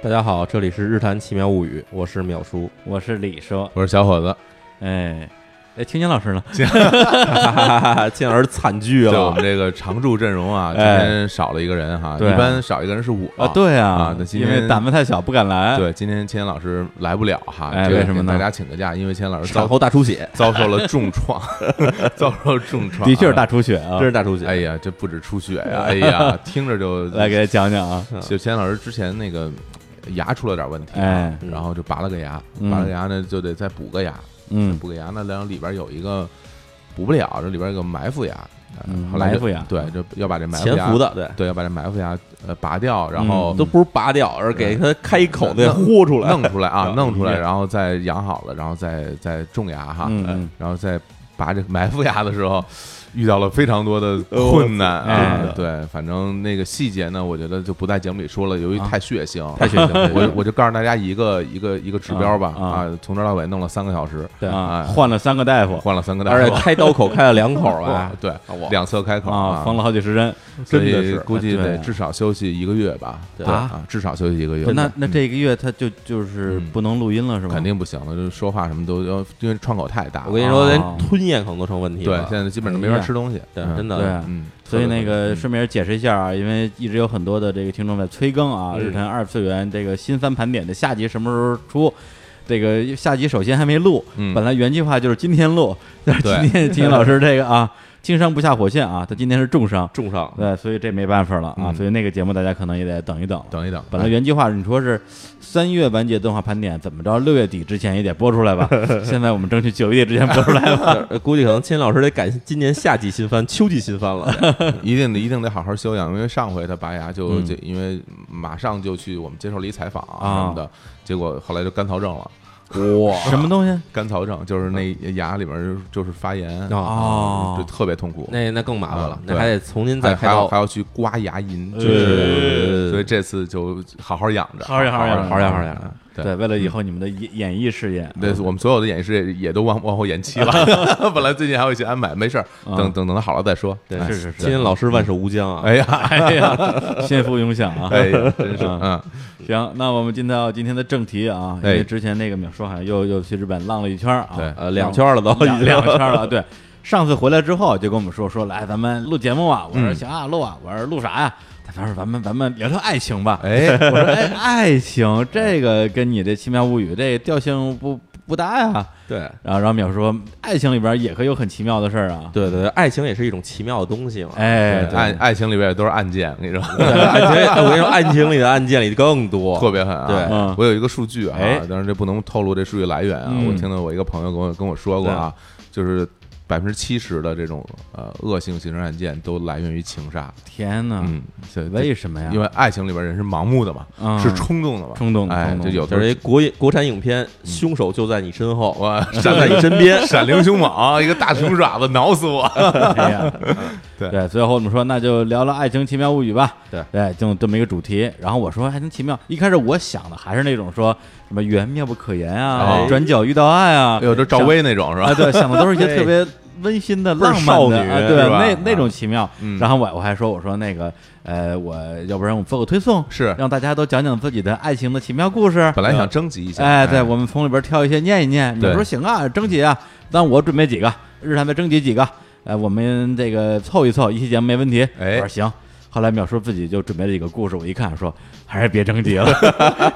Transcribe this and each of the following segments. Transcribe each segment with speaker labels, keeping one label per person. Speaker 1: 大家好，这里是《日谈奇妙物语》，我是淼叔。
Speaker 2: 我是李叔，
Speaker 3: 我是小伙子，
Speaker 2: 哎，哎，青年老 师呢？
Speaker 1: 哈哈哈哈，进而惨剧
Speaker 3: 对我
Speaker 1: 了
Speaker 3: 们这个常驻阵容啊，今
Speaker 2: 哎
Speaker 3: 天少了一个人哈，
Speaker 2: 对啊
Speaker 3: 一般少一个人是我
Speaker 2: 啊，对
Speaker 3: 啊
Speaker 2: 啊
Speaker 3: 那，今
Speaker 2: 因
Speaker 3: 天
Speaker 2: 为胆子太小，不敢来。，
Speaker 3: 对，今天千老师来不了哈，
Speaker 2: 哎
Speaker 3: 这个
Speaker 2: 为什么呢
Speaker 3: 给大家请个假，因为千老师
Speaker 1: 产
Speaker 3: 遭
Speaker 1: 后大出血，
Speaker 3: 遭受了重 创，遭受了重创，
Speaker 2: 的确是大。出血啊
Speaker 1: 真。是大出血。
Speaker 3: 哎呀，这不止出血呀，哎呀，听着就
Speaker 2: 来给大家讲讲啊，
Speaker 3: 就千老师之前那个牙出了点问题，啊
Speaker 2: 哎，
Speaker 1: 嗯
Speaker 3: 然后就拔了个牙，
Speaker 2: 嗯
Speaker 3: 拔了个牙呢就得再补个牙，
Speaker 2: 嗯，
Speaker 3: 补个牙呢，然后里边有一个补不了，这里边有个埋伏牙，呃
Speaker 2: 嗯
Speaker 3: 后来就
Speaker 2: 埋伏牙
Speaker 3: 对，就要把这埋伏
Speaker 1: 潜
Speaker 3: 牙
Speaker 1: 伏的，对，
Speaker 3: 对，要把这埋伏牙呃拔掉，然后
Speaker 2: 嗯
Speaker 1: 都不是拔掉，而是给它开一 口子给豁出来，
Speaker 3: 弄 出来啊，
Speaker 1: 嗯
Speaker 3: 弄出来，
Speaker 1: 嗯
Speaker 3: 然后再养好了，然后再再种牙哈，
Speaker 2: 嗯嗯
Speaker 3: 然后再拔这埋伏牙的时候。遇到了非常多的困难啊
Speaker 1: 呃
Speaker 2: 哎，
Speaker 3: 对，反正那个细节呢，我觉得就不在节目里说了，由于
Speaker 2: 啊
Speaker 3: 太血腥，
Speaker 1: 太血 腥了
Speaker 3: 我我就告诉大家一个一个一个指标吧
Speaker 2: 啊啊
Speaker 3: 啊，从头到尾弄了三个小时，
Speaker 1: 对
Speaker 2: 啊，
Speaker 3: 哎
Speaker 2: 换了三个大夫
Speaker 3: 换了三个大
Speaker 1: 而且
Speaker 3: 夫，
Speaker 1: 开刀口开啊了两口啊
Speaker 3: 哇，对
Speaker 1: 我，
Speaker 3: 两侧开口
Speaker 2: 啊，缝了好几十针。
Speaker 3: 所
Speaker 1: 真的
Speaker 3: 以
Speaker 1: 是哎
Speaker 3: 估计
Speaker 2: 哎对啊
Speaker 3: 得至少休息一个月吧，
Speaker 1: 对
Speaker 3: 啊，至少休息一个月。
Speaker 2: 那那这个月他就就是
Speaker 3: 嗯
Speaker 2: 不能录音了是吧？
Speaker 3: 肯定不行了，就是说话什么都要，因为创口太大了。
Speaker 1: 我跟你说，
Speaker 2: 啊
Speaker 1: 连吞咽可能都成问题
Speaker 3: 对
Speaker 1: 了。，
Speaker 3: 现在基本上没法吃东西，
Speaker 1: 对，
Speaker 3: 嗯
Speaker 1: 真的，
Speaker 2: 对啊。
Speaker 3: 嗯，
Speaker 2: 所以那个
Speaker 3: 嗯
Speaker 2: 顺便解释一下啊，因为一直有很多的这个听众在催更啊，
Speaker 1: 嗯
Speaker 2: 日坛二次元这个新番盘点的下集什么时候出？这个下集首先还没录，
Speaker 3: 嗯
Speaker 2: 本来原计划就是今天录，但是
Speaker 3: 对
Speaker 2: 今天金老师这个啊，轻伤不下火线啊，他今天是重伤，
Speaker 1: 重伤。
Speaker 2: 对，所以这没办法了啊，
Speaker 3: 嗯
Speaker 2: 所以那个节目大家可能也得等一等。
Speaker 3: 等一等，
Speaker 2: 本来原计划你说是三月完结动画盘点，怎么着六月底之前也得播出来吧？现在我们争取九月底之前播出来吧。
Speaker 1: 呃估计可能千老师得赶今年夏季新番、秋季新番 了。
Speaker 3: 一定得一定得好好休养，因为上回他拔牙就
Speaker 2: 嗯
Speaker 3: 就因为马上就去我们接受了一采访
Speaker 2: 啊
Speaker 3: 什么的，结果后来就干燥症了。
Speaker 2: 什么东西？啊
Speaker 3: 干燥症就是那牙里边就是就是发炎
Speaker 1: 啊
Speaker 2: 哦
Speaker 3: 就特别痛苦。
Speaker 1: 那那更麻烦了
Speaker 3: 啊，
Speaker 1: 那
Speaker 3: 对
Speaker 1: 还得重新
Speaker 3: 还
Speaker 1: 再开
Speaker 3: 还要
Speaker 1: 刀
Speaker 3: 还。要去刮牙龈，就
Speaker 1: 呃
Speaker 3: 是所以这次就好好养着，
Speaker 2: 好好养好好养
Speaker 3: 着
Speaker 1: 好好养好好。
Speaker 3: 嗯
Speaker 1: 养
Speaker 2: 对，为了以后你们的演演艺事业啊，
Speaker 3: 对，我们所有的演示也也都往往后延期 了。本来最近还有一些安排，没事儿，
Speaker 2: 啊
Speaker 3: 等等等它好了再说。
Speaker 1: 对，
Speaker 3: 哎
Speaker 2: 是是是
Speaker 1: 今年老师万寿无疆啊！
Speaker 3: 哎呀，
Speaker 2: 哎呀， 先福永享啊！
Speaker 3: 哎呀，真是，嗯
Speaker 2: 啊，行，那我们进到今天的正题啊，因为
Speaker 3: 哎
Speaker 2: 之前那个淼叔好像又又去日本浪了一圈儿啊，
Speaker 3: 对
Speaker 1: 呃，两圈了都，
Speaker 2: 两两圈了。对，上次回来之后就跟我们说说，来咱们录节目啊。我说
Speaker 3: 嗯
Speaker 2: 行啊，录啊。我说录啥呀？他说咱们咱们聊聊爱情吧。
Speaker 3: 哎，
Speaker 2: 我说哎，爱情这个跟你这奇妙物语这调性不不搭呀。
Speaker 1: 对
Speaker 2: 然后然后淼说，爱情里边也可以有很奇妙的事儿啊。
Speaker 1: 对对，对爱情也是一种奇妙的东西嘛。
Speaker 2: 哎，对
Speaker 3: 爱爱情里边也都是案件，我跟你说，
Speaker 1: 对，爱 情，哎我跟你说，爱情里的案件里更多。
Speaker 3: 特别狠
Speaker 1: 对
Speaker 3: 啊
Speaker 2: 嗯！
Speaker 3: 我有一个数据啊
Speaker 2: 哎，
Speaker 3: 但是这不能透露这数据来源啊。
Speaker 2: 嗯
Speaker 3: 我听到我一个朋友跟我跟我说过啊，就是百分之七十的这种呃恶性刑事案件都来源于情杀。
Speaker 2: 天哪，
Speaker 3: 嗯，所以
Speaker 2: 啊为什么呀？
Speaker 3: 因为爱情里边人是盲目的嘛，
Speaker 2: 嗯
Speaker 3: 是冲动的嘛，
Speaker 2: 冲动的
Speaker 3: 哎
Speaker 2: 冲，动
Speaker 3: 就
Speaker 2: 的
Speaker 3: 有嗯时
Speaker 1: 就
Speaker 3: 候
Speaker 1: 是一国国产影片，凶手就在你身后，
Speaker 3: 我。
Speaker 1: 站在你身边
Speaker 3: 闪灵凶猛，一个大熊爪子挠死我。
Speaker 2: 哎呀，
Speaker 3: 对
Speaker 2: 对，最后我们说那就聊聊《爱情奇妙物语》吧。
Speaker 1: 对
Speaker 2: 对，就这么一个主题。然后我说《爱情奇妙》，一开始我想的还是那种说什么缘妙不可言啊，
Speaker 3: 哦
Speaker 2: 转角遇到爱啊
Speaker 3: 哎，呦，这赵薇那种是
Speaker 2: 啊，
Speaker 3: 吧？哎
Speaker 2: 对，想的都是一些
Speaker 1: 对
Speaker 2: 特别温馨的、
Speaker 1: 倍儿
Speaker 2: 浪漫的
Speaker 1: 少女
Speaker 2: 啊对，
Speaker 3: 是吧
Speaker 2: 那
Speaker 3: 啊
Speaker 2: 那种奇妙。
Speaker 3: 嗯
Speaker 2: 然后我我还说我说那个呃，我要不然我们做个推送，
Speaker 3: 是
Speaker 2: 让大家都讲讲自己的爱情的奇妙故事。
Speaker 3: 本来想征集一下，
Speaker 2: 哎，对，我们从里边挑一些念一念。你
Speaker 3: 对
Speaker 2: 说行啊，征集啊，那我准备几个，日坛再征集几个，呃，我们这个凑一凑，一期节目没问题。
Speaker 3: 哎
Speaker 2: 我说行。后来淼叔自己就准备了一个故事，我一看说还是别征 集了，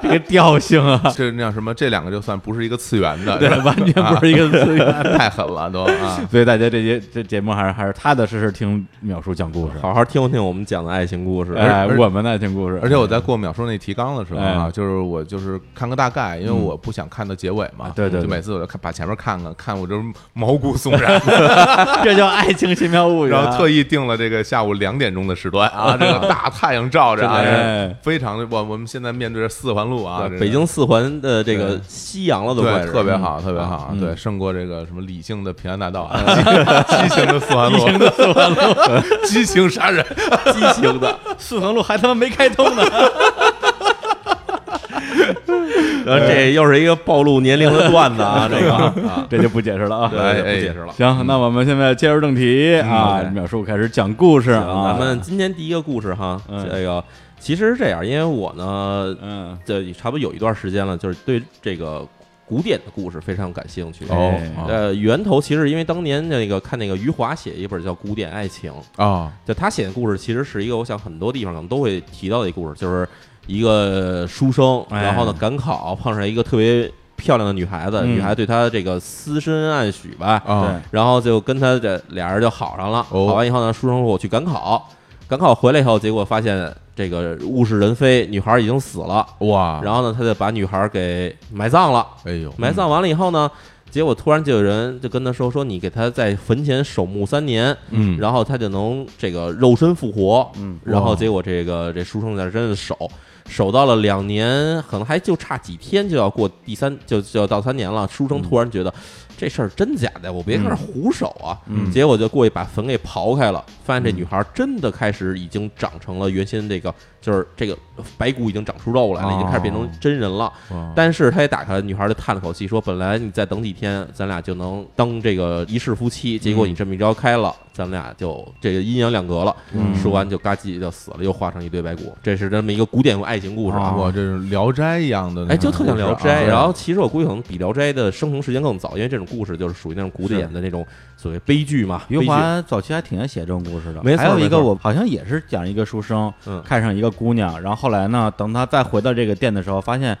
Speaker 2: 这个调性啊，
Speaker 3: 这那叫什么？这两个就算不是一个次元的，
Speaker 2: 对，
Speaker 3: 是吧啊
Speaker 2: 完全不是一个 资源。
Speaker 3: 太狠了都啊！
Speaker 2: 所以大家这些这节目还是还是踏踏实实听淼叔讲故事，
Speaker 1: 好好听听我们讲的爱情故事。啊
Speaker 2: 哎，
Speaker 3: 而
Speaker 2: 我们呢听故事，
Speaker 3: 而且我在过秒说那提纲的时候啊，
Speaker 2: 哎嗯
Speaker 3: 就是我就是看个大概，因为我不想看到结尾嘛
Speaker 2: 啊。对对对
Speaker 3: 就每次我就看把前面看看，看我就是毛骨悚 然，
Speaker 2: 这叫爱情奇妙物语啊，
Speaker 3: 然后特意定了这个下午两点钟的时段啊，这 个大太阳照着啊，
Speaker 2: 真的哎
Speaker 3: 这非常的我我们现在面对着四环路啊，
Speaker 1: 对
Speaker 3: 这
Speaker 1: 北京四环的这个
Speaker 3: 对
Speaker 1: 夕阳了都快
Speaker 3: 对，啊
Speaker 1: 是
Speaker 3: 特别好，特别好，
Speaker 2: 嗯
Speaker 3: 对，胜过这个什么理性的平安大道， 激情的四环啊 路，激情的四环路， 激情杀人，
Speaker 1: 嗯激 情的。
Speaker 2: 四环路还他妈没开通呢。
Speaker 1: 然后这又是一个暴露年龄的段子 啊，这个
Speaker 3: 啊，
Speaker 2: 这就不解释了啊。
Speaker 1: 对
Speaker 3: 哎
Speaker 1: 不
Speaker 3: 哎
Speaker 1: 解释了。
Speaker 2: 行，那我们现在切入正题啊，淼叔开始讲故事
Speaker 1: 嗯行
Speaker 2: 啊。
Speaker 1: 咱们今天第一个故事哈，
Speaker 2: 嗯
Speaker 1: 这个其实是这样，因为我呢，
Speaker 2: 嗯，
Speaker 1: 这差不多有一段时间了，就是对这个古典的故事非常感兴趣。
Speaker 3: 哦啊
Speaker 1: 呃，源头其实因为当年那个看那个余华写一本叫《古典爱情》，
Speaker 3: 啊
Speaker 1: 就他写的故事其实是一个，我想很多地方可能都会提到的一个故事，就是一个书生，
Speaker 2: 哎
Speaker 1: 然后呢赶考碰上一个特别漂亮的女孩子，
Speaker 2: 嗯
Speaker 1: 女孩对他这个私深暗许吧，
Speaker 2: 对
Speaker 3: 啊，
Speaker 1: 然后就跟他这俩人就好上了。
Speaker 3: 哦
Speaker 1: 好完以后呢，书生说我去赶考，赶考回来以后，结果发现这个物是人非，女孩已经死了。
Speaker 3: 哇，
Speaker 1: 然后呢，他就把女孩给埋葬了。
Speaker 3: 哎呦，
Speaker 1: 埋葬完了以后呢，结果突然就有人就跟他说说你给他在坟前守墓三年，
Speaker 3: 嗯，
Speaker 1: 然后他就能这个肉身复活。
Speaker 2: 嗯，
Speaker 1: 然后
Speaker 3: 哇
Speaker 1: 结果这个这书生在真是守，守到了两年，可能还就差几天就要过第三，就就要到三年了。书生突然觉得、这事儿真假的，我别在这儿胡守啊。
Speaker 2: 嗯
Speaker 1: 结果就过去把坟给刨开了，发现这女孩真的开始已经长成了原先这个，就是这个白骨已经长出肉来
Speaker 2: 哦
Speaker 1: 了，已经开始变成真人了。
Speaker 3: 哇
Speaker 1: 但是他也打开了，女孩就叹了口气说：“本来你再等几天，咱俩就能当这个一世夫妻，结果你这么一招开了，咱们俩就这个阴阳两隔了。
Speaker 2: 嗯
Speaker 1: 说完就嘎叽就死了，又化成一堆白骨。这是这么一个古典爱情故事
Speaker 2: 啊
Speaker 1: 啊。
Speaker 3: 哇，这是《聊斋》一样的那
Speaker 1: 哎，
Speaker 3: 种
Speaker 1: 就
Speaker 3: 故
Speaker 1: 特
Speaker 3: 事
Speaker 1: 像《
Speaker 3: 啊，
Speaker 2: 嗯
Speaker 1: 聊斋》，
Speaker 3: 对
Speaker 1: 然后其实我估计可能比《聊斋》的生成时间更早，因为这种故事就是属于那种古典的那种所谓悲剧嘛。
Speaker 2: 余
Speaker 1: 悲剧啊
Speaker 2: 华早期还挺爱写这种故事的，
Speaker 1: 没错
Speaker 2: 还有一个
Speaker 1: 没错
Speaker 2: 我好像也是讲一个书生，
Speaker 1: 嗯
Speaker 2: 看上一个姑娘，然后后来呢，等他再回到这个店的时候，发现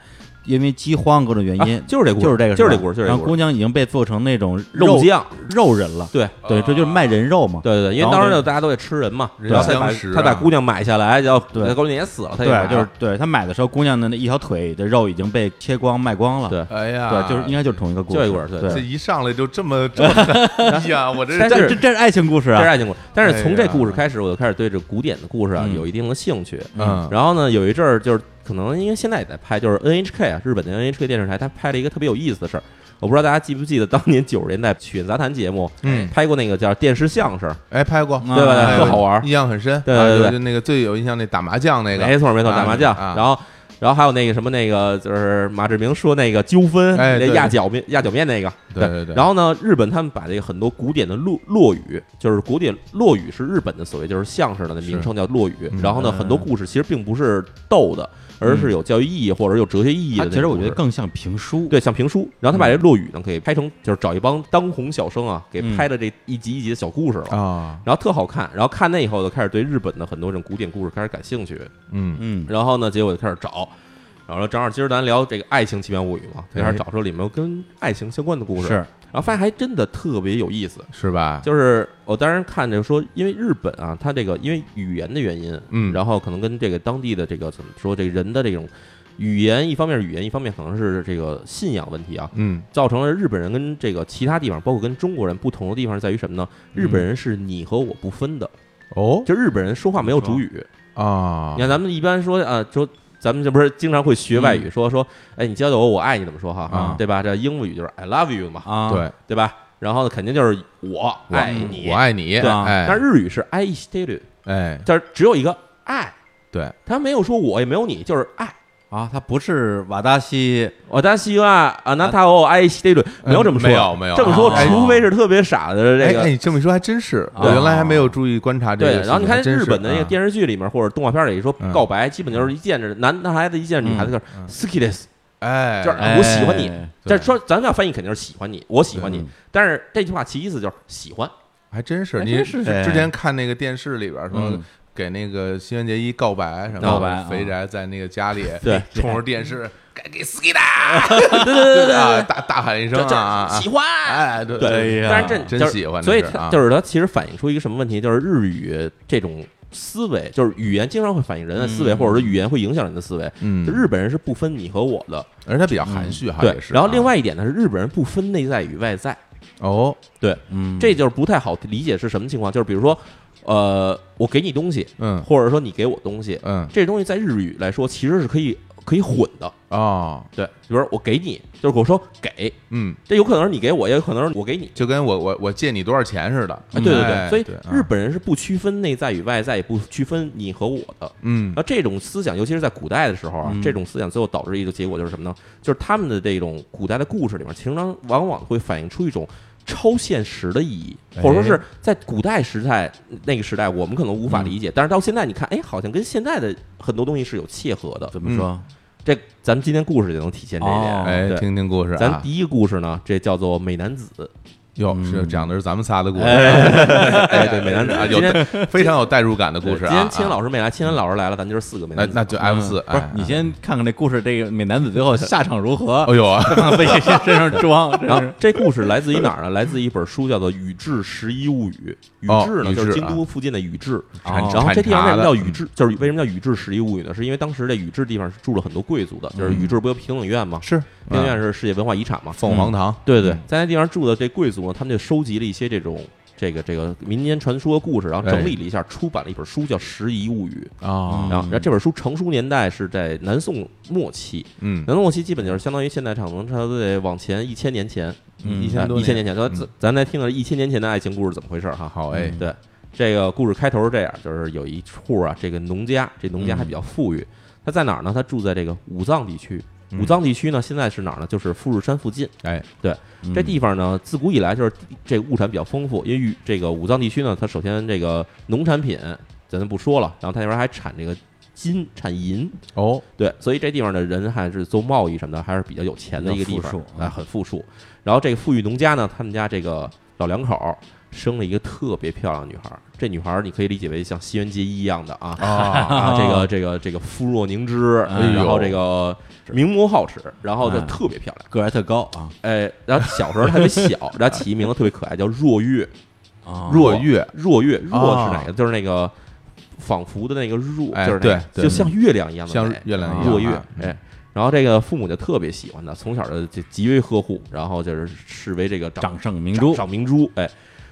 Speaker 2: 因为饥荒各种原因，
Speaker 1: 啊就是这故事
Speaker 2: 就是这个，
Speaker 1: 就是这故事就是这
Speaker 2: 然
Speaker 1: 故事
Speaker 2: 后姑娘已经被做成那种
Speaker 1: 肉酱，
Speaker 2: 肉人了，
Speaker 1: 对
Speaker 2: 对，这就是卖人肉嘛。
Speaker 1: 对对对，因
Speaker 2: 然
Speaker 1: 为
Speaker 2: 后
Speaker 1: 当时
Speaker 2: 这
Speaker 1: 就大家都得吃人嘛，
Speaker 3: 人
Speaker 1: 然后他
Speaker 3: 相
Speaker 1: 把
Speaker 3: 食
Speaker 1: 他把
Speaker 3: 啊
Speaker 1: 姑娘买下来，然后
Speaker 2: 对
Speaker 1: 那姑娘也死了，他也买
Speaker 2: 对，就是
Speaker 1: 了
Speaker 2: 对他买的时候，姑娘的那一条腿的肉已经被切光卖光了。
Speaker 1: 对
Speaker 3: 哎呀，
Speaker 2: 对，就是应该就是同一个故事。
Speaker 1: 就一个故事对
Speaker 3: 这
Speaker 2: 对，
Speaker 3: 一上来就这么这么 狠，哎呀，我这
Speaker 1: 但
Speaker 2: 这
Speaker 1: 是
Speaker 2: 这这是爱情故事
Speaker 1: 这是
Speaker 2: 啊。
Speaker 1: 爱情故事。但是从
Speaker 3: 哎
Speaker 1: 这
Speaker 3: 呀
Speaker 1: 故事开始，我就开始对这古典的故事啊
Speaker 2: 嗯
Speaker 1: 有一定的兴趣。
Speaker 3: 嗯，
Speaker 1: 然后呢，有一阵儿就是可能因为现在也在拍，就是 NHK 啊，日本的 NHK 电视台，它拍了一个特别有意思的事儿。我不知道大家记不记得当年九十年代曲苑杂谈节目，
Speaker 3: 嗯
Speaker 1: 拍过那个叫电视相声，
Speaker 3: 哎，拍过，
Speaker 2: 嗯
Speaker 1: 对吧？
Speaker 2: 哎
Speaker 1: 特好玩儿。
Speaker 3: 印象很深，
Speaker 1: 对对对
Speaker 3: 啊有就那个最有印象那打麻将那个，
Speaker 1: 没错没错，
Speaker 3: 啊
Speaker 1: 打麻将，
Speaker 3: 啊
Speaker 1: 然后。然后还有那个什么，那个就是马志明说那个纠纷，
Speaker 3: 哎
Speaker 1: 那
Speaker 3: 对
Speaker 1: 压脚面压脚面那个，
Speaker 3: 对对对
Speaker 1: 然后呢，日本他们把这个很多古典的落落语，就是古典落语是日本的所谓就是相声的名称叫落语。
Speaker 3: 嗯
Speaker 1: 然后呢，
Speaker 2: 嗯
Speaker 1: 很多故事其实并不是逗的，而是有教育意义或者有哲学意义的
Speaker 2: 它
Speaker 1: 那种故事。
Speaker 2: 其实我觉得更像评书。
Speaker 1: 对，像评书。然后他把
Speaker 3: 嗯
Speaker 1: 这落语呢给拍成，就是找一帮当红小生啊，给
Speaker 2: 嗯
Speaker 1: 拍的这一集一集的小故事了。
Speaker 3: 啊，
Speaker 1: 然后特好看，然后看那以后就开始对日本的很多这种古典故事开始感兴趣，
Speaker 3: 嗯
Speaker 2: 嗯，
Speaker 1: 然后呢，结果就开始找，然后说正好今儿咱聊这个《爱情奇妙物语》嘛，就开始
Speaker 3: 哎
Speaker 1: 找出里面跟爱情相关的故事，
Speaker 2: 是
Speaker 1: 然后发现还真的特别有意思。
Speaker 3: 是吧？
Speaker 1: 就是我当时看着说，因为日本啊，它这个因为语言的原因，
Speaker 3: 嗯
Speaker 1: 然后可能跟这个当地的这个怎么说，这个人的这种语言，一方面是语言，一方面可能是这个信仰问题啊，
Speaker 3: 嗯
Speaker 1: 造成了日本人跟这个其他地方，包括跟中国人不同的地方是在于什么呢？日本
Speaker 3: 嗯
Speaker 1: 人是你和我不分的，
Speaker 3: 哦
Speaker 1: 就日本人说话没有主语。
Speaker 3: 啊
Speaker 1: 你，看咱们一般说啊，说咱们这不是经常会学外
Speaker 3: 嗯
Speaker 1: 语，说说，哎，你教教我，我爱你怎么说哈，
Speaker 2: 啊
Speaker 1: 对吧？这英语就是 I love you 嘛，
Speaker 2: 啊，，
Speaker 3: 对，
Speaker 1: 对吧？然后呢，肯定就是我
Speaker 3: 我
Speaker 1: 爱你，
Speaker 3: 嗯我爱你，
Speaker 1: 对
Speaker 2: 啊
Speaker 1: 但
Speaker 3: 哎
Speaker 1: 日语是 I s t a t u
Speaker 3: 哎，
Speaker 1: 但是只有一个爱，
Speaker 3: 对，
Speaker 1: 他没有说我也没有你，就是爱。
Speaker 2: 啊，它不是瓦达西
Speaker 1: 我大希望啊，那他我爱这顿没有这么说，
Speaker 3: 嗯没有没有
Speaker 1: 这么说，
Speaker 3: 哎
Speaker 1: 除非是特别傻的这
Speaker 3: 哎哎，
Speaker 1: 个。啊
Speaker 3: 你这么一说还真是，我
Speaker 2: 对
Speaker 3: 原来还没有注意观察这
Speaker 1: 对
Speaker 3: 个细，节，
Speaker 1: 然后你看
Speaker 3: 还真
Speaker 1: 日
Speaker 3: 是啊
Speaker 1: 本的那个，电视剧里面或者动画片里说
Speaker 3: 嗯
Speaker 1: 告白，基本就是一见着男男孩子一见着女孩子就是
Speaker 3: 嗯
Speaker 1: s k i l e s
Speaker 3: 啊哎，
Speaker 1: 就是
Speaker 2: 哎
Speaker 1: 我喜欢你
Speaker 2: 对。
Speaker 1: 但是说咱们要翻译肯定是喜欢你，我喜欢你
Speaker 2: 嗯。
Speaker 1: 但是这句话其意思就是喜欢，
Speaker 3: 还真是，
Speaker 2: 还
Speaker 3: 你
Speaker 2: 真是哎
Speaker 3: 之前看那个电视里边说
Speaker 2: 嗯
Speaker 3: 给那个新垣结衣告白什么的，
Speaker 2: 告白啊
Speaker 3: 肥宅在那个家里
Speaker 1: 对
Speaker 3: 冲着电视该给 s k i
Speaker 1: 对对对对对，
Speaker 3: 啊大大喊一声
Speaker 1: 这
Speaker 3: 啊啊
Speaker 1: 这
Speaker 3: 啊
Speaker 1: 喜，欢。
Speaker 3: 哎对
Speaker 2: 对呀
Speaker 1: 但是这
Speaker 3: 真
Speaker 1: 就是
Speaker 3: 喜欢
Speaker 1: 所以
Speaker 3: 这是
Speaker 1: 它
Speaker 3: 啊
Speaker 1: 就是它其实反映出一个什么问题？就是日语这种思维，就是语言经常会反映人的思维，
Speaker 2: 嗯
Speaker 1: 或者说语言会影响人的思维。
Speaker 3: 嗯
Speaker 1: 就日本人是不分你和我的，
Speaker 3: 而且他比较含蓄哈，
Speaker 1: 对
Speaker 3: 也。是啊。
Speaker 1: 然后另外一点呢是日本人不分内在与外在，
Speaker 3: 哦，
Speaker 1: 对，
Speaker 2: 嗯，
Speaker 1: 这就是不太好理解是什么情况。就是比如说，呃，我给你东西，
Speaker 3: 嗯
Speaker 1: 或者说你给我东西，
Speaker 3: 嗯
Speaker 1: 这东西在日语来说其实是可以可以混的。
Speaker 3: 啊，
Speaker 1: 对，比如说我给你，就是我说给，
Speaker 3: 嗯，
Speaker 1: 这有可能是你给我，也有可能是我给你。
Speaker 3: 就跟我我我借你多少钱似的，
Speaker 1: 哎，对对
Speaker 3: 哎
Speaker 1: 对，所以
Speaker 3: 啊
Speaker 1: 日本人是不区分内在与外在，也不区分你和我的。
Speaker 3: 嗯
Speaker 1: 那这种思想，尤其是在古代的时候啊，
Speaker 2: 嗯
Speaker 1: 这种思想最后导致一个结果就是什么呢？就是他们的这种古代的故事里面，常常往往会反映出一种超现实的意义，
Speaker 2: 哎
Speaker 1: 或者说是在古代时代那个时代，我们可能无法理解，但是到现在你看，哎，好像跟现在的很多东西是有切合的。
Speaker 2: 怎么说？
Speaker 1: 这咱们今天故事就能体现这一点。啊
Speaker 2: 哦
Speaker 3: 哎，
Speaker 1: 对
Speaker 3: 听听故事
Speaker 1: 咱
Speaker 3: 啊，
Speaker 1: 第一个故事呢，这叫做美男子。
Speaker 3: 哟，
Speaker 2: 嗯
Speaker 3: 是讲的是咱们仨的故事，
Speaker 1: 哎，对，美男子
Speaker 3: 啊，
Speaker 1: 今
Speaker 3: 有
Speaker 1: 天
Speaker 3: 非常有代入感的故事
Speaker 1: 对
Speaker 3: 啊。
Speaker 1: 今天青
Speaker 3: 啊
Speaker 1: 老师没来，青老师来了，咱就是四个美
Speaker 3: 那
Speaker 1: 男子。
Speaker 3: 那就 F 四，
Speaker 2: 不是
Speaker 3: 哎，
Speaker 2: 你，先看看这故事，这个美男子最后下场如何？
Speaker 3: 哎呦啊，
Speaker 2: 再看看被谁身上装，真
Speaker 1: 哦 然后
Speaker 2: 是
Speaker 1: 这故事来自于哪儿呢？来自于一本书，叫做《宇治十一物语》。宇
Speaker 3: 哦
Speaker 1: 治呢，
Speaker 3: 宇治
Speaker 1: 就是京都附近的宇治。
Speaker 2: 哦
Speaker 3: 产
Speaker 1: 然后这地方为什么叫宇？
Speaker 3: 产茶的嗯
Speaker 1: 治？就是为什么叫宇治十一物语呢？是因为当时这宇治地方是住了很多贵族的，就是宇治不有平等院吗？
Speaker 3: 嗯是
Speaker 1: 平等
Speaker 3: 嗯
Speaker 1: 院是世界文化遗产嘛？
Speaker 3: 凤凰堂，
Speaker 1: 对对，对
Speaker 2: 嗯
Speaker 1: 在那地方住的这贵族呢，他们就收集了一些这种这个这个民间传说故事，然后
Speaker 3: 哎
Speaker 1: 整理了一下，出版了一本书叫《十一物语》。
Speaker 3: 啊，
Speaker 1: 然后，然后这本书成书年代是在南宋末期，
Speaker 3: 嗯，
Speaker 1: 南宋末期基本就是相当于现代差不多差不多得往前一千年前，
Speaker 2: 嗯
Speaker 1: 一
Speaker 3: 一千多
Speaker 1: 一千
Speaker 3: 年
Speaker 1: 年前。咱咱咱来听听一千年前的爱情故事怎么回事儿哈。嗯
Speaker 3: 好哎，
Speaker 1: 对，这个故事开头是这样，就是有一户啊，这个农家，这农家还比较富裕，他在哪儿呢？他住在这个武藏地区。
Speaker 3: 嗯
Speaker 1: 武藏地区呢，现在是哪儿呢？就是富士山附近。
Speaker 3: 哎，
Speaker 2: 嗯
Speaker 1: 这地方呢，自古以来就是地这物产比较丰富，因为与这个武藏地区呢，它首先这个农产品咱就不说了，然后它那边还产这个金、产银，
Speaker 3: 哦，
Speaker 1: 对，所以这地方的人还是做贸易什么的，还是比较有钱的一个地
Speaker 2: 比较富
Speaker 1: 方
Speaker 2: 庶，啊
Speaker 1: 啊，很富庶。然后这个富裕农家呢，他们家这个老两口儿生了一个特别漂亮的女孩儿，这女孩儿你可以理解为像西园结衣一样的啊。
Speaker 3: 啊，
Speaker 1: 啊，这个这个这个肤若凝脂，
Speaker 2: 哎
Speaker 3: 呦
Speaker 1: 然后这个明眸皓齿，然后就
Speaker 2: 哎
Speaker 1: 特别漂亮。
Speaker 2: 个儿还特高啊
Speaker 1: 哎，然后小时候特别小，然后起一名字特别可爱，叫若月。
Speaker 2: 啊！
Speaker 3: 若月，
Speaker 1: 若月，若
Speaker 3: 啊
Speaker 1: 是哪个？就是那个仿佛的那个若，
Speaker 3: 哎
Speaker 1: 就是那个
Speaker 3: 对对
Speaker 1: 就像月亮一样的
Speaker 3: 像
Speaker 1: 美
Speaker 3: 月亮一
Speaker 2: 啊
Speaker 3: 样啊，
Speaker 1: 若月，哎。然后这个父母就特别喜欢他，从小就就极为呵护，然后就是视为这个
Speaker 2: 掌
Speaker 1: 长
Speaker 2: 上明珠，
Speaker 1: 长明珠。哎，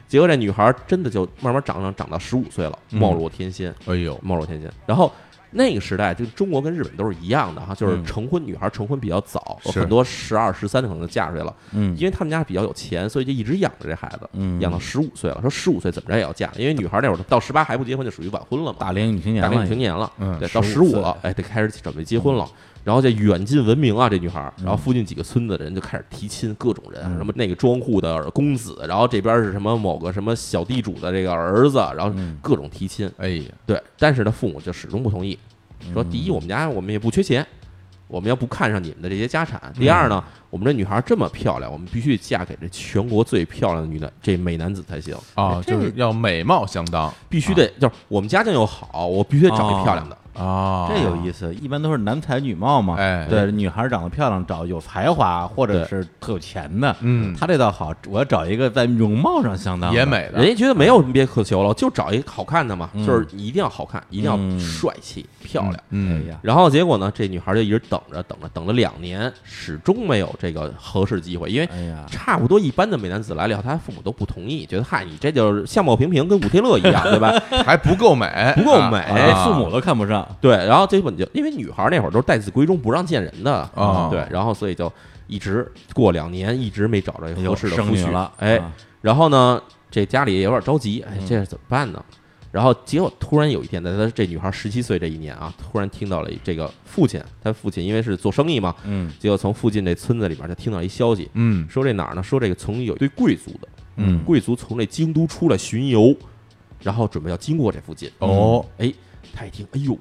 Speaker 1: 结果这女孩真的就慢慢长长长到十五岁了，
Speaker 3: 嗯
Speaker 1: 貌若天仙，
Speaker 3: 哎呦，
Speaker 1: 貌若天仙。然后那个时代，就中国跟日本都是一样的哈，就是
Speaker 2: 嗯
Speaker 1: 成婚女孩成婚比较早，
Speaker 3: 是
Speaker 1: 很多十二十三可能就嫁出去了，
Speaker 2: 嗯
Speaker 1: 因为他们家比较有钱，所以就一直养着这孩子。
Speaker 2: 嗯，
Speaker 1: 养到十五岁了，说十五岁怎么着也要嫁，因为女孩那会儿到十八还不结婚就属于晚婚了嘛，
Speaker 2: 大龄女青年
Speaker 1: 大
Speaker 2: 了，
Speaker 1: 龄青年了，
Speaker 3: 嗯
Speaker 1: 对，到十
Speaker 2: 15
Speaker 1: 五
Speaker 2: 岁嗯
Speaker 1: 了，哎，得开始准备结婚了。然后这远近闻名啊，这女孩儿，然后附近几个村子的人就开始提亲，各种人，
Speaker 2: 嗯
Speaker 1: 什么那个庄户的公子，然后这边是什么某个什么小地主的这个儿子，然后
Speaker 2: 嗯
Speaker 1: 各种提亲。
Speaker 3: 哎呀，
Speaker 1: 对，但是他父母就始终不同意，说第一，我们家我们也不缺钱，我们要不看上你们的这些家产；第二呢，我们这女孩这么漂亮，我们必须嫁给这全国最漂亮的女的这美男子才行，
Speaker 3: 啊，
Speaker 1: 这
Speaker 3: 就是要美貌相当
Speaker 1: 必须得就是我们家境又好，我必须得找
Speaker 2: 哦
Speaker 1: 这漂亮的。
Speaker 3: 啊，
Speaker 2: 这有意思，一般都是男才女貌嘛。
Speaker 3: 哎
Speaker 2: 对，女孩长得漂亮，找有才华或者是特有钱的。
Speaker 3: 嗯
Speaker 2: 他这倒好，我要找一个在容貌上相当的
Speaker 3: 也，美
Speaker 1: 人
Speaker 3: 的，
Speaker 1: 家觉得没有什么别可求了，就找一个好看的嘛，
Speaker 2: 嗯
Speaker 1: 就是你一定要好看，一定
Speaker 2: 嗯
Speaker 1: 要帅气、漂亮。
Speaker 2: 哎
Speaker 3: 嗯，
Speaker 2: 呀，
Speaker 1: 然后结果呢，这女孩就一直等着，等着，等了两年，始终没有这个合适机会，因为
Speaker 2: 哎呀，
Speaker 1: 差不多一般的美男子来了以后，他父母都不同意，觉得嗨，你这就是相貌平平，跟古天乐一 样，对吧？
Speaker 3: 还不够美，
Speaker 1: 不够美
Speaker 3: 啊
Speaker 2: 哎，父母都看不上，
Speaker 1: 对，然后这本就因为女孩那会儿都是待字闺中，不让见人的啊、
Speaker 3: 哦
Speaker 1: 对，然后所以就一直过两年，一直没找着
Speaker 2: 哎
Speaker 1: 一个
Speaker 2: 呦
Speaker 1: 合适的
Speaker 2: 生
Speaker 1: 夫
Speaker 2: 女
Speaker 1: 婿
Speaker 2: 了，
Speaker 1: 哎，
Speaker 2: 啊
Speaker 1: 然后呢，这家里也有点着急，哎
Speaker 2: 嗯，
Speaker 1: 这是怎么办呢？然后结果突然有一天，在她这女孩十七岁这一年啊，突然听到了这个父亲，她父亲因为是做生意嘛，
Speaker 2: 嗯
Speaker 1: 结果从附近这村子里边就听到一消息，
Speaker 3: 嗯
Speaker 1: 说这哪儿呢？说这个从有一对贵族的，
Speaker 2: 嗯，
Speaker 1: 贵族从这京都出来巡游，然后准备要经过这附近。
Speaker 3: 哦，
Speaker 1: 哎，他一听，哎呦，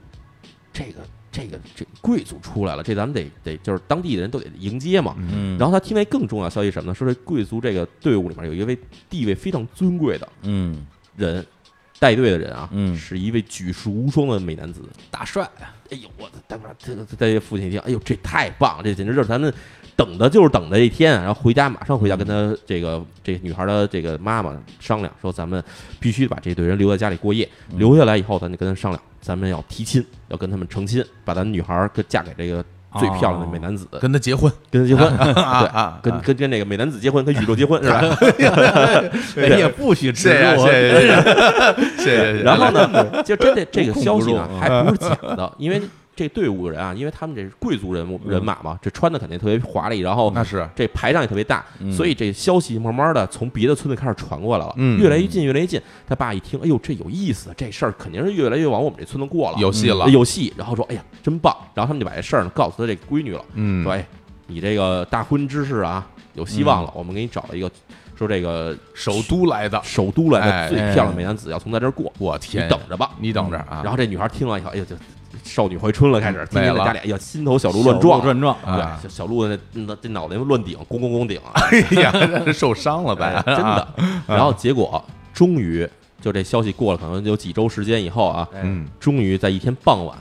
Speaker 1: 这个这个这贵族出来了，这咱们得得就是当地的人都得迎接嘛。
Speaker 2: 嗯，
Speaker 1: 然
Speaker 2: 后
Speaker 1: 后他听到一更重要的消息是什么呢？说这贵族这个队伍里面有一位地位非常尊贵的
Speaker 2: 嗯，
Speaker 1: 人，带队的人啊，
Speaker 2: 嗯
Speaker 1: 是一位举世无双的美男子。
Speaker 2: 大帅，
Speaker 1: 哎呦，我的大妈，这个这父亲一听，哎呦，这太棒了，这简直就是咱们等的就是等的这一天啊。然后回家马上回家跟他这个这女孩的这个妈妈商量，说咱们必须把这队人留在家里过夜，留下来以后咱就跟他商量，咱们要提亲，要跟他们成亲，把咱女孩跟嫁给这个最漂亮的美男子，
Speaker 3: 哦跟他结婚
Speaker 1: 跟他结 婚，
Speaker 3: 啊
Speaker 1: 对。
Speaker 3: 啊，
Speaker 1: 跟跟跟那个美男子结婚，跟宇宙结婚是吧？
Speaker 2: 人哎也不许吃
Speaker 3: 谢啊谢
Speaker 2: 我，
Speaker 3: 谢 谢谢谢谢谢， 哎
Speaker 1: 然后呢，就真的这个消息
Speaker 2: 控不
Speaker 1: 呢
Speaker 2: 住
Speaker 3: 嗯
Speaker 1: 还不是假的，因为这队伍人啊，因为他们这是贵族人物人马嘛，这穿的肯定特别华丽，然后
Speaker 3: 嗯那是
Speaker 1: 这排场也特别大，
Speaker 2: 嗯
Speaker 1: 所以这消息慢慢的从别的村子开始传过来了，
Speaker 3: 嗯
Speaker 1: 越来越近，越来越近。他爸一听，哎呦，这有意思，这事儿肯定是越来越往我们这村子过了，
Speaker 3: 有戏了，
Speaker 1: 有戏。然后说，哎呀，真棒。然后他们就把这事儿呢告诉他这闺女了，
Speaker 3: 嗯
Speaker 1: 说，，哎，你这个大婚之事啊，有希望
Speaker 3: 嗯
Speaker 1: 了，我们给你找了一个，说这个
Speaker 3: 首都来的，
Speaker 1: 首都来的
Speaker 3: 哎
Speaker 1: 最漂亮的美男子要从咱这儿过，
Speaker 3: 我
Speaker 1: 你
Speaker 3: 天，
Speaker 1: 等着吧。
Speaker 3: 你等着啊，
Speaker 1: 然后这女孩听了以后，哎呦，就少女回春了，开始天天
Speaker 3: 美
Speaker 1: 在
Speaker 3: 了
Speaker 1: 家里，哎呀，心头小
Speaker 2: 小
Speaker 1: 鹿乱撞，
Speaker 2: 乱撞，
Speaker 3: 啊
Speaker 1: 对，小小鹿那那这脑袋乱顶，咣咣咣顶，
Speaker 3: 哎呀，受伤了
Speaker 1: 哎
Speaker 3: 呗，
Speaker 1: 真
Speaker 3: 啊
Speaker 1: 的。然后结果终于就这消息过了，可能有几周时间以后啊，
Speaker 3: 嗯，
Speaker 1: 终于在一天傍晚，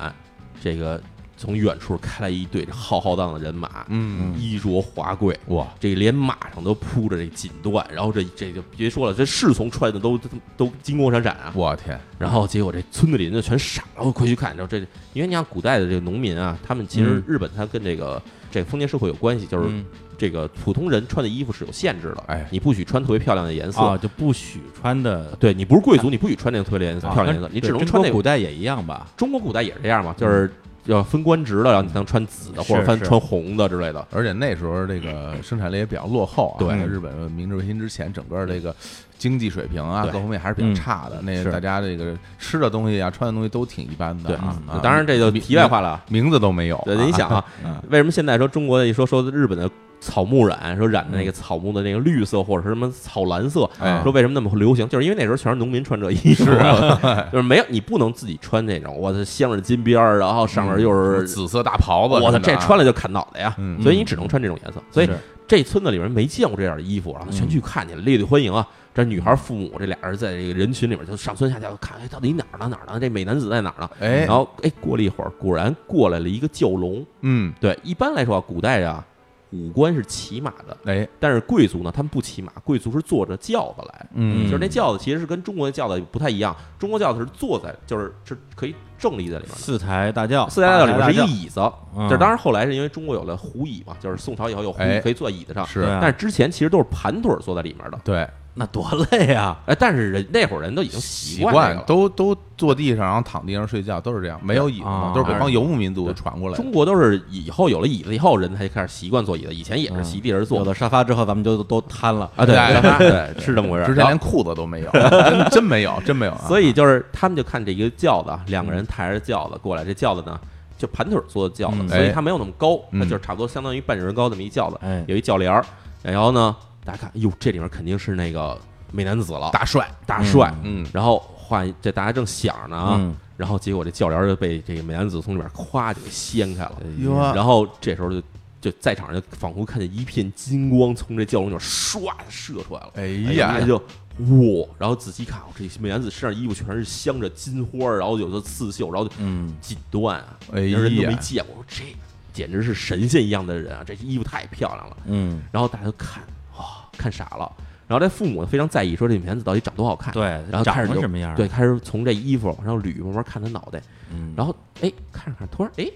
Speaker 1: 这个从远处开来一队这浩浩荡荡的人马，
Speaker 3: 嗯
Speaker 1: 衣着华贵，
Speaker 3: 哇，
Speaker 1: 这连马上都铺着这锦缎，然后这这就别说了，这侍从穿的都都都金光闪闪啊。
Speaker 3: 我天，
Speaker 1: 然后结果这村子里人就全傻了，我快去看。然后这，因为你像古代的这个农民啊，他们其实
Speaker 2: 嗯
Speaker 1: 日本它跟这个这个封建社会有关系，就是
Speaker 2: 嗯
Speaker 1: 这个普通人穿的衣服是有限制的，
Speaker 3: 哎
Speaker 1: 你不许穿特别漂亮的颜色。
Speaker 2: 啊，就不许穿的
Speaker 1: 对你不是贵族，你不许穿那个特别颜色、
Speaker 2: 啊
Speaker 1: 漂亮颜色，你只能穿那
Speaker 2: 中国古
Speaker 1: 个。
Speaker 2: 代也一样吧？
Speaker 1: 中国古代也是这样嘛，就是要分官职的，然后你才能穿紫的
Speaker 2: 是
Speaker 1: 或者穿
Speaker 2: 是
Speaker 1: 穿红的之类的。
Speaker 3: 而且那时候这个生产力也比较落后啊，
Speaker 1: 对
Speaker 3: 在日本明治维新之前，整个这个经济水平啊
Speaker 1: 对嗯
Speaker 3: 各方面还是比较差的，那
Speaker 2: 是
Speaker 3: 大家这个吃的东西啊、穿的东西都挺一般的
Speaker 1: 对
Speaker 3: 啊，啊
Speaker 1: 当然这就
Speaker 3: 名
Speaker 1: 题外话了啊。
Speaker 3: 名名字都没有啊，
Speaker 1: 对，你想 啊，
Speaker 2: 嗯
Speaker 1: 为什么现在说中国的一说说日本的草木染，说染的那个草木的那个绿色或者是什么草蓝色，
Speaker 3: 嗯哎
Speaker 1: 说为什么那么流行，就是因为那时候全是农民穿这衣服，
Speaker 3: 啊
Speaker 1: 啊 就是没有你不能自己穿那种，我的镶着金边儿，然后上面又
Speaker 3: 嗯什么
Speaker 1: 是。
Speaker 3: 紫色大袍子什么
Speaker 1: 我
Speaker 3: 的
Speaker 1: 操，
Speaker 3: 啊，
Speaker 1: 这穿了就砍脑袋呀！
Speaker 3: 嗯
Speaker 1: 所以你只能穿这种颜色。所以
Speaker 2: 是
Speaker 1: 这村子里人没见过这样的衣服，然后全
Speaker 3: 嗯
Speaker 1: 去看去了，热烈欢迎啊！这女孩父母这俩人在这个人群里面就上蹿下跳看，哎，到底哪儿呢哪儿呢？这美男子在哪儿呢？
Speaker 3: 哎
Speaker 1: 然，后哎，过了一会儿，果然过来了一个蛟龙。
Speaker 3: 嗯，
Speaker 1: 对，一般来说啊，古代啊，五官是骑马的，
Speaker 3: 哎，
Speaker 1: 但是贵族呢，他们不骑马，贵族是坐着轿子来。
Speaker 3: 嗯
Speaker 1: 就是那轿子其实是跟中国的轿子不太一样，中国轿子是坐在，就是是可以正立在里面的。
Speaker 2: 嗯四抬大轿，
Speaker 1: 哦四大轿里
Speaker 2: 大
Speaker 1: 面是一个椅子，
Speaker 2: 嗯
Speaker 1: 这当然后来是因为中国有了胡椅嘛，就是宋朝以后有胡
Speaker 3: 哎
Speaker 1: 椅可以坐在椅子上，
Speaker 3: 是
Speaker 2: 对啊
Speaker 1: 但是之前其实都是盘腿儿坐在里面的。
Speaker 3: 对，
Speaker 2: 那多累啊！
Speaker 1: 哎，但是人那会儿人都已经
Speaker 3: 习
Speaker 1: 惯这
Speaker 3: 惯
Speaker 1: 个了。
Speaker 3: 都都坐地上，然后躺地上睡觉，都是这样，没有椅子嘛
Speaker 2: 啊，
Speaker 3: 都是北
Speaker 1: 而
Speaker 3: 方游牧民族传过来的
Speaker 1: 中。国都是以后有了椅子以后，人才开始习惯坐椅子，以前也是
Speaker 2: 嗯
Speaker 1: 席地而
Speaker 2: 有
Speaker 1: 坐
Speaker 2: 了沙发之后，咱们就都瘫了
Speaker 1: 啊。对，
Speaker 3: 哎
Speaker 1: 对，是这么回事儿。
Speaker 3: 之前
Speaker 1: 然后
Speaker 3: 连裤子都没有，真真没有，真没有啊。
Speaker 1: 所以就是他们就看这一个轿子，啊，
Speaker 3: 嗯
Speaker 1: 两个人抬着轿子过来，这轿子呢就盘腿坐的轿子，
Speaker 2: 嗯
Speaker 1: 所以它没有那么高，
Speaker 3: 嗯
Speaker 1: 它就是差不多相当于半人高这么一轿子，
Speaker 2: 哎
Speaker 1: 有一轿帘儿，然后呢大家看，哟，这里面肯定是那个美男子了，
Speaker 3: 大帅，
Speaker 1: 大帅，
Speaker 3: 嗯，
Speaker 1: 然后话这大家正想着啊，
Speaker 2: 嗯
Speaker 1: 然后结果这轿帘儿就被这个美男子从里面咵就给掀开了，
Speaker 3: 哟啊
Speaker 1: 然后这时候就。就在场上就仿佛看见一片金光从这轿笼里面唰射出来了，
Speaker 3: 哎
Speaker 1: 哎
Speaker 3: 呀
Speaker 1: 他，就哇，然后仔细看，我这美男子身上衣服全是镶着金花儿，然后有的刺绣，然后
Speaker 2: 嗯，
Speaker 1: 锦缎啊，
Speaker 3: 哎呀
Speaker 1: 人都没见过，我说这简直是神仙一样的人啊，这衣服太漂亮了。
Speaker 2: 嗯，
Speaker 1: 然后大家都看，哇、看傻了。然后这父母非常在意，说这美男子到底长多好看。
Speaker 2: 对，
Speaker 1: 然后开
Speaker 2: 长
Speaker 1: 始
Speaker 2: 成
Speaker 1: 就
Speaker 2: 什么样？
Speaker 1: 对，，开始从这衣服往上捋，慢慢看他脑袋，
Speaker 2: 嗯
Speaker 1: 然后哎，看着看着，突然哎，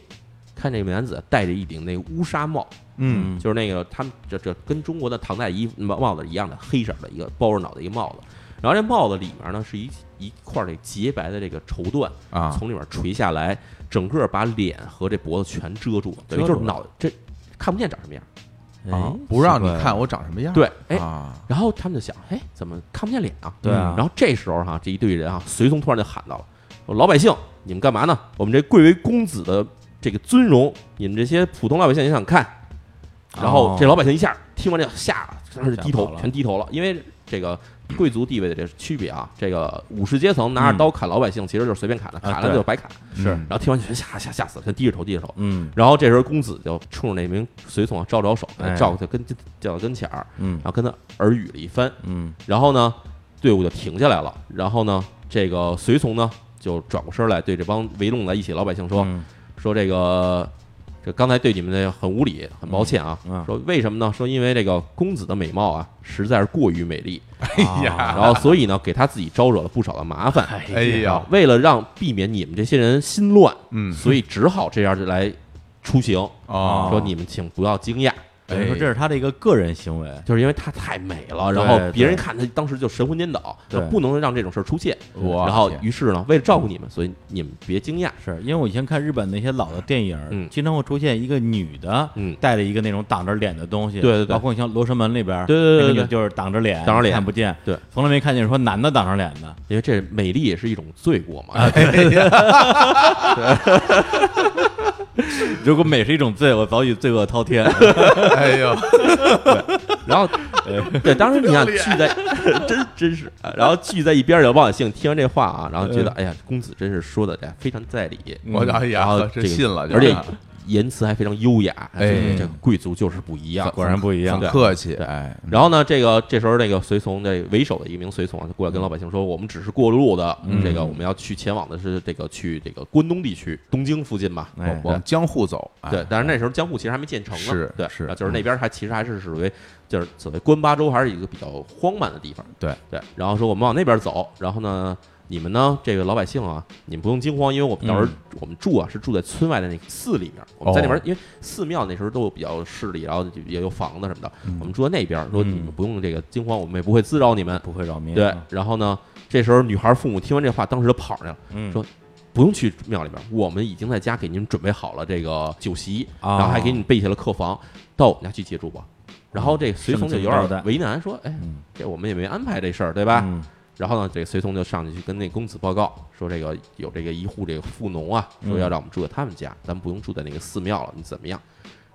Speaker 1: 看这美男子戴着一顶那乌纱帽，
Speaker 3: 嗯，
Speaker 1: 就是那个他们这这跟中国的唐代衣服帽帽子一样的黑色的一个包着脑袋一个帽子，然后这帽子里面呢是一一块这洁白的这个绸缎
Speaker 3: 啊，
Speaker 1: 从里面垂下来，整个把脸和这脖子全遮住了，等于
Speaker 2: 遮
Speaker 1: 就
Speaker 2: 住
Speaker 1: 是脑这看不见长什么样。
Speaker 3: 啊
Speaker 2: 哎，
Speaker 3: 不让你
Speaker 2: 奇怪
Speaker 3: 看我长什么样。
Speaker 1: 对，哎，
Speaker 3: 啊，
Speaker 1: 然后他们就想，哎，怎么看不见脸啊？
Speaker 2: 对啊
Speaker 1: 然后这时候哈、这一队人啊，随从突然就喊到了：“老百姓，你们干嘛呢？我们这贵为公子的这个尊荣，你们这些普通老百姓也想看。”
Speaker 2: 哦
Speaker 1: 然后这老百姓一下听完这吓了，全是低
Speaker 2: 吓跑
Speaker 1: 头，
Speaker 2: 了
Speaker 1: 全低头了，因为这个贵族地位的这区别啊，这个武士阶层拿着刀砍老百姓，其实就是随便砍的，砍了
Speaker 2: 嗯啊对
Speaker 1: 就白砍。
Speaker 2: 是
Speaker 1: 然后听完全吓吓吓死了，全低着头低着头。
Speaker 2: 嗯
Speaker 1: 然后这时候公子就冲着那名随从啊招了招手，给他
Speaker 2: 哎
Speaker 1: 招过去跟叫到跟前儿，
Speaker 2: 嗯
Speaker 1: 然后跟他耳语了一番，
Speaker 2: 嗯
Speaker 1: 然后呢，队伍就停下来了。然后呢，这个随从呢就转过身来对这帮围拢在一起的老百姓说：“
Speaker 2: 嗯
Speaker 1: 说这个这刚才对你们的很无礼，很抱歉啊。
Speaker 2: 嗯嗯
Speaker 1: 说为什么呢？说因为这个公子的美貌啊，实在是过于美丽，
Speaker 3: 哎呀，
Speaker 1: 然后所以呢，给他自己招惹了不少的麻烦。
Speaker 2: 啊 哎
Speaker 3: 哎呀
Speaker 1: 啊，为了让避免你们这些人心乱，
Speaker 3: 嗯，
Speaker 1: 所以只好这样来出行。
Speaker 3: 哦，
Speaker 1: 说你们请不要惊讶，
Speaker 2: 等哎
Speaker 3: 哎
Speaker 2: 于说这是他的一个个人行为。
Speaker 1: 就是因为她太美了，然后
Speaker 2: 对
Speaker 1: 别人
Speaker 2: 对
Speaker 1: 看她当时就神魂颠倒，她
Speaker 2: 对
Speaker 1: 不能让这种事儿出现。
Speaker 3: 我
Speaker 1: 然后
Speaker 3: 天
Speaker 1: 于是呢，为了照顾你们，所以你们别惊讶，
Speaker 2: 是因为我以前看日本那些老的电影，
Speaker 1: 嗯
Speaker 2: 经常会出现一个女的，
Speaker 1: 嗯
Speaker 2: 带着一个那种挡着脸的东西，
Speaker 1: 对对对
Speaker 2: 包括你像《罗生门》里边，
Speaker 1: 对对对
Speaker 2: 那个
Speaker 1: 对
Speaker 2: 女就是挡着脸，
Speaker 1: 挡着脸
Speaker 2: 看不见，
Speaker 1: 对，
Speaker 2: 从来没看见说男的挡着脸的，
Speaker 1: 因为这美丽也是一种罪过嘛。
Speaker 3: 啊
Speaker 2: 如果美是一种罪，我早已罪恶 滔天，
Speaker 3: 哎呦，
Speaker 1: 然后，
Speaker 3: 哎
Speaker 1: 对，当时你看聚 在，
Speaker 3: 啊
Speaker 1: 真真是，然后聚在一边儿的望远镜听完这话啊，然后觉得，
Speaker 3: 嗯
Speaker 1: 哎呀，公子真是说的非常在理，
Speaker 3: 我哎
Speaker 1: 嗯然后
Speaker 3: 呀，
Speaker 1: 这
Speaker 3: 真
Speaker 1: 个
Speaker 3: 信了，
Speaker 1: 而
Speaker 3: 就是
Speaker 1: 且言辞还非常优雅，
Speaker 3: 哎
Speaker 1: 这个贵族就是不一样。
Speaker 2: 果然不一样
Speaker 3: 很
Speaker 1: 对。
Speaker 3: 客气，
Speaker 1: 对
Speaker 3: 哎，
Speaker 1: 然后呢，这个这时候那个随从那为首的一名随从啊，就过来跟老百姓说：“我们只是过路的，这个我们要去前往的是这个去这个关东地区，东京附近嘛。
Speaker 2: 哎
Speaker 3: 往江户走，哎
Speaker 1: 对，但是那时候江户其实还没建成呢，
Speaker 3: 是
Speaker 1: 对，
Speaker 3: 是嗯
Speaker 1: 啊就是那边还其实还是属于就是所谓关八州还是一个比较荒蛮的地方，
Speaker 3: 对
Speaker 1: 对。然后说我们往那边走，然后呢，你们呢这个老百姓啊，你们不用惊慌，因为我们到时候我们住啊是住在村外的那个寺里面，我们在那边
Speaker 3: 嗯哦
Speaker 1: 因为寺庙那时候都比较势利，然后就也有房子什么的，
Speaker 3: 嗯
Speaker 1: 我们住在那边，说你们不用这个惊慌，我们也不会滋扰你们，
Speaker 2: 不会扰民，啊
Speaker 1: 对。然后呢，这时候女孩父母听完这话，当时就跑上去了。
Speaker 2: 嗯，
Speaker 1: 说不用去庙里边，我们已经在家给您准备好了这个酒席，
Speaker 2: 啊
Speaker 1: 然后还给你备下了客房，到我们家去借住吧。然后这
Speaker 2: 嗯
Speaker 1: 个随从就有
Speaker 2: 盛情招
Speaker 1: 点
Speaker 2: 待
Speaker 1: 为难，说：“哎，
Speaker 2: 嗯
Speaker 1: 这我们也没安排这事儿，对吧
Speaker 2: 嗯？”
Speaker 1: 然后呢，这个随从就上去去跟那公子报告说：“这个有这个一户这个富农啊，
Speaker 2: 嗯
Speaker 1: 说要让我们住在他们家，咱们不用住在那个寺庙了，你怎么样？”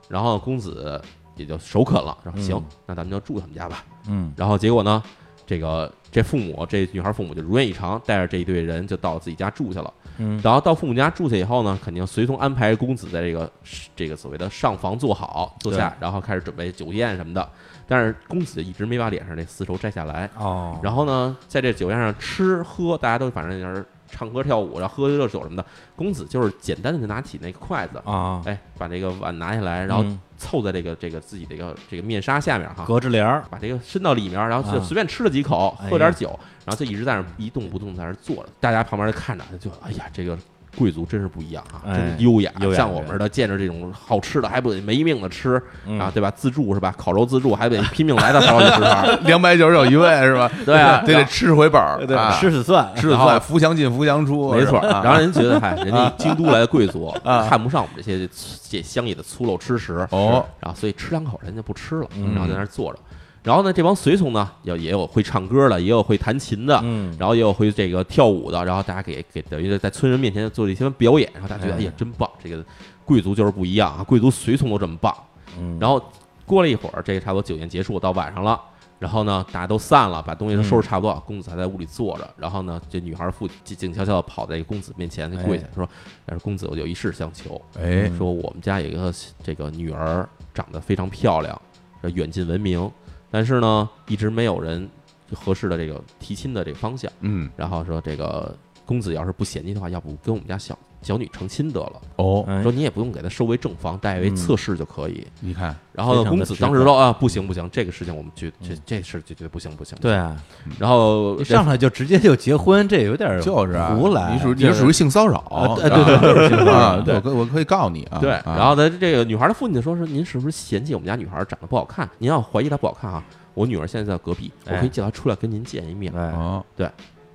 Speaker 1: 然后公子也就首肯了，说：“行
Speaker 2: 嗯，
Speaker 1: 那咱们就住他们家吧。”
Speaker 2: 嗯，
Speaker 1: 然后结果呢，这个这父母这女孩父母就如愿以偿，带着这一队人就到自己家住去了。
Speaker 2: 嗯，
Speaker 1: 然后到父母家住去以后呢，肯定随从安排公子在这个这个所谓的上房坐好坐下，然后开始准备酒宴什么的。但是公子一直没把脸上这丝绸摘下来。
Speaker 2: 哦，
Speaker 1: 然后呢，在这酒宴上吃喝，大家都反正在那儿唱歌跳舞，然后喝热酒什么的。公子就是简单的就拿起那个筷子，
Speaker 2: 啊，
Speaker 1: 哎，把这个碗拿下来，然后
Speaker 2: 嗯
Speaker 1: 凑在这个这个自己这个这个面纱下面哈，
Speaker 2: 隔着帘儿，
Speaker 1: 把这个伸到里面，然后就
Speaker 2: 啊
Speaker 1: 随便吃了几口，
Speaker 2: 哎呀
Speaker 1: 喝点酒，然后就一直在那儿一动不动在那儿坐着，大家旁边看着，就哎呀，这个贵族真是不一样啊，
Speaker 2: 哎
Speaker 1: 真是优雅，
Speaker 2: 优雅嗯
Speaker 1: 像我们似的，见着这种好吃的还不得没命的吃、啊，对吧？自助是吧？烤肉自助还得拼命来到烤肉食 堂，
Speaker 3: 两百九十九一位是吧？
Speaker 1: 对啊
Speaker 3: 得得吃回本儿，啊
Speaker 2: 吃死算，
Speaker 3: 吃的
Speaker 1: 然后
Speaker 3: 算，福祥进，福祥出，
Speaker 1: 没错。啊
Speaker 3: 是吧
Speaker 1: 然后人觉得嗨，人
Speaker 2: 啊
Speaker 1: 家京都来的贵族
Speaker 3: 啊
Speaker 1: 看不上我们这些这乡野的粗陋吃食，
Speaker 3: 哦
Speaker 1: 然后所以吃两口人家不吃了，然后
Speaker 2: 嗯
Speaker 1: 在那儿坐着。然后呢，这帮随从呢，也也有会唱歌的，也有会弹琴的，
Speaker 2: 嗯
Speaker 1: 然后也有会这个跳舞的，然后大家给给等于是在村人面前做了一些表演，然后大家觉得
Speaker 2: 哎
Speaker 1: 哎呀真棒，这个贵族就是不一样啊，贵族随从都这么棒。
Speaker 2: 嗯
Speaker 1: 然后过了一会儿，这个差不多酒宴结束，到晚上了。然后呢，大家都散了，把东西都收拾差不多，公子还在屋里坐着。然后呢，这女孩父静静悄悄地跑在这个公子面前就跪下，说：“但是公子，我有一事相求。
Speaker 3: 哎，
Speaker 1: 说我们家有一个这个女儿长得非常漂亮，这远近闻名，但是呢，一直没有人合适的这个提亲的这个方向。
Speaker 3: 嗯，
Speaker 1: 然后说这个公子要是不嫌弃的话，要不跟我们家小小女成亲得了。
Speaker 3: 哦，
Speaker 2: 哎嗯
Speaker 1: 说你也不用给她收为正房，带为侧室就可以。
Speaker 3: 你看，
Speaker 1: 然后
Speaker 2: 非
Speaker 1: 呢，
Speaker 2: 常地
Speaker 1: 公子
Speaker 2: 直
Speaker 1: 当时
Speaker 2: 白嗯
Speaker 1: 说啊，不行不行，这个事情我们绝这这事就觉得不行不行。，
Speaker 2: 对啊，
Speaker 1: 然后
Speaker 2: 一上来就直接就结婚，这有点儿
Speaker 3: 就是啊
Speaker 2: 胡来，
Speaker 3: 你属你是属于性骚扰，
Speaker 2: 啊对
Speaker 3: 是吧
Speaker 2: 对对就是性骚扰
Speaker 3: 啊
Speaker 2: 对
Speaker 3: 我可我可以告你啊，
Speaker 1: 对，
Speaker 3: 啊
Speaker 1: 然后呢，这个女孩的父亲就说是您是不是嫌弃我们家女孩长得不好看？您要怀疑她不好看啊，我女儿现在在隔壁，我可
Speaker 2: 哎
Speaker 1: 以叫她出来跟您见一面。
Speaker 2: 哎
Speaker 3: 哦，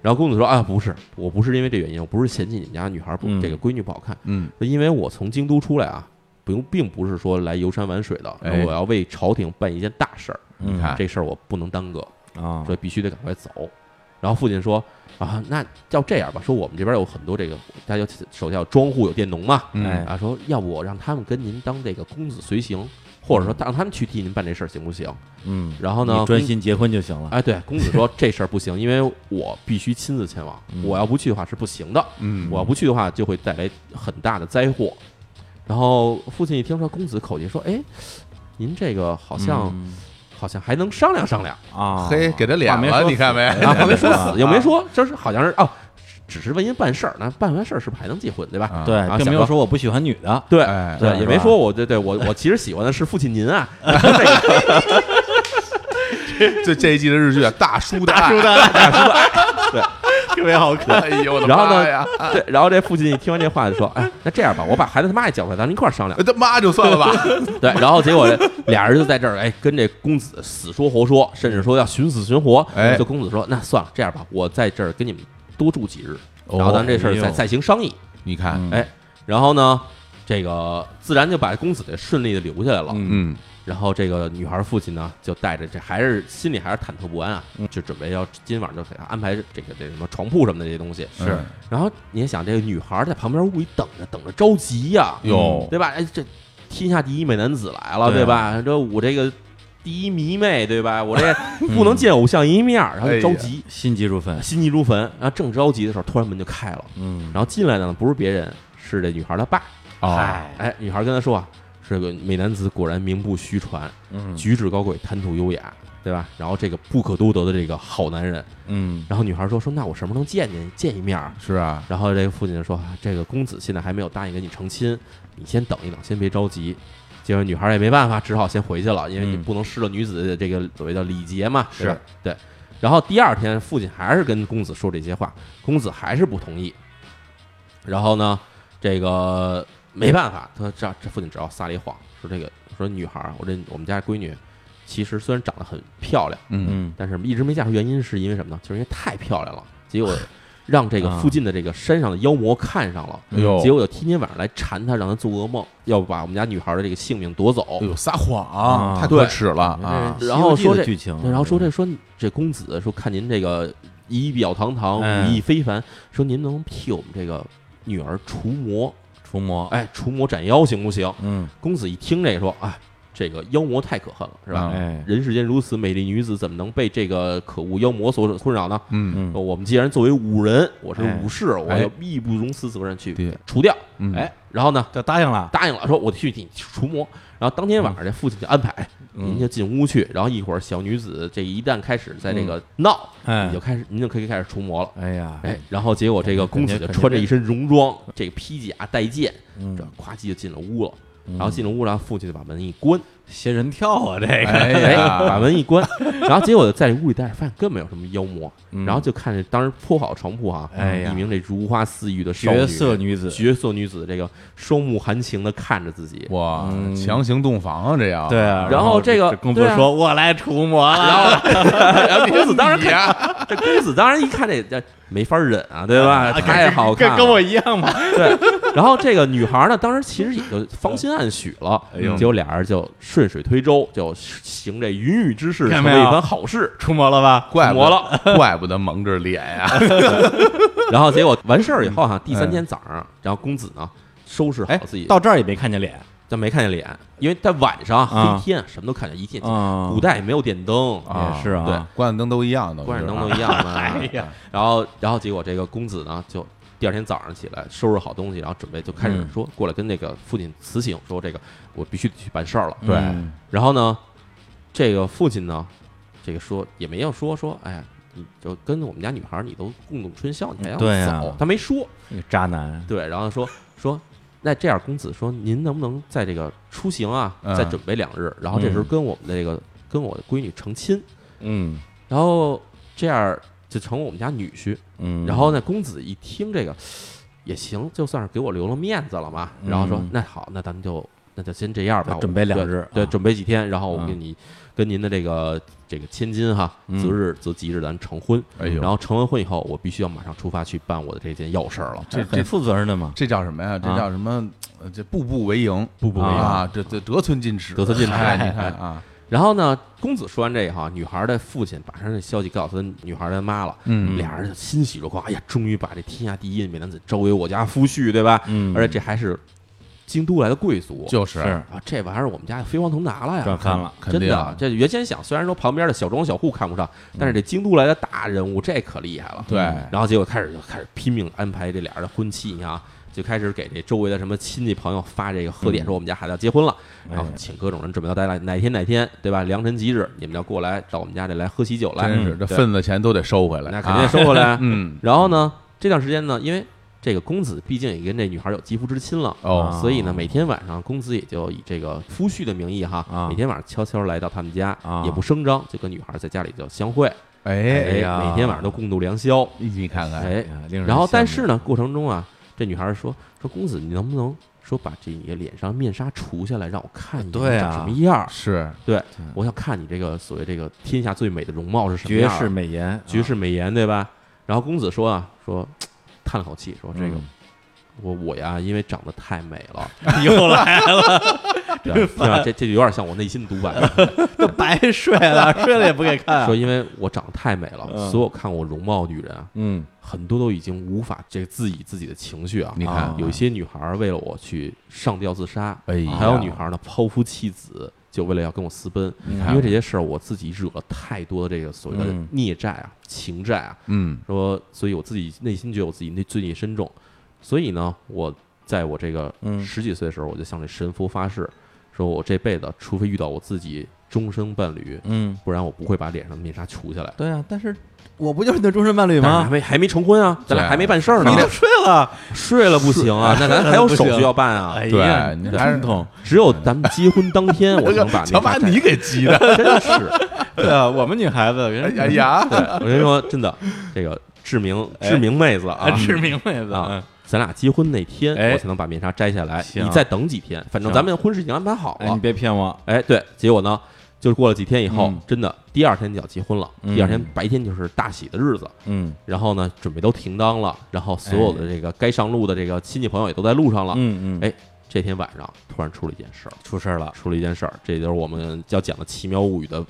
Speaker 1: 然后公子说啊，不是，我不是因为这原因，我不是嫌弃你们家女孩不、
Speaker 2: 嗯
Speaker 1: 这个闺女不好看，
Speaker 3: 嗯，
Speaker 1: 是因为我从京都出来啊，不用，并不是说来游山玩水的，
Speaker 3: 哎
Speaker 1: 我要为朝廷办一件大事儿，
Speaker 2: 嗯
Speaker 3: 你看
Speaker 1: 这事儿我不能耽搁，
Speaker 2: 啊
Speaker 1: 所以必须得赶快走。然后父亲说啊，那要这样吧，说我们这边有很多这个，大家有手下有庄户有佃农嘛，
Speaker 3: 嗯
Speaker 2: 哎
Speaker 1: 啊，说要不我让他们跟您当这个公子随行，或者说让他们去替您办这事儿行不行？
Speaker 2: 嗯，
Speaker 1: 然后呢，
Speaker 2: 你专心结婚就行了。
Speaker 1: 哎，对，公子说这事儿不行，因为我必须亲自前往，
Speaker 2: 嗯
Speaker 1: 我要不去的话是不行的，
Speaker 3: 嗯，
Speaker 1: 我要不去的话就会带来很大的灾祸。然后父亲一听说公子口气说，哎，您这个好哎像、
Speaker 2: 嗯
Speaker 1: 好像还能商量商量，
Speaker 2: 啊，
Speaker 3: 嘿，给他脸
Speaker 2: 话没
Speaker 3: 了，
Speaker 2: 说
Speaker 3: 你看没？
Speaker 1: 啊，还没说
Speaker 2: 啊
Speaker 1: 死，又没说，就是好像是哦，只是为您办事儿，那办完事儿是不是还能结婚，对吧？
Speaker 3: 啊
Speaker 2: 对
Speaker 1: 啊，
Speaker 2: 并
Speaker 1: 小
Speaker 2: 没有
Speaker 1: 哥
Speaker 2: 说我不喜欢女 的，
Speaker 1: 对，
Speaker 3: 哎
Speaker 1: 对，也
Speaker 2: 是
Speaker 1: 没
Speaker 2: 吧
Speaker 1: 说我，对对，我我其实喜欢的是父亲您啊， 这个
Speaker 3: 就这一季的日剧啊，《大叔的
Speaker 2: 大
Speaker 3: 爱
Speaker 2: 叔》，的，
Speaker 1: 大叔的爱，对，
Speaker 2: 特别好看。
Speaker 3: 哎呦我的
Speaker 1: 然后
Speaker 3: 妈
Speaker 1: 呢
Speaker 3: 呀！
Speaker 1: 这然后这父亲一听完这话就说：“哎，那这样吧，我把孩子他妈也叫过来，咱们一块儿商量。
Speaker 3: 他妈就算了吧，”
Speaker 1: 对，然后结果这俩人就在这儿，哎，跟这公子死说活说，甚至说要寻死寻活。
Speaker 3: 哎
Speaker 1: 就公子说：“那算了，这样吧，我在这儿跟你们多住几日，
Speaker 3: 哦
Speaker 1: 然后咱这事儿
Speaker 2: 哎
Speaker 1: 再
Speaker 2: 呦
Speaker 1: 再行商议。
Speaker 3: 你看，
Speaker 2: 嗯
Speaker 1: 哎”然后呢，这个自然就把公子给顺利的留下来了。
Speaker 2: 嗯
Speaker 3: 嗯，
Speaker 1: 然后这个女孩父亲呢，就带着这还是心里还是忐忑不安啊，
Speaker 2: 嗯
Speaker 1: 就准备要今晚就给她安排这个这什么床铺什么的这些东西。
Speaker 3: 嗯
Speaker 2: 是
Speaker 1: 然后你也想，这个女孩在旁边屋里等着，等着着急呀、
Speaker 2: 嗯
Speaker 3: 哟，
Speaker 1: 对吧？哎，这天下第一美男子来了，对
Speaker 2: 对啊
Speaker 1: 吧？这我这个第一迷妹，对吧？我 这不能见偶像一面儿，然后
Speaker 2: 哎
Speaker 1: 就着急，
Speaker 2: 心急如焚。
Speaker 1: 心急如焚。然后正着急的时候，突然门就开了，
Speaker 2: 嗯
Speaker 1: 然后进来的呢不是别人，是这女孩的爸。
Speaker 3: 哦，
Speaker 1: 哎，哎，女孩跟他说啊，这个美男子果然名不虚传，
Speaker 2: 嗯
Speaker 1: 举止高贵，谈吐优雅，对吧？然后这个不可多得的这个好男人。
Speaker 2: 嗯
Speaker 1: 然后女孩说说，那我什么时候能见见见一面啊？
Speaker 3: 是啊，
Speaker 1: 然后这个父亲就说：“啊这个公子现在还没有答应跟你成亲，你先等一等，先别着急。”结果女孩也没办法，只好先回去了，因为你
Speaker 2: 嗯
Speaker 1: 不能失了女子的这个所谓的礼节嘛，对吧
Speaker 3: 是
Speaker 1: 对。然后第二天，父亲还是跟公子说这些话，公子还是不同意。然后呢，这个没办法，他这这父亲只好撒了一谎，说这个说女孩儿，我这我们家闺女，其实虽然长得很漂亮。
Speaker 3: 嗯，
Speaker 2: 嗯
Speaker 1: 但是一直没嫁出，原因是因为什么呢？就是因为太漂亮了，结果让这个附近的这个山上的妖魔看上了，
Speaker 3: 哎
Speaker 2: 哦
Speaker 3: 呦，
Speaker 1: 结果有天天晚上来缠她，让她做噩梦，要把我们家女孩的这个性命夺走
Speaker 2: 哦
Speaker 3: 哎。呦，撒谎
Speaker 2: 啊
Speaker 3: 太可耻了啊
Speaker 2: 这！是
Speaker 1: 然后
Speaker 2: 西游
Speaker 1: 说这
Speaker 2: 记的剧情啊，
Speaker 1: 对然后说这说你这公子说看您这个仪表堂堂，
Speaker 2: 哎
Speaker 1: 武艺非凡，说您能替我们这个女儿除魔，
Speaker 2: 嗯除魔，
Speaker 1: 哎，除魔斩妖行不行？
Speaker 2: 嗯
Speaker 1: 公子一听这个说，哎，这个妖魔太可恨了，是吧？
Speaker 3: 啊
Speaker 2: 哎
Speaker 1: 人世间如此美丽女子，怎么能被这个可恶妖魔所困扰呢？
Speaker 3: 嗯
Speaker 1: 说
Speaker 2: 嗯
Speaker 1: 我们既然作为武人，我是
Speaker 2: 哎
Speaker 1: 武士，我
Speaker 3: 哎
Speaker 1: 要义不容辞责任去
Speaker 3: 对
Speaker 1: 除掉。
Speaker 3: 嗯，
Speaker 1: 哎，然后呢，
Speaker 2: 就答应了，
Speaker 1: 答应了，说我去替你除魔。然后当天晚上，这父亲就安排哎您就进屋去，然后一会儿小女子这一旦开始在这个闹，
Speaker 2: 哎
Speaker 1: 你就开始您就可以开始除魔了。
Speaker 2: 哎呀，
Speaker 1: 哎，然后结果这个公子就穿着一身戎装，这个披甲带剑，
Speaker 2: 嗯
Speaker 1: 这咵叽就进了屋了。然后进了屋，然后父亲就把门一关，
Speaker 2: 仙人跳啊，这个，
Speaker 3: 哎
Speaker 1: 哎，把
Speaker 3: 呀，
Speaker 1: 门一关， 然后结果在屋里待着，发现根本没有什么妖魔，
Speaker 2: 嗯
Speaker 1: 然后就看见当时铺好床铺啊，
Speaker 2: 哎呀
Speaker 1: 一名这如花似玉的少
Speaker 2: 绝色
Speaker 1: 女
Speaker 2: 女子，
Speaker 1: 绝色女子，这个双目含情的看着自 己，
Speaker 3: 哇，
Speaker 2: 嗯
Speaker 3: 强行洞房啊，这样，
Speaker 2: 对啊，
Speaker 1: 然后这个
Speaker 2: 公
Speaker 1: 对
Speaker 2: 子
Speaker 1: 啊
Speaker 2: 说：“我来除魔
Speaker 1: 然
Speaker 2: 了。
Speaker 1: 后
Speaker 2: 哎
Speaker 1: 然后 公子当然
Speaker 3: 你
Speaker 1: 看，
Speaker 3: 呀，
Speaker 1: 这公子当然一看这这没法忍啊，对吧？
Speaker 2: 啊”
Speaker 1: 太
Speaker 2: 跟
Speaker 1: 好看了，
Speaker 2: 跟跟我一样嘛。
Speaker 1: 对。然后这个女孩呢，当时其实也就芳心暗许了，
Speaker 2: 哎呦
Speaker 1: 结果俩人就顺水推舟，就行这云雨之事，
Speaker 2: 看
Speaker 1: 成
Speaker 2: 没
Speaker 1: 了一
Speaker 2: 有
Speaker 1: 番好事。
Speaker 2: 除魔了吧？
Speaker 3: 怪不
Speaker 1: 魔
Speaker 3: 得， 怪不得蒙着脸呀，
Speaker 1: 然后结果完事儿以后哈、第三天早上，然后公子呢收拾好
Speaker 2: 嗯哎
Speaker 1: 自己，，
Speaker 2: 到这儿也没看见脸
Speaker 1: 但没看见脸，因为在晚上啊
Speaker 2: 啊
Speaker 1: 黑天什么都看见，一见
Speaker 2: 啊
Speaker 1: 古代也没有电灯，
Speaker 3: 啊
Speaker 2: 也是啊。
Speaker 1: 对
Speaker 3: 关灯都一啊样的，
Speaker 1: 关着灯
Speaker 3: 我
Speaker 1: 都
Speaker 3: 觉
Speaker 1: 一样嘛
Speaker 2: 哎。呀，
Speaker 1: 然后，然后结果这个公子呢，就第二天早上起来收拾好东西，然后准备就开始
Speaker 2: 嗯
Speaker 1: 说过来跟那个父亲辞行，说这个我必须得去办事儿了。
Speaker 3: 对
Speaker 2: 嗯
Speaker 1: 然后呢，这个父亲呢，这个说也没要说说，哎呀。你就跟我们家女孩儿，你都共度春宵，你还要
Speaker 2: 对啊
Speaker 1: 走？他没说，
Speaker 2: 那个渣男，
Speaker 1: 对，然后说说，那这样，公子说，您能不能在这个出行啊，
Speaker 3: 嗯
Speaker 1: 再准备两日，然后这时候
Speaker 2: 嗯
Speaker 1: 跟我们的这个跟我闺女成亲，
Speaker 2: 嗯
Speaker 1: 然后这样就成我们家女婿。
Speaker 2: 嗯，
Speaker 1: 然后呢，公子一听这个也行，就算是给我留了面子了嘛，然后说
Speaker 2: 嗯
Speaker 1: 那好，那咱们就那就先这样吧，
Speaker 2: 再
Speaker 1: 我
Speaker 2: 准备两
Speaker 1: 对
Speaker 2: 日
Speaker 1: 对，
Speaker 2: 啊
Speaker 1: 准备几天，然后我
Speaker 2: 嗯
Speaker 1: 跟你跟您的这个这个千金哈，
Speaker 2: 嗯
Speaker 1: 择日择吉日咱成婚。
Speaker 3: 得哎呦，
Speaker 1: 然后成完婚以后，我必须要马上出发去办我的这件要事儿了。
Speaker 3: 这
Speaker 2: 很
Speaker 3: 这
Speaker 2: 负责任的嘛。
Speaker 3: 这叫什么呀？这
Speaker 2: 啊
Speaker 3: 叫什么？呃这步步为营，
Speaker 1: 步步为营
Speaker 3: 啊！这这得寸进尺，
Speaker 1: 得寸进尺
Speaker 3: 哎你看啊，
Speaker 1: 然后呢，公子说完这个哈，女孩的父亲把他这消息告诉他女孩的妈了，
Speaker 3: 嗯
Speaker 1: 俩人就欣喜若狂，哎呀，终于把这天下第一的美男子招为我家夫婿，对吧？
Speaker 2: 嗯
Speaker 1: 而且这还是京都来的贵族，
Speaker 3: 就是啊嗯
Speaker 2: 是
Speaker 1: 啊，这玩意儿我们家飞黄腾达了呀，
Speaker 2: 转看了，
Speaker 3: 肯
Speaker 1: 真
Speaker 3: 定
Speaker 1: 的，啊这原先想，虽然说旁边的小庄小户看不上，但是这京都来的大人物，这可厉害了。
Speaker 3: 嗯对
Speaker 1: 然后结果开始就开始拼命安排这俩人的婚期，你看啊，就开始给这周围的什么亲戚朋友发这个贺
Speaker 3: 嗯
Speaker 1: 电，说我们家孩子要结婚了，
Speaker 2: 哎
Speaker 1: 然后请各种人准备到大家哪天哪天，对吧？良辰吉日，你们要过来到我们家这来喝喜酒来，
Speaker 3: 真是
Speaker 1: 嗯
Speaker 3: 这
Speaker 1: 对
Speaker 3: 份子钱都得收回来，
Speaker 1: 那肯定
Speaker 3: 啊
Speaker 1: 收回来。
Speaker 3: 嗯
Speaker 1: 然后呢，这段时间呢，因为这个公子毕竟也跟这女孩有肌肤之亲了，
Speaker 2: 啊
Speaker 3: 哦，
Speaker 1: 所以呢，每天晚上公子也就以这个夫婿的名义哈，
Speaker 2: 啊
Speaker 1: 每天晚上悄悄来到他们家，
Speaker 2: 啊
Speaker 1: 也不声张，就跟女孩在家里就相会。哎
Speaker 3: 哎
Speaker 2: 呀
Speaker 1: 每天晚上都共度良宵。
Speaker 3: 你看看，
Speaker 1: 哎
Speaker 2: 呀令人
Speaker 1: 然后，但
Speaker 2: 羡慕
Speaker 1: 是呢，过程中啊，这女孩儿说说公子，你能不能说把这你的脸上面纱除下来，让我看一眼
Speaker 2: 对
Speaker 1: 你
Speaker 2: 啊
Speaker 1: 长什么样儿？
Speaker 3: 是
Speaker 1: 我想看你这个所谓这个天下最美的容貌是什么
Speaker 2: 绝
Speaker 1: 样儿？啊
Speaker 2: 世美颜，啊
Speaker 1: 绝世美颜，对吧？然后公子说啊，说叹了口气，说
Speaker 2: 啊
Speaker 1: 这个
Speaker 2: 嗯
Speaker 1: 我我呀，因为长得太美 了，
Speaker 2: 又来了，
Speaker 1: 对吧对吧？这这就有点像我内心独白，
Speaker 2: 都白睡了，睡了也不给看
Speaker 1: 说因为我长得太美了，
Speaker 2: 嗯
Speaker 1: 所有看过容貌的女人啊，
Speaker 2: 嗯，
Speaker 1: 很多都已经无法这自己自己的情绪啊。
Speaker 3: 你看
Speaker 2: 啊
Speaker 1: 有一些女孩儿为了我去上吊自杀，
Speaker 3: 哎呀，
Speaker 1: 还有女孩儿呢抛夫弃子，就为了要跟我私奔。
Speaker 2: 你
Speaker 1: 因为这些事儿，我自己惹了太多的这个所谓的
Speaker 2: 嗯
Speaker 1: 孽债啊、情债啊，
Speaker 3: 嗯
Speaker 1: 说，所以我自己内心觉得我自己那罪孽深重，所以呢，我在我这个
Speaker 2: 嗯
Speaker 1: 十几岁的时候，我就向这神佛发誓，说我这辈子除非遇到我自己终生伴侣，
Speaker 2: 嗯，
Speaker 1: 不然我不会把脸上的面纱除下来。
Speaker 2: 对啊，但是我不就是你的终身伴侣
Speaker 1: 但是还
Speaker 2: 吗？
Speaker 1: 没还没成婚啊，咱
Speaker 3: 对
Speaker 1: 俩
Speaker 3: 啊
Speaker 1: 还没办事儿呢
Speaker 2: 你，都睡了，
Speaker 1: 睡了不行啊，那咱还有手续要办啊
Speaker 2: 哎，呀，
Speaker 3: 对
Speaker 2: 你
Speaker 3: 你
Speaker 2: 这
Speaker 3: 还是
Speaker 2: 冲动，
Speaker 1: 只有咱们结婚当天， 我才能把
Speaker 3: 想把
Speaker 1: 面纱
Speaker 3: 你给急 的，
Speaker 1: 摘真是，
Speaker 2: 对啊，我们女孩子，人
Speaker 3: 哎呀，
Speaker 1: 对我跟你说，真的，这个志明
Speaker 2: 哎
Speaker 1: 志明妹子啊，
Speaker 2: 啊，吃明白
Speaker 1: 啊
Speaker 2: 了，
Speaker 1: 咱俩结婚那天，
Speaker 2: 哎
Speaker 1: 我才能把面纱摘下来。
Speaker 2: 行
Speaker 1: 你再等几天，反正
Speaker 2: 行
Speaker 1: 咱们婚事已经安排好
Speaker 2: 哎，你
Speaker 1: 了。
Speaker 2: 别骗我，
Speaker 1: 哎，对，结果呢，就是过了几天以后
Speaker 2: 嗯，
Speaker 1: 真的第二天就要结婚了。
Speaker 2: 嗯
Speaker 1: 第二天白天就是大喜的日子，
Speaker 2: 嗯
Speaker 1: 然后呢，准备都停当了，然后所有的这个该上路的这个亲戚朋友也都在路上了。
Speaker 2: 嗯嗯，
Speaker 1: 哎这天晚上突然出了一件事儿，
Speaker 2: 出事儿了，
Speaker 1: 出了一件事儿，这就是我们要讲的《奇妙物语》的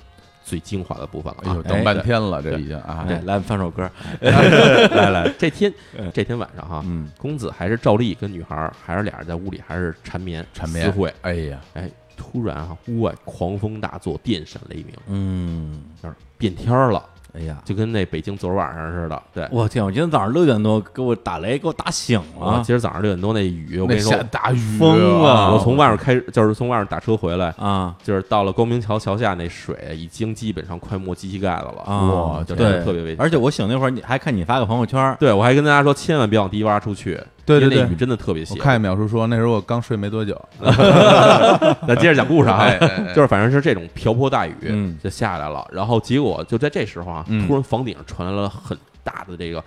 Speaker 1: 最精华的部分了
Speaker 3: 哎
Speaker 1: 啊
Speaker 3: 呦，！等半天了，这已经啊，
Speaker 2: 哎，来放首歌，
Speaker 1: 来 来，这天
Speaker 2: 哎
Speaker 1: 这天晚上哈，
Speaker 2: 嗯
Speaker 1: 公子还是照例跟女孩儿，还是俩人在屋里还是缠绵
Speaker 3: 缠绵
Speaker 1: 私会。
Speaker 3: 哎呀，
Speaker 1: 哎，突然啊，屋外狂风大作，电闪雷鸣，
Speaker 2: 嗯，
Speaker 1: 那儿变天儿了，
Speaker 2: 哎呀，
Speaker 1: 就跟那北京昨儿晚上似的。对，
Speaker 2: 我天！我今天早上六点多给我打雷，给我打醒
Speaker 1: 啊，
Speaker 2: 了
Speaker 1: 今儿早上六点多那雨，我跟
Speaker 3: 那
Speaker 1: 你说啊
Speaker 3: 下，大雨，啊
Speaker 2: 疯了
Speaker 1: 我从外面开，就是从外面打车回来，
Speaker 2: 啊！
Speaker 1: 就是到了光明桥桥下，那水已经基本上快没鸡膝盖子了，
Speaker 2: 啊
Speaker 1: 就真
Speaker 2: 对，
Speaker 1: 的特别危险。
Speaker 2: 而且我醒那会儿，你还看你发个朋友圈儿，
Speaker 1: 对，我还跟大家说，千万别往低洼处去，
Speaker 3: 对对
Speaker 1: 因为那
Speaker 3: 对
Speaker 1: 雨真的特别
Speaker 3: 我
Speaker 1: 邪。
Speaker 3: 看见淼叔说，那时候我刚睡没多久，
Speaker 1: 咱接着讲故事啊
Speaker 3: 哎哎哎，
Speaker 1: 就是反正是这种瓢泼大雨
Speaker 2: 嗯
Speaker 1: 就下来了，然后结果就在这时候啊，
Speaker 3: 嗯
Speaker 1: 突然房顶上传来了很大的这个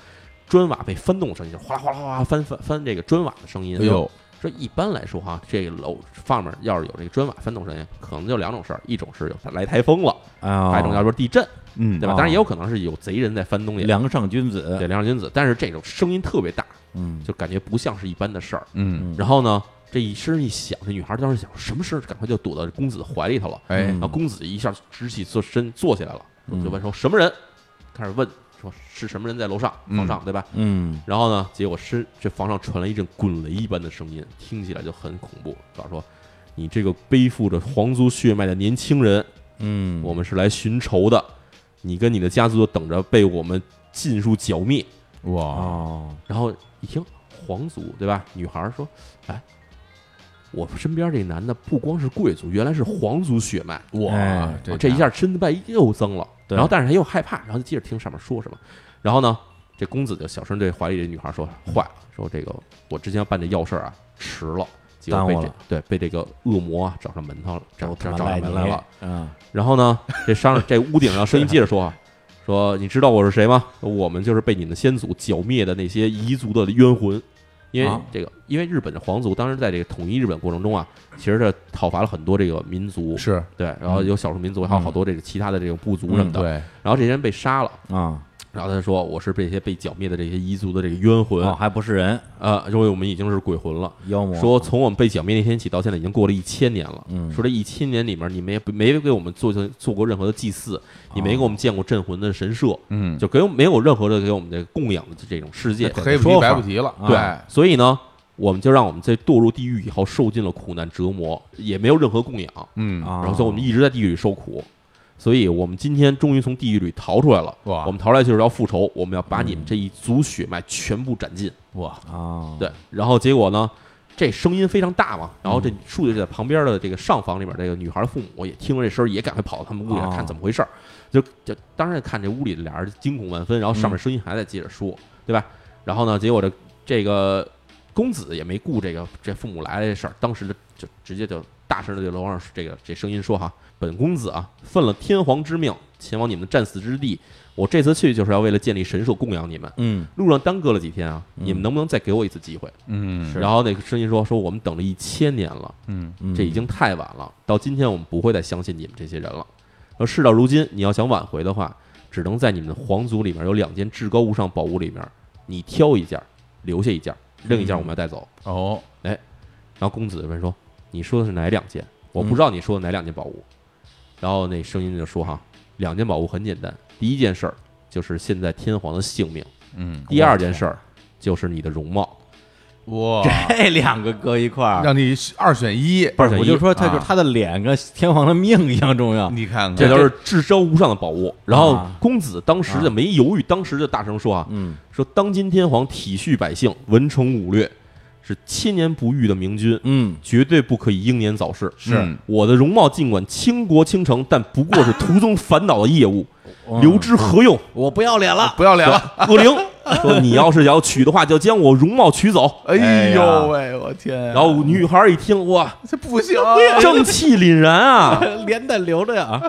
Speaker 1: 砖瓦被翻动的声音，就是哗啦哗啦哗啦翻翻翻这个砖瓦的声音。
Speaker 3: 哎呦，
Speaker 1: 说一般来说哈、这个楼上面要是有这个砖瓦翻动声音，可能就两种事儿，一种是有来台风了，
Speaker 2: 哎
Speaker 3: 啊
Speaker 2: 呀，
Speaker 1: 还有一种叫做地震，
Speaker 3: 嗯
Speaker 1: 对吧？
Speaker 2: 哦
Speaker 1: 当然也有可能是有贼人在翻东西。
Speaker 2: 梁上君子，
Speaker 1: 对，梁君子，但是这种声音特别大，
Speaker 2: 嗯，
Speaker 1: 就感觉不像是一般的事儿。
Speaker 3: 嗯，
Speaker 1: 然后呢，这一声一响，这女孩当时想什么声儿，赶快就躲到公子的怀里头了。
Speaker 3: 哎
Speaker 2: 嗯
Speaker 1: 然后公子一下直起坐身坐起来了，
Speaker 2: 嗯
Speaker 1: 就问说什么人，开始问说是什么人在楼上
Speaker 3: 嗯
Speaker 1: 房上对吧？
Speaker 2: 嗯，
Speaker 1: 然后呢，结果是这房上传来一阵滚雷一般的声音，听起来就很恐怖。老师说，你这个背负着皇族血脉的年轻人，
Speaker 2: 嗯，
Speaker 1: 我们是来寻仇的，你跟你的家族就等着被我们尽数剿灭。
Speaker 3: 哇，
Speaker 2: 哦，
Speaker 1: 然后一听皇族对吧？女孩说，哎。我身边这男的不光是贵族，原来是皇族血脉，
Speaker 3: 哇
Speaker 2: 哎，
Speaker 1: 这一下身败又增了，
Speaker 2: 对
Speaker 1: 然后但是他又害怕，然后就接着听上面说什么，然后呢，这公子就小声对怀里这女孩说：“坏了，说这个我之前要办这要事儿啊，迟了，结果被
Speaker 2: 耽误
Speaker 1: 这
Speaker 2: 了
Speaker 1: 对被这个恶魔啊找上门头了，找找
Speaker 2: 他
Speaker 1: 找
Speaker 2: 妈
Speaker 1: 上
Speaker 2: 赖
Speaker 1: 门来了。
Speaker 2: 你，啊，
Speaker 1: 然后呢，这商这屋顶上声音接着说啊，说你知道我是谁吗？我们就是被你们先祖剿灭的那些彝族的冤魂。”因为
Speaker 2: 啊
Speaker 1: 这个，因为日本的皇族当时在这个统一日本过程中啊，其实这讨伐了很多这个民族，
Speaker 3: 是
Speaker 1: 对，然后有少数民族，还有好多这个其他的这种部族什么的。
Speaker 3: 嗯对，
Speaker 1: 然后这些人被杀了，
Speaker 2: 啊，
Speaker 1: 然后他说我是这些被剿灭的这些彝族的这个冤魂，
Speaker 2: 哦，还不是人，
Speaker 1: 呃，因为我们已经是鬼魂了。
Speaker 2: 妖魔，哦
Speaker 1: 说从我们被剿灭那天起到现在已经过了一千年了。
Speaker 2: 嗯
Speaker 1: 说这一千年里面，你们也不没给我们做做过任何的祭祀，你没给我们建过镇魂的神社，
Speaker 3: 哦嗯，
Speaker 1: 就给我们没有任何的给我们的供养的这种世界。
Speaker 3: 黑不提白不提了，
Speaker 2: 啊
Speaker 1: 对，
Speaker 3: 哎
Speaker 1: 所以呢，我们就让我们在堕入地狱以后受尽了苦难折磨，也没有任何供养。
Speaker 3: 嗯，
Speaker 2: 啊，
Speaker 1: 然后所以我们一直在地狱里受苦，所以我们今天终于从地狱里逃出来了。
Speaker 3: 哇
Speaker 1: 我们逃出来就是要复仇，我们要把你们这一族血脉全部斩尽。
Speaker 3: 哇，
Speaker 2: 啊，
Speaker 1: 对，然后结果呢，这声音非常大嘛，然后这树就在旁边的这个上房里边，这个女孩的父母也听着这声儿，也赶快跑到他们屋里来
Speaker 2: 哦
Speaker 1: 看怎么回事儿。就就当然看这屋里的俩人惊恐万分，然后上面声音还在接着说，对吧？然后呢，结果这这个公子也没顾这个这父母来了这事儿，当时就就直接就大声的对楼上这个这声音说哈，本公子啊，奉了天皇之命，前往你们的战死之地。我这次去就是要为了建立神兽供养你们。
Speaker 2: 嗯
Speaker 1: 路上耽搁了几天啊，
Speaker 2: 嗯
Speaker 1: 你们能不能再给我一次机会？
Speaker 4: 嗯，
Speaker 2: 是
Speaker 1: 然后那个声音说说我们等了一千年了，
Speaker 4: 嗯，
Speaker 2: 嗯，
Speaker 1: 这已经太晚了，到今天我们不会再相信你们这些人了。而事到如今，你要想挽回的话，只能在你们的皇族里面有两间至高无上宝物里面，你挑一件，留下一件，另一件我们要带
Speaker 2: 嗯
Speaker 1: 走。
Speaker 4: 哦，
Speaker 1: 然后公子问说：“你说的是哪两件？我不知道你说的哪两件宝物。然后那声音就说：“哈，两件宝物很简单，第一件事儿就是现在天皇的性命，
Speaker 4: 嗯，
Speaker 1: 第二件事儿就是你的容貌。
Speaker 3: 哇，
Speaker 2: 这两个搁一块儿，
Speaker 3: 让你二选一，
Speaker 1: 二选
Speaker 2: 我
Speaker 1: 一
Speaker 2: 就说他就是
Speaker 3: 啊
Speaker 2: 他的脸跟天皇的命一样 重要。
Speaker 3: 你看看，
Speaker 1: 这都是至高无上的宝物。然后
Speaker 2: 嗯啊
Speaker 1: 公子当时就没犹豫，当时就大声说啊，
Speaker 2: 嗯
Speaker 1: 说当今天皇体恤百姓，文宠武略，是千年不遇的明君，
Speaker 2: 嗯，
Speaker 1: 绝对不可以英年早逝。
Speaker 3: 是
Speaker 1: 嗯我的容貌尽管倾国倾城，但不过是途中烦恼的业务，
Speaker 2: 嗯
Speaker 1: 留之何用？
Speaker 2: 我不要脸了，
Speaker 3: 不要脸了，
Speaker 1: 恶 灵说你要是要娶的话，就将我容貌娶走。
Speaker 3: 哎
Speaker 2: 哎呀
Speaker 3: 呦喂，我天啊，
Speaker 1: 然后女孩一听，哇，
Speaker 3: 这不行啊，
Speaker 2: 哎
Speaker 1: 正气凛然啊！
Speaker 2: 脸得留着呀。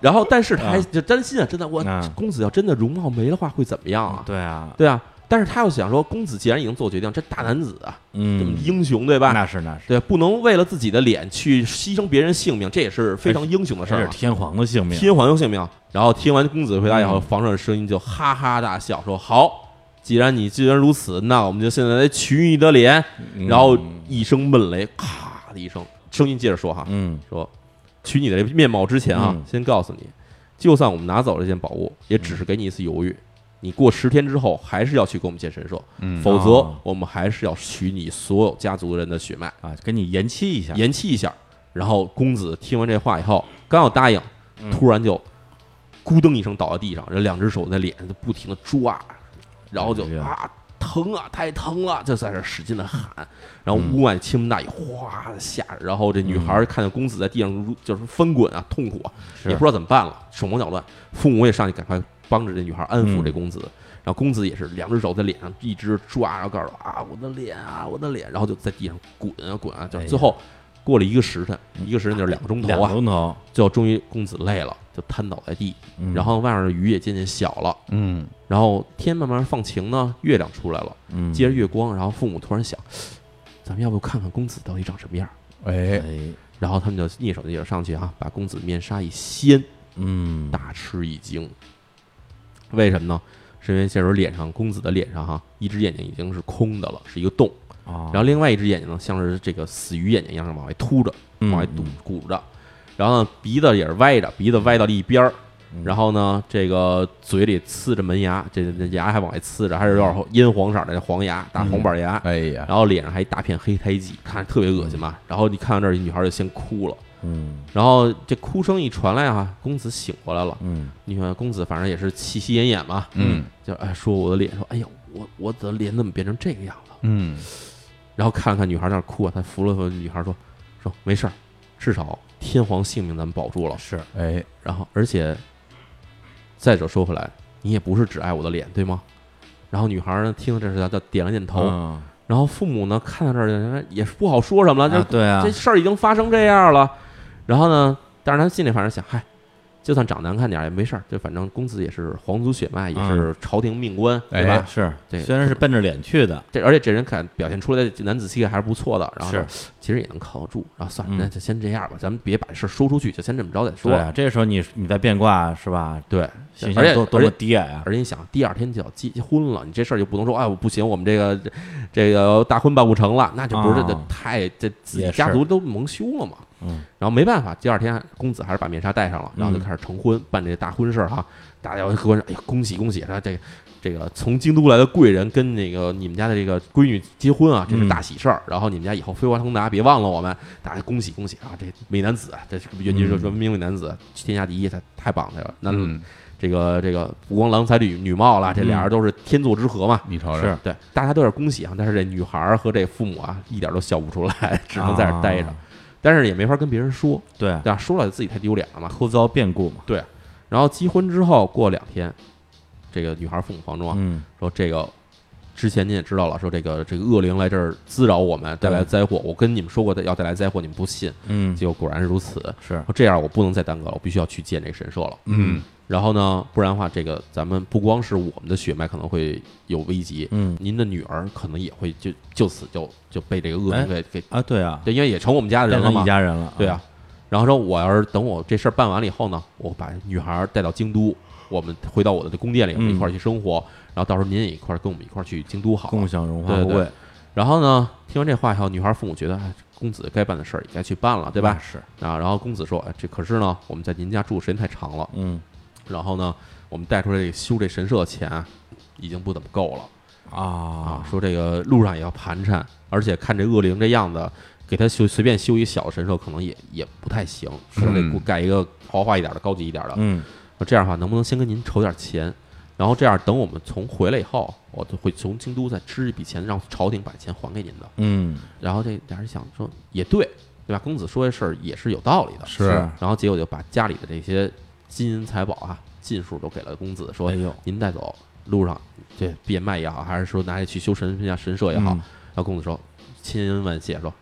Speaker 1: 然后，但是她还就担心啊，真的，我
Speaker 2: 嗯
Speaker 1: 公子要真的容貌没了话，会怎么样啊？
Speaker 2: 对啊，
Speaker 1: 对啊，但是他又想说，公子既然已经做决定，这大男子啊，这么
Speaker 2: 嗯，
Speaker 1: 英雄对吧？
Speaker 2: 那是那是，
Speaker 1: 对，不能为了自己的脸去牺牲别人性命，这也是非常英雄的事
Speaker 2: 这
Speaker 1: 儿
Speaker 2: 是
Speaker 1: 啊。
Speaker 2: 天皇的性命。嗯
Speaker 1: 天皇用性命。然后听完公子的回答以后，房上的声音就哈哈大笑，说：“好，既然你既然如此，那我们就现在来取你的脸。”
Speaker 2: 嗯
Speaker 1: 然后一声闷雷，咔的一声，声音接着说：“哈，
Speaker 2: 嗯
Speaker 1: 说取你的面貌之前啊，
Speaker 2: 嗯
Speaker 1: 先告诉你，就算我们拿走了这件宝物，也只是给你一次犹豫。你过十天之后还是要去给我们见神兽，
Speaker 4: 嗯
Speaker 1: 否则
Speaker 2: 哦
Speaker 1: 我们还是要取你所有家族人的血脉，
Speaker 2: 啊，给你延期一下。
Speaker 1: 延期一下。然后公子听完这话以后，刚要答应，
Speaker 2: 嗯
Speaker 1: 突然就咕噔一声倒在地上，这两只手在脸上就不停的抓，然后就
Speaker 2: 哎呀
Speaker 1: 啊疼啊，太疼了，就在这使劲的喊。然后屋外倾盆大雨哗地下着，然后这女孩看见公子在地上如就是翻滚啊，痛苦啊，也不知道怎么办了，手忙脚乱。父母也上去赶快帮着这女孩安抚这公子。然后公子也是两只手在脸上一直抓，然后告诉我啊我的脸啊我的脸，然后就在地上滚啊滚啊，就
Speaker 2: 哎呀
Speaker 1: 最后过了一个时辰，一个时辰就是两个钟
Speaker 2: 嗯两
Speaker 1: 头啊，
Speaker 2: 龙头，
Speaker 1: 最后终于公子累了，就瘫倒在地。
Speaker 2: 嗯
Speaker 1: 然后外面的雨也渐渐小了，
Speaker 4: 嗯
Speaker 1: 然后天慢慢放晴呢，月亮出来了，
Speaker 2: 嗯
Speaker 1: 借着月光，然后父母突然想，咱们要不看看公子到底长什么样儿？
Speaker 3: 哎，
Speaker 2: 哎，
Speaker 1: 然后他们就蹑手蹑脚上去啊，把公子面纱一掀，
Speaker 2: 嗯，
Speaker 1: 大吃一惊。为什么呢？是因为这时候脸上公子的脸上哈、一只眼睛已经是空的了，是一个洞，
Speaker 2: 啊，
Speaker 1: 然后另外一只眼睛呢，像是这个死鱼眼睛一样是往外凸着，往外堵
Speaker 2: 嗯
Speaker 1: 鼓着，然后呢鼻子也是歪着，鼻子歪到了一边儿，
Speaker 2: 嗯
Speaker 1: 然后呢这个嘴里呲着门牙，这这牙还往外呲着，还是有
Speaker 2: 嗯
Speaker 1: 点阴黄色的那黄牙，大黄板牙，
Speaker 3: 哎呀，
Speaker 1: 然后脸上还一大片黑胎记，看着特别恶心嘛。然后你看到这儿，女孩就先哭了，
Speaker 2: 嗯
Speaker 1: 然后这哭声一传来啊，公子醒过来了，
Speaker 2: 嗯
Speaker 1: 你看公子反正也是气息奄奄嘛，
Speaker 4: 嗯
Speaker 1: 就哎说我的脸，说哎呀我我的脸怎么变成这个样子了？
Speaker 4: 嗯，
Speaker 1: 然后看了看女孩那儿哭啊，他扶了扶女孩说：“说没事儿，至少天皇性命咱们保住了。
Speaker 2: 是，
Speaker 3: 哎，
Speaker 1: 然后而且，再者说回来，你也不是只爱我的脸，对吗？”然后女孩呢，听了这事，她点了点头。
Speaker 2: 嗯
Speaker 1: 然后父母呢，看到这儿也是不好说什么了，
Speaker 2: 啊对
Speaker 1: 这
Speaker 2: 啊
Speaker 1: 这，事儿已经发生这样了。然后呢，但是他心里反正想，嗨，就算长难看点儿也没事儿，就反正公子也是皇族血脉，也是朝廷命官，对吧？
Speaker 3: 哎
Speaker 2: 是，
Speaker 1: 对
Speaker 2: 虽然是奔着脸去的，
Speaker 1: 这而且这人看表现出来的男子气概还是不错的，然后呢其实也能靠得住，然后算了，
Speaker 2: 嗯
Speaker 1: 那就先这样吧，咱们别把这事儿说出去，就先这么着再
Speaker 2: 对
Speaker 1: 说。
Speaker 2: 啊，这时候你你在变卦是吧？
Speaker 1: 对，
Speaker 2: 信
Speaker 1: 而
Speaker 2: 心
Speaker 1: 且
Speaker 2: 多多
Speaker 1: 而
Speaker 2: 么
Speaker 1: 且
Speaker 2: 低矮啊！
Speaker 1: 而且你想，第二天就要结婚了，你这事儿就不能说，哎，我不行，我们这个这个大婚办不成了，那就不是
Speaker 2: 啊
Speaker 1: 这这太这自己
Speaker 2: 也
Speaker 1: 家
Speaker 2: 是
Speaker 1: 族都蒙羞了嘛。
Speaker 2: 嗯，
Speaker 1: 然后没办法，第二天公子还是把面纱戴上了，然后就
Speaker 2: 嗯
Speaker 1: 开始成婚，办这大婚事儿哈。大家合着，哎呀，恭喜恭喜！然后这个这个从京都来的贵人跟那个你们家的这个闺女结婚啊，这是
Speaker 2: 嗯
Speaker 1: 大喜事儿。然后你们家以后飞黄腾达，别忘了我们，大家恭喜恭喜啊！这美男子，这是原籍
Speaker 2: 嗯
Speaker 1: 文明美男子，天下第一，他太棒了，那、
Speaker 3: 嗯，
Speaker 1: 这个这个不光郎才女女貌了，这俩人都是天作之合嘛。
Speaker 3: 你瞅
Speaker 2: 嗯是
Speaker 3: 瞅，
Speaker 1: 对，大家都是恭喜啊，但是这女孩儿和这父母啊，一点都笑不出来， 只能在这儿待着，
Speaker 2: 啊
Speaker 1: 但是也没法跟别人说，
Speaker 2: 对啊，
Speaker 1: 对吧？说了自己太丢脸了嘛。
Speaker 2: 突遭变故嘛，
Speaker 1: 然后结婚之后过两天，这个女孩父母房中啊
Speaker 2: 嗯
Speaker 1: 说这个之前您也知道了，说这个这个恶灵来这儿滋扰我们，带来灾祸。我跟你们说过的要带来灾祸，你们不信，
Speaker 2: 嗯，
Speaker 1: 结果果然如此。
Speaker 2: 是，
Speaker 1: 这样我不能再耽搁了，我必须要去见这个神社了。
Speaker 2: 嗯
Speaker 1: 然后呢，不然的话，这个咱们不光是我们的血脉可能会有危机，
Speaker 2: 嗯
Speaker 1: 您的女儿可能也会就就此就就被这个恶
Speaker 2: 哎
Speaker 1: 灵给给，
Speaker 2: 啊，对啊，
Speaker 1: 对，因为也成我们家的人
Speaker 2: 变
Speaker 1: 了
Speaker 2: 成
Speaker 1: 嘛
Speaker 2: 一，家嗯人了，
Speaker 1: 对啊，。然后说，我要是等我这事儿办完了以后呢，我把女孩儿带到京都，我们回到我的宫殿里，我们一块
Speaker 2: 嗯
Speaker 1: 儿去生活。然后到时候您也一块儿跟我们一块儿去京都好了。
Speaker 2: 共享荣华
Speaker 1: 对
Speaker 2: 富
Speaker 1: 对
Speaker 2: 贵，
Speaker 1: 然后呢，听完这话以后，女孩父母觉得，哎，公子该办的事儿也该去办了，对
Speaker 2: 那
Speaker 1: 吧？
Speaker 2: 是，
Speaker 1: 啊，然后公子说，哎，这可是呢，我们在您家住时间太长了，
Speaker 2: 嗯
Speaker 1: 然后呢，我们带出来这个修这神社的钱啊已经不怎么够了啊
Speaker 2: 啊，，
Speaker 1: 说这个路上也要盘缠，而且看这恶灵这样子，给他修随便修一小的神社可能也也不太行，说得
Speaker 3: 嗯
Speaker 1: 给我盖一个豪华一点的、高级一点的。
Speaker 2: 嗯
Speaker 1: 那这样的话，能不能先跟您筹点钱？然后这样，等我们从回来以后，我就会从京都再支一笔钱，让朝廷把钱还给您的。
Speaker 2: 嗯，
Speaker 1: 然后这俩人想说，也对，对吧？公子说的事儿也是有道理的。
Speaker 3: 是
Speaker 1: 然后结果就把家里的这些金银财宝啊，尽数都给了公子，说
Speaker 2: 哎呦，
Speaker 1: 您带走，路上这变卖也好，还是说拿去去修神家神社也好。
Speaker 2: 嗯
Speaker 1: 然后公子说，千恩万谢，说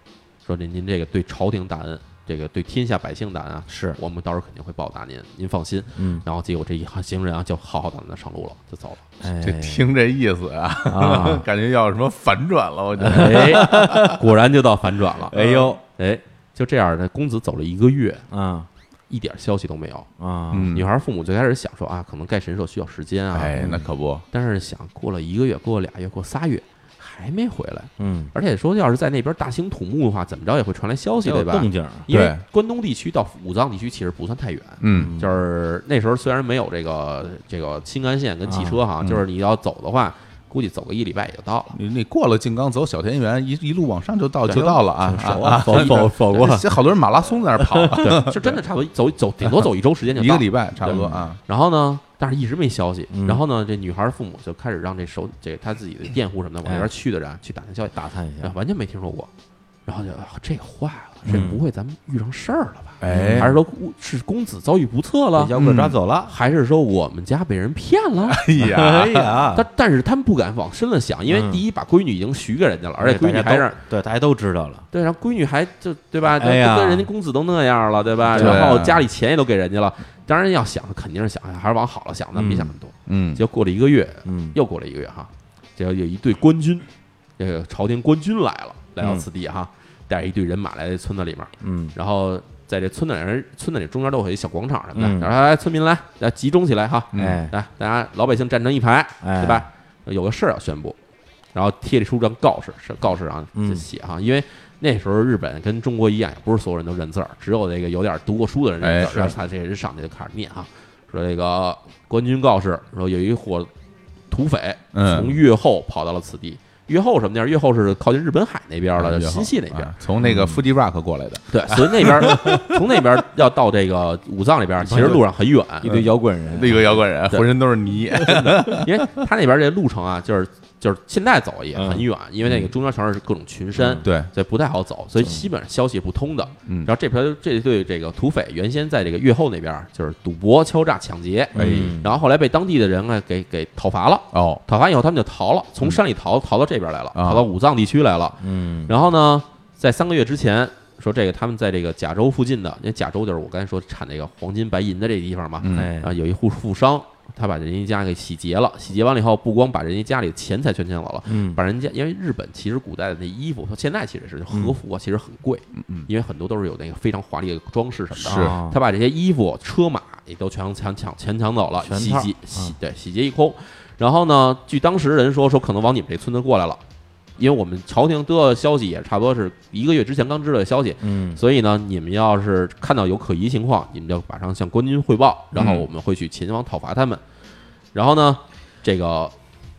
Speaker 1: 说您您这个对朝廷大恩，这个对天下百姓大恩啊，
Speaker 2: 是，
Speaker 1: 我们到时候肯定会报答您，您放心。
Speaker 2: 嗯，
Speaker 1: 然后结果这一行行人啊，就浩浩荡荡地上路了，就走了。
Speaker 2: 哎，
Speaker 3: 这听这意思啊，
Speaker 1: 呃
Speaker 2: 啊
Speaker 3: 感觉要什么反转了，我觉得。
Speaker 1: 哎， 果然就到反转了。
Speaker 2: 哎呦，
Speaker 1: 哎，就这样，呢，公子走了一个月，
Speaker 2: 啊
Speaker 1: 一点消息都没有。
Speaker 2: 啊，
Speaker 3: 嗯
Speaker 1: 女孩父母最开始想说啊，可能盖神社需要时间啊，
Speaker 3: 哎，那可不，
Speaker 1: 但是想过了一个月，过了俩月，过仨月，还没回来。
Speaker 2: 嗯，
Speaker 1: 而且说，要是在那边大兴土木的话，怎么着也会传来消息，
Speaker 2: 有
Speaker 1: 对吧
Speaker 2: 动？静儿，
Speaker 1: 因为
Speaker 3: 对
Speaker 1: 关东地区到武藏地区其实不算太远，
Speaker 3: 嗯
Speaker 1: 就是那时候虽然没有这个这个新干线跟汽车哈，
Speaker 3: 嗯
Speaker 1: 就是你要走的话，估计走个一礼拜也就到了。
Speaker 3: 你你过了静冈，走小田园，一一路往上就到
Speaker 1: 对
Speaker 3: 就到了啊，
Speaker 2: 手
Speaker 3: 啊
Speaker 2: 啊，否 否否过，
Speaker 3: 这好多人马拉松在那儿跑，啊
Speaker 1: 对，就真的差不多走走顶多走一周时间就
Speaker 3: 一
Speaker 1: 到
Speaker 3: 个
Speaker 1: 了。
Speaker 3: 礼拜差不多啊。
Speaker 1: 然后呢，但是一直没消息。
Speaker 2: 嗯
Speaker 1: 然后呢，这女孩父母就开始让这手这他自己的佃户什
Speaker 2: 哎
Speaker 1: 么的往那边去的人啊去打听消息，
Speaker 2: 打探一
Speaker 1: 啊
Speaker 2: 下，
Speaker 1: 完全没听说过。然后就、啊这坏了，
Speaker 2: 哎
Speaker 1: 这不会咱们遇上事儿了吧？
Speaker 3: 哎
Speaker 1: 还是说是公子遭遇不测了
Speaker 2: 被？妖怪抓走了，
Speaker 1: 还是说我们家被人骗了？
Speaker 3: 哎 呀，
Speaker 2: 呀
Speaker 1: 但但是他们不敢往深了想，因为
Speaker 2: 嗯
Speaker 1: 第一把闺女已经许给人家了，而且闺女
Speaker 2: 哎
Speaker 1: 还
Speaker 2: 大家都
Speaker 1: 让
Speaker 2: 对大家都知道了，
Speaker 1: 对，然后闺女还就对吧？
Speaker 2: 哎呀
Speaker 1: 都跟人家公子都那样了，对吧？
Speaker 3: 对
Speaker 1: 然后家里钱也都给人家了，当然要想肯定是想，还是往好了想，咱
Speaker 2: 嗯
Speaker 1: 别想那么多。
Speaker 3: 嗯
Speaker 1: 结果过了一个月，
Speaker 2: 嗯，
Speaker 1: 又过了一个月哈，这有一队官军，这个朝廷官军来了，来到
Speaker 2: 嗯
Speaker 1: 此地哈，带着一队人马来村子里面，
Speaker 2: 嗯
Speaker 1: 然后在这村子里人村子里中间都有一小广场什么的，
Speaker 2: 嗯
Speaker 1: 然后来哎村民来，来集中起来哈，
Speaker 3: 嗯
Speaker 2: 哎
Speaker 1: 来大家老百姓站成一排，
Speaker 2: 哎，
Speaker 1: 对？吧？有个事儿要宣布，然后贴了出张告示，是告示啊，
Speaker 2: 嗯
Speaker 1: 就写哈，因为那时候日本跟中国一样，也不是所有人都认字儿，只有这个有点读过书的人认字
Speaker 3: 哎
Speaker 1: 儿，然后他这人上去就开始念啊，说这个官军告示，说有一伙土匪
Speaker 3: 嗯
Speaker 1: 从越后跑到了此地。越后什么地儿？越后是靠近日本海那边了，
Speaker 3: 啊
Speaker 1: 就
Speaker 3: 越好
Speaker 1: 新系那边。
Speaker 3: 啊从那个 Fuji Rock 过来的，
Speaker 1: 对，所以那边儿 从那边儿要到这个武藏那边儿，其实路上很远，嗯
Speaker 2: 一堆摇滚人，
Speaker 3: 那个摇滚人
Speaker 1: 对
Speaker 3: 浑身都是泥，
Speaker 1: 因为他那边儿这路程啊，就是就是现在走也很远，因为那个中间全是各种群山，
Speaker 3: 对，
Speaker 1: 所以不太好走，所以基本上消息也不通的。
Speaker 3: 嗯
Speaker 1: 然后这边这对这个土匪原先在这个越后那边儿就是赌博、敲诈、抢劫，
Speaker 3: 哎
Speaker 2: 嗯
Speaker 1: 然后后来被当地的人啊给给讨伐了，
Speaker 3: 哦，
Speaker 1: 讨伐以后他们就逃了，从山里逃逃到这边来了，
Speaker 3: 啊
Speaker 1: 逃到武藏地区来了。
Speaker 2: 嗯，
Speaker 1: 然后呢，在三个月之前。说这个，他们在这个甲州附近的，因为甲州就是我刚才说产这个黄金白银的这地方嘛，
Speaker 3: 嗯
Speaker 2: 哎
Speaker 1: 啊，有一户富商，他把人家家给洗劫了，洗劫完了以后，不光把人家家里的钱财全抢走了，
Speaker 2: 嗯
Speaker 1: 把人家因为日本其实古代的那衣服，现在其实是和服啊，其实很贵，
Speaker 3: 嗯
Speaker 1: 因为很多都是有那个非常华丽的装饰什么的啊。
Speaker 3: 是
Speaker 2: 啊
Speaker 1: 他把这些衣服、车马也都全抢抢全抢走了，
Speaker 2: 全
Speaker 1: 洗
Speaker 2: 套
Speaker 1: 劫
Speaker 2: 嗯
Speaker 1: 洗对洗劫一空。然后呢，据当时人说，说可能往你们这村子过来了，因为我们朝廷得到的消息也差不多是一个月之前刚知道的消息，
Speaker 2: 嗯
Speaker 1: 所以呢，你们要是看到有可疑情况，你们就马上向官军汇报，然后
Speaker 3: 嗯
Speaker 1: 我们会去秦王讨伐他们。然后呢，这个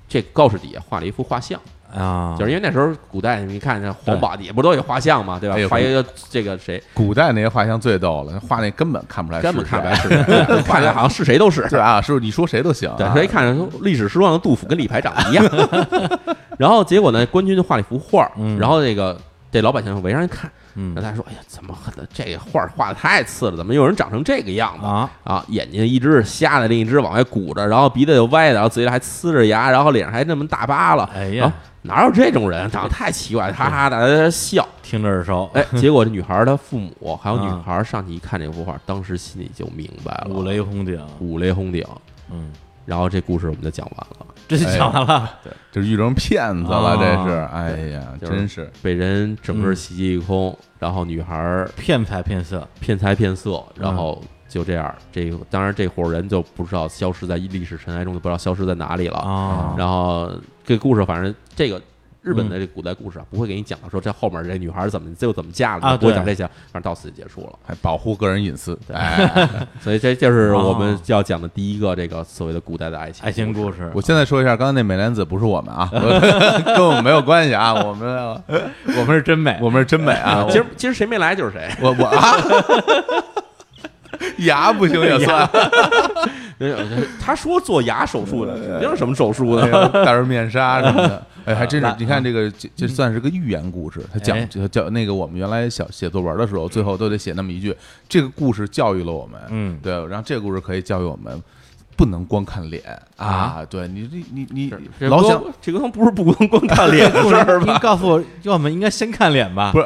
Speaker 1: 这告示底下画了一幅画像，
Speaker 2: 啊，
Speaker 1: 就是因为那时候古代你看那皇堡底下不都有画像嘛，对吧
Speaker 3: 哎？呦
Speaker 1: 画一个这个谁
Speaker 3: 古代那些画像最逗了，画那根本看不出来，
Speaker 1: 根本看不出来
Speaker 3: 来，
Speaker 1: 是谁， 看起来好像是谁都是。
Speaker 3: 对啊，是不是你说谁都行啊，
Speaker 1: 对，所以看着说历史书 上的杜甫跟李白长得一样。然后结果呢，官军就画了一幅画儿，
Speaker 2: 嗯
Speaker 1: 然后这个这老百姓围上一看，
Speaker 2: 嗯
Speaker 1: 那他说：“哎呀，怎么可能？这画画的太次了，怎么有人长成这个样子
Speaker 2: 啊，
Speaker 1: 啊？眼睛一只是瞎的，另一只往外鼓着，然后鼻子又歪的，然后嘴里还呲着牙，然后脸上还那么大疤了。啊
Speaker 2: 哎呀，
Speaker 1: 哪有这种人？长得太奇怪了，哈哈的在那笑。
Speaker 2: 听着耳熟，
Speaker 1: 哎，结果这女孩儿她父母还有女
Speaker 2: 嗯
Speaker 1: 孩儿上去一看这幅画，当时心里就明白了，
Speaker 2: 五雷轰顶，
Speaker 1: 五雷轰顶。
Speaker 2: 嗯，
Speaker 1: 然后这故事我们就讲完了，
Speaker 2: 这就讲完了，
Speaker 3: 这遇成骗子了，
Speaker 2: 啊
Speaker 3: 这是，哎呀，
Speaker 1: 就是
Speaker 3: 真是，
Speaker 1: 被人整个
Speaker 2: 嗯
Speaker 1: 袭击一空，然后女孩儿
Speaker 2: 骗财骗色，
Speaker 1: 骗财骗色，然
Speaker 2: 嗯
Speaker 1: 后就这样，这个当然这伙人就不知道消失在历史尘埃中，就不知道消失在哪里了。
Speaker 2: 啊
Speaker 1: 然后这故事，反正这个日本的这古代故事啊，不会给你讲到说这后面这女孩儿怎么最后怎么嫁了，
Speaker 2: 啊
Speaker 1: 不会
Speaker 2: 对
Speaker 1: 讲这些，反正到此就结束了。
Speaker 3: 还保护个人隐私，哎，
Speaker 1: 所以这就是
Speaker 2: 哦
Speaker 1: 我们要讲的第一个这个所谓的古代的啊爱情
Speaker 2: 爱情
Speaker 1: 故
Speaker 2: 故
Speaker 1: 事。
Speaker 2: 事，
Speaker 3: 我现在说一下，刚才那美男子不是我们啊， 跟我们没有关系啊，我们
Speaker 2: 我们是真 美，
Speaker 3: 我们是真美啊，
Speaker 1: 今儿今儿谁没来就是谁，
Speaker 3: 我我啊， 牙不行也算，
Speaker 1: 他说做牙手术的，肯定是什么手术
Speaker 3: 哎
Speaker 1: 呢？
Speaker 3: 呀戴着面纱什么的，哎，还真是，你看这个这这算是个寓言故事，他
Speaker 2: 啊嗯哎
Speaker 3: 讲就叫那个我们原来小写作文的时候，最后都得写那么一句，这个故事教育了我们，
Speaker 2: 嗯
Speaker 3: 对，然后这个故事可以教育我们。不能光看脸
Speaker 2: 啊！
Speaker 3: 对你这你你
Speaker 1: 这
Speaker 3: 老
Speaker 1: 光
Speaker 3: 想
Speaker 1: 这个不是不光光看脸的事儿
Speaker 2: 您
Speaker 1: 吧？
Speaker 2: 告诉我，我们应该先看脸吧？
Speaker 3: 不是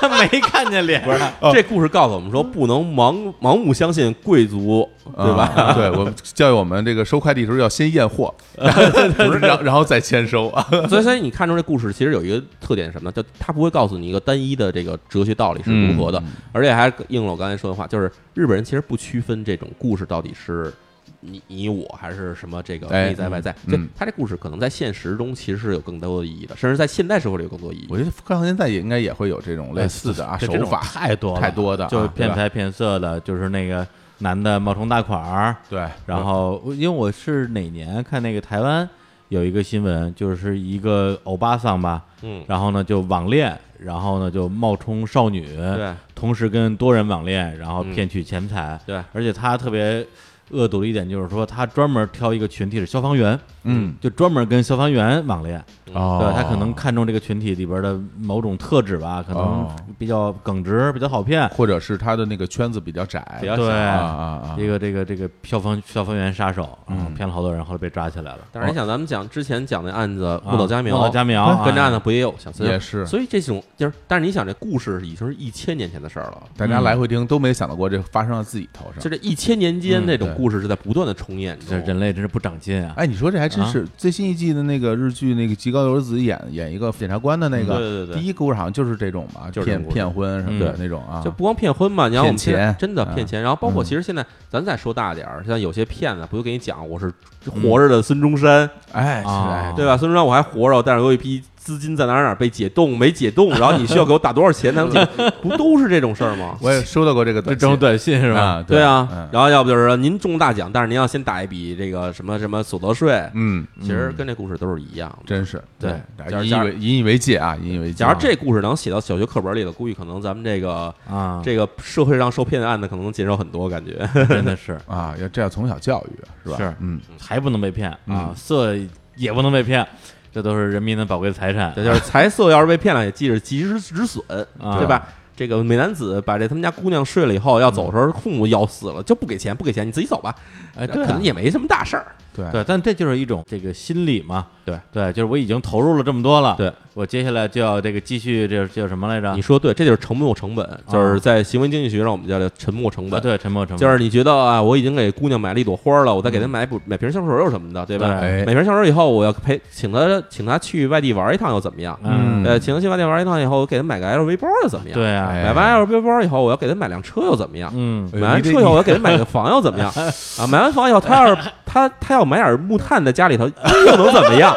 Speaker 2: 他没看见脸， 啊
Speaker 1: 这故事告诉我们说，不能盲盲目相信贵族，对吧？
Speaker 3: 啊对我们教育我们这个收快递的时候要先 验货，不是然后然 后再签收啊。
Speaker 1: 所以，所以你看出这故事其实有一个特点是什么呢？就它不会告诉你一个单一的这个哲学道理是如何的，而且还应了我刚才说的话，就是日本人其实不区分这种故事到底是你你我还是什么这个
Speaker 3: 哎
Speaker 1: 内在外在，
Speaker 3: 嗯
Speaker 1: 就
Speaker 3: 嗯
Speaker 1: 他这故事可能在现实中其实是有更多的意义的，甚至在现代社会里有更多意义。
Speaker 3: 我觉得看到现在也应该也会有这种类似的啊
Speaker 2: 哎这
Speaker 3: 手
Speaker 2: 这种
Speaker 3: 法，
Speaker 2: 太多了
Speaker 3: 太多的啊
Speaker 2: 就是
Speaker 3: 对
Speaker 2: 骗
Speaker 3: 吧
Speaker 2: 财骗色的，就是那个男的冒充大款儿，
Speaker 3: 对，
Speaker 2: 然后因为我是哪年看那个台湾有一个新闻，就是一个欧巴桑吧，
Speaker 1: 嗯，
Speaker 2: 然后呢就网恋，然后呢就冒充少女，
Speaker 3: 呃
Speaker 1: 对
Speaker 2: 同时跟多人网恋，然后
Speaker 1: 嗯
Speaker 2: 骗取钱财，
Speaker 3: 哦
Speaker 1: 对，
Speaker 2: 而且他特别恶毒的一点就是说，他专门挑一个群体是消防员，
Speaker 3: 嗯，
Speaker 2: 就专门跟消防员网恋，
Speaker 3: 哦
Speaker 2: 对他可能看中这个群体里边的某种特质吧，可能
Speaker 3: 哦啊
Speaker 2: 比较耿直，比较好骗，
Speaker 3: 或者是他的那个圈子比较窄，
Speaker 1: 比较
Speaker 2: 对
Speaker 1: 小
Speaker 3: 啊啊啊，
Speaker 2: 这个这个这个消防消防员杀手，然后骗了好多人，后来被抓起来了。
Speaker 1: 但是你想，咱们讲之前讲的案子
Speaker 2: 啊
Speaker 1: 木岛佳苗，
Speaker 2: 木岛佳苗啊
Speaker 1: 跟这案子不也有相似？
Speaker 3: 也是
Speaker 1: 所以这种就是，但是你想，这故事已经是一千年前的事儿了。
Speaker 3: 大家来回听都没想到过这发生到自己头
Speaker 1: 就
Speaker 3: 上。
Speaker 1: 这一千年间，
Speaker 2: 嗯
Speaker 1: 这种
Speaker 3: 对
Speaker 1: 故事是在不断的重演
Speaker 2: 这
Speaker 1: 中。
Speaker 2: 人类真是不长进啊！
Speaker 3: 哎，你说这还真
Speaker 2: 啊
Speaker 3: 是最新一季的那个日剧，那个吉高由里子演演一个检察官的那
Speaker 1: 嗯对
Speaker 3: 个，
Speaker 1: 对对
Speaker 3: 第
Speaker 1: 对，
Speaker 3: 一故事好像就是这种吧，
Speaker 1: 就是这
Speaker 3: 骗
Speaker 1: 种故事
Speaker 3: 骗婚什么的那种啊
Speaker 1: 就，不光骗婚嘛，你看我们现在
Speaker 3: 骗钱
Speaker 1: 真的骗钱，然后包括
Speaker 3: 嗯
Speaker 1: 其实现在咱再说大点儿，像有些骗子不就给你讲我是
Speaker 3: 嗯
Speaker 1: 活着的孙中山，
Speaker 3: 哎，是
Speaker 2: 啊
Speaker 3: 哎
Speaker 1: 对吧？孙中山我还活着，但是我有一批资金在哪儿哪儿被解冻，没解冻，然后你需要给我打多少钱才能 解？不都是这种事儿吗？
Speaker 3: 我也收到过哎这个
Speaker 2: 这
Speaker 3: 短
Speaker 2: 种
Speaker 3: 信，
Speaker 2: 短信是吧？
Speaker 3: 啊，
Speaker 1: 对啊
Speaker 3: 嗯，
Speaker 1: 然后要不就是说您中大奖，但是您要先打一笔这个什么什么所得税，
Speaker 3: 嗯，
Speaker 1: 其实跟这故事都是一样的。
Speaker 3: 真是
Speaker 1: 对
Speaker 3: 大
Speaker 1: 假
Speaker 3: 家
Speaker 1: 如
Speaker 3: 引
Speaker 1: 假
Speaker 3: 以
Speaker 1: 如
Speaker 3: 为引以为戒啊，引以为戒。
Speaker 1: 假如这故事能写到小学课本里了，估计可能咱们这个
Speaker 3: 嗯
Speaker 2: 啊，
Speaker 1: 这个社会上受骗的案子可能能减少很多，感觉。
Speaker 2: 真的是
Speaker 3: 啊，要这要从小教育是吧？
Speaker 2: 是
Speaker 3: 嗯，
Speaker 2: 财不能被骗啊，
Speaker 3: 嗯
Speaker 2: 色也不能被骗，这都是人民的宝贵财产
Speaker 1: 对，就是财色要是被骗了，也记着及时止损，
Speaker 2: 啊
Speaker 1: 对吧？这个美男子把这他们家姑娘睡了以后，要走的时候，父母要死了，就不给钱，不给钱，你自己走吧。
Speaker 2: 哎，对
Speaker 1: 可
Speaker 2: 啊
Speaker 1: 能也没什么大事儿。
Speaker 3: 对
Speaker 2: 对，但这就是一种这个心理嘛。
Speaker 1: 哎对
Speaker 2: 对，就是我已经投入了这么多了，
Speaker 1: 对
Speaker 2: 我接下来就要这个继续这叫什么来着？
Speaker 1: 你说对，这就是沉没成本，就是在行为经济学上我们叫做沉没成
Speaker 2: 啊，
Speaker 1: 本。
Speaker 2: 对，沉默成本
Speaker 1: 就是你觉得啊，我已经给姑娘买了一朵花了，我再给她买补买瓶香水儿什么的，对吧？
Speaker 2: 嗯对
Speaker 1: 买瓶香水儿以后，我要陪请她请她去外地玩一趟又怎么样？
Speaker 2: 嗯，
Speaker 1: 呃，请她去外地玩一趟以后，我给她买个 LV 包又怎么样？
Speaker 2: 对啊，
Speaker 3: 哎
Speaker 1: 买完 LV 包以后，我要给她买辆车又怎么样？
Speaker 2: 嗯，
Speaker 3: 哎
Speaker 1: 买完
Speaker 3: 你这
Speaker 1: 车以后，我要给 他买个房又怎么样？啊，买完房以后，他要是他他要买点木炭在家里头， 又能怎么样？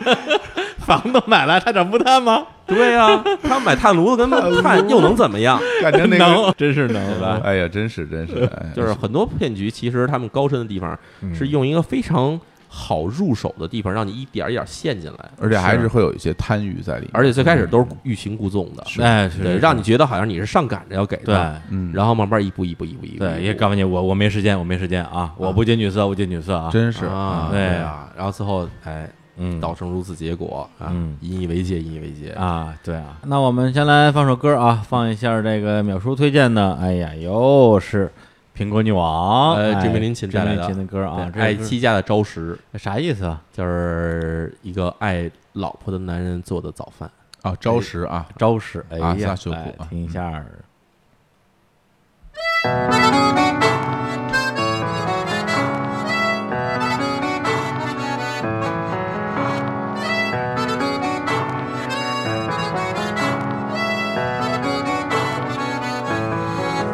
Speaker 2: 房都买来，他找不探吗？
Speaker 1: 对呀、他买炭炉子跟木炭又能怎么样？
Speaker 3: 感觉那个，
Speaker 2: 能， 真是能，
Speaker 1: 对吧？
Speaker 3: 哎呀，真是真是，哎
Speaker 1: 就是很多骗局，其实他们高深的地方
Speaker 2: 嗯
Speaker 1: 是用一个非常好入手的地方，让你一点儿一点儿陷进来，
Speaker 3: 而且还是会有一些贪欲在里面，
Speaker 1: 而且最开始都是欲擒故纵的，
Speaker 2: 哎，是
Speaker 1: 对，
Speaker 2: 是
Speaker 1: 让你觉得好像你是上赶着要给
Speaker 2: 对
Speaker 1: 的，
Speaker 3: 嗯，
Speaker 1: 然后慢慢一步一步一步一步，
Speaker 2: 对，
Speaker 1: 一
Speaker 2: 也
Speaker 1: 步
Speaker 2: 告诉你我我没时间，我没时间啊，我不近女色，我近女色啊，
Speaker 3: 真是
Speaker 1: 啊，
Speaker 2: 对
Speaker 1: 啊，然后最后哎，
Speaker 2: 嗯，
Speaker 1: 道生如此结果啊
Speaker 2: 嗯，
Speaker 1: 引以为戒，引以为戒。
Speaker 2: 啊，对啊，那我们先来放首歌啊，放一下这个淼叔推荐的，哎呀，又是苹果女王，
Speaker 1: 呃
Speaker 2: 哎
Speaker 1: 志明林琴带来的
Speaker 2: 志明林琴的歌啊，
Speaker 1: 对
Speaker 2: 这
Speaker 1: 爱
Speaker 2: 是
Speaker 1: 妻家的招食
Speaker 2: 啥意思啊？
Speaker 1: 就是一个爱老婆的男人做的早饭。
Speaker 3: 啊，招实啊，
Speaker 2: 招式，哎
Speaker 3: 啊
Speaker 2: 呀
Speaker 3: 撒，秀谷
Speaker 2: 哎
Speaker 3: 啊
Speaker 2: 听一下，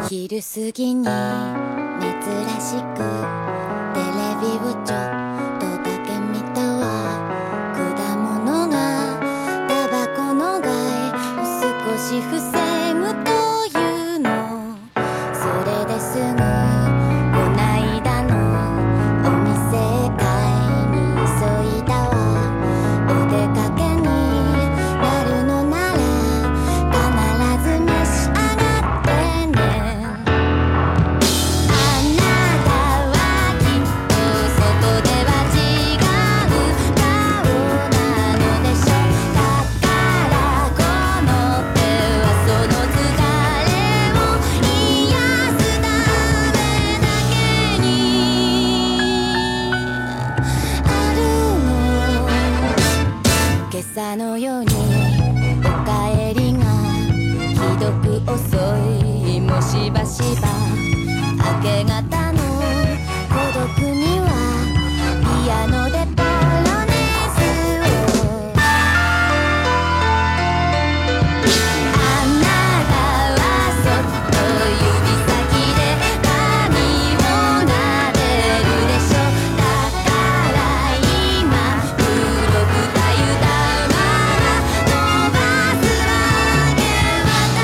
Speaker 4: 昼過ぎに珍しくテレビをちょっとだけ見たわ果物がタバコの害を少し防ぐというのそれですぐこないだのお店へ買いに急いだわ「お出かけになるのなら必ず召し上がってね」「あなたはきっと外では違う顔なのでしょ」「だからこの手はその疲れを癒すためだけに」あるの今朝のようにお帰りがひどく遅いもしばしば明け方の孤独にはピアノでポロネーズを「あなたはそっと指先で髪を撫でて」「るでしょ」「だから今黒くたゆたまま伸ばすわけはた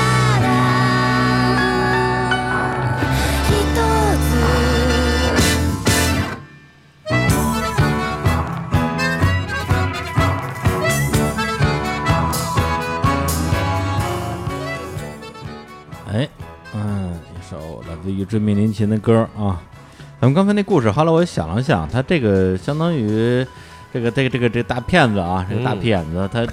Speaker 4: だひとつ」
Speaker 2: 哎，嗯，一首来自于追命林琴的歌啊。咱们刚才那故事，后来我想了想，他这个相当于这个这个这个这个大骗子啊，这个大
Speaker 1: 嗯
Speaker 2: 骗子，他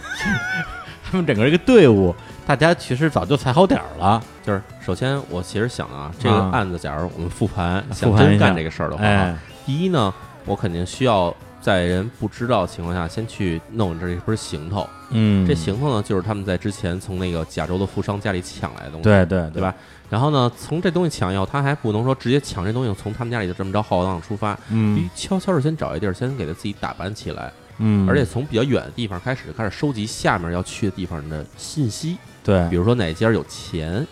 Speaker 2: 他们整个一个队伍，大家其实早就踩好点儿了，
Speaker 1: 就是首先，我其实想啊，这个
Speaker 2: 啊
Speaker 1: 案子，假如我们复盘，
Speaker 2: 复
Speaker 1: 想
Speaker 2: 盘一
Speaker 1: 真
Speaker 2: 下
Speaker 1: 干这个事儿的话啊，
Speaker 2: 哎，
Speaker 1: 第一呢，我肯定需要在人不知道的情况下，先去弄这一根行头。
Speaker 2: 嗯，
Speaker 1: 这行头呢，就是他们在之前从那个甲州的富商家里抢来的东西，
Speaker 2: 对对
Speaker 1: 对？吧？然后呢，从这东西抢以后，他还不能说直接抢这东西，从他们家里就这么着浩荡出发，必须
Speaker 2: 嗯
Speaker 1: 悄悄的先找一地儿，先给他自己打扮起来，
Speaker 2: 嗯，
Speaker 1: 而且从比较远的地方开始，开始收集下面要去的地方的信息，
Speaker 2: 对，
Speaker 1: 比如说哪家有钱，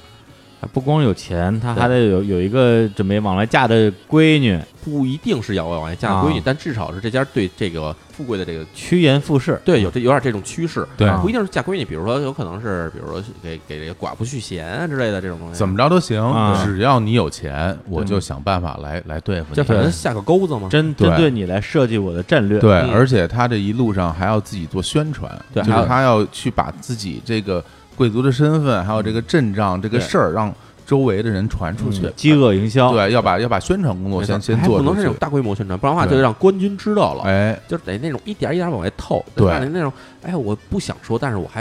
Speaker 2: 他不光有钱，他还得有有一个准备往外嫁的闺女，
Speaker 1: 不一定是要往外嫁闺女，
Speaker 2: 啊
Speaker 1: 但至少是这家对这个富贵的这个
Speaker 2: 趋炎附势。
Speaker 1: 对，有这有点这种趋势，
Speaker 3: 对
Speaker 2: 啊
Speaker 1: 不一定是嫁闺女，比如说有可能是，比如说给给这个寡妇续弦啊之类的这种东西，
Speaker 3: 怎么着都行
Speaker 2: 啊，
Speaker 3: 只要你有钱，我就想办法来来对付
Speaker 1: 就反
Speaker 3: 你。
Speaker 1: 正下个钩子哎嘛，
Speaker 2: 针
Speaker 3: 对
Speaker 2: 针对你来设计我的战略。
Speaker 3: 对，
Speaker 1: 嗯
Speaker 3: 而且他这一路上还要自己做宣传，
Speaker 1: 对
Speaker 3: 就是
Speaker 1: 还有
Speaker 3: 他要去把自己这个贵族的身份，还有这个阵仗这个
Speaker 1: 对
Speaker 3: 事儿，让周围的人传出去。
Speaker 2: 嗯饥饿营销。
Speaker 3: 对，要把要把宣传工作
Speaker 1: 没错
Speaker 3: 先先
Speaker 1: 还
Speaker 3: 做
Speaker 1: 不能
Speaker 3: 出
Speaker 1: 是那种
Speaker 3: 去。
Speaker 1: 大规模宣传，不然的话
Speaker 3: 对
Speaker 1: 就让官军知道了，
Speaker 3: 哎，
Speaker 1: 就是得那种一点一点往外透，
Speaker 3: 对
Speaker 1: 让你那种哎我不想说，但是我还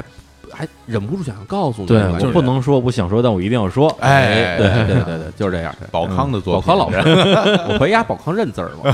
Speaker 1: 还忍不住想告诉你，
Speaker 2: 对，
Speaker 1: 我
Speaker 2: 我不能说，不想说，但我一定要说。
Speaker 1: 哎，
Speaker 3: 哎
Speaker 1: 对对对对对，就是这样。对
Speaker 3: 宝康的
Speaker 1: 宝
Speaker 3: 作品，
Speaker 1: 康老师，我回家宝康认字儿嘛，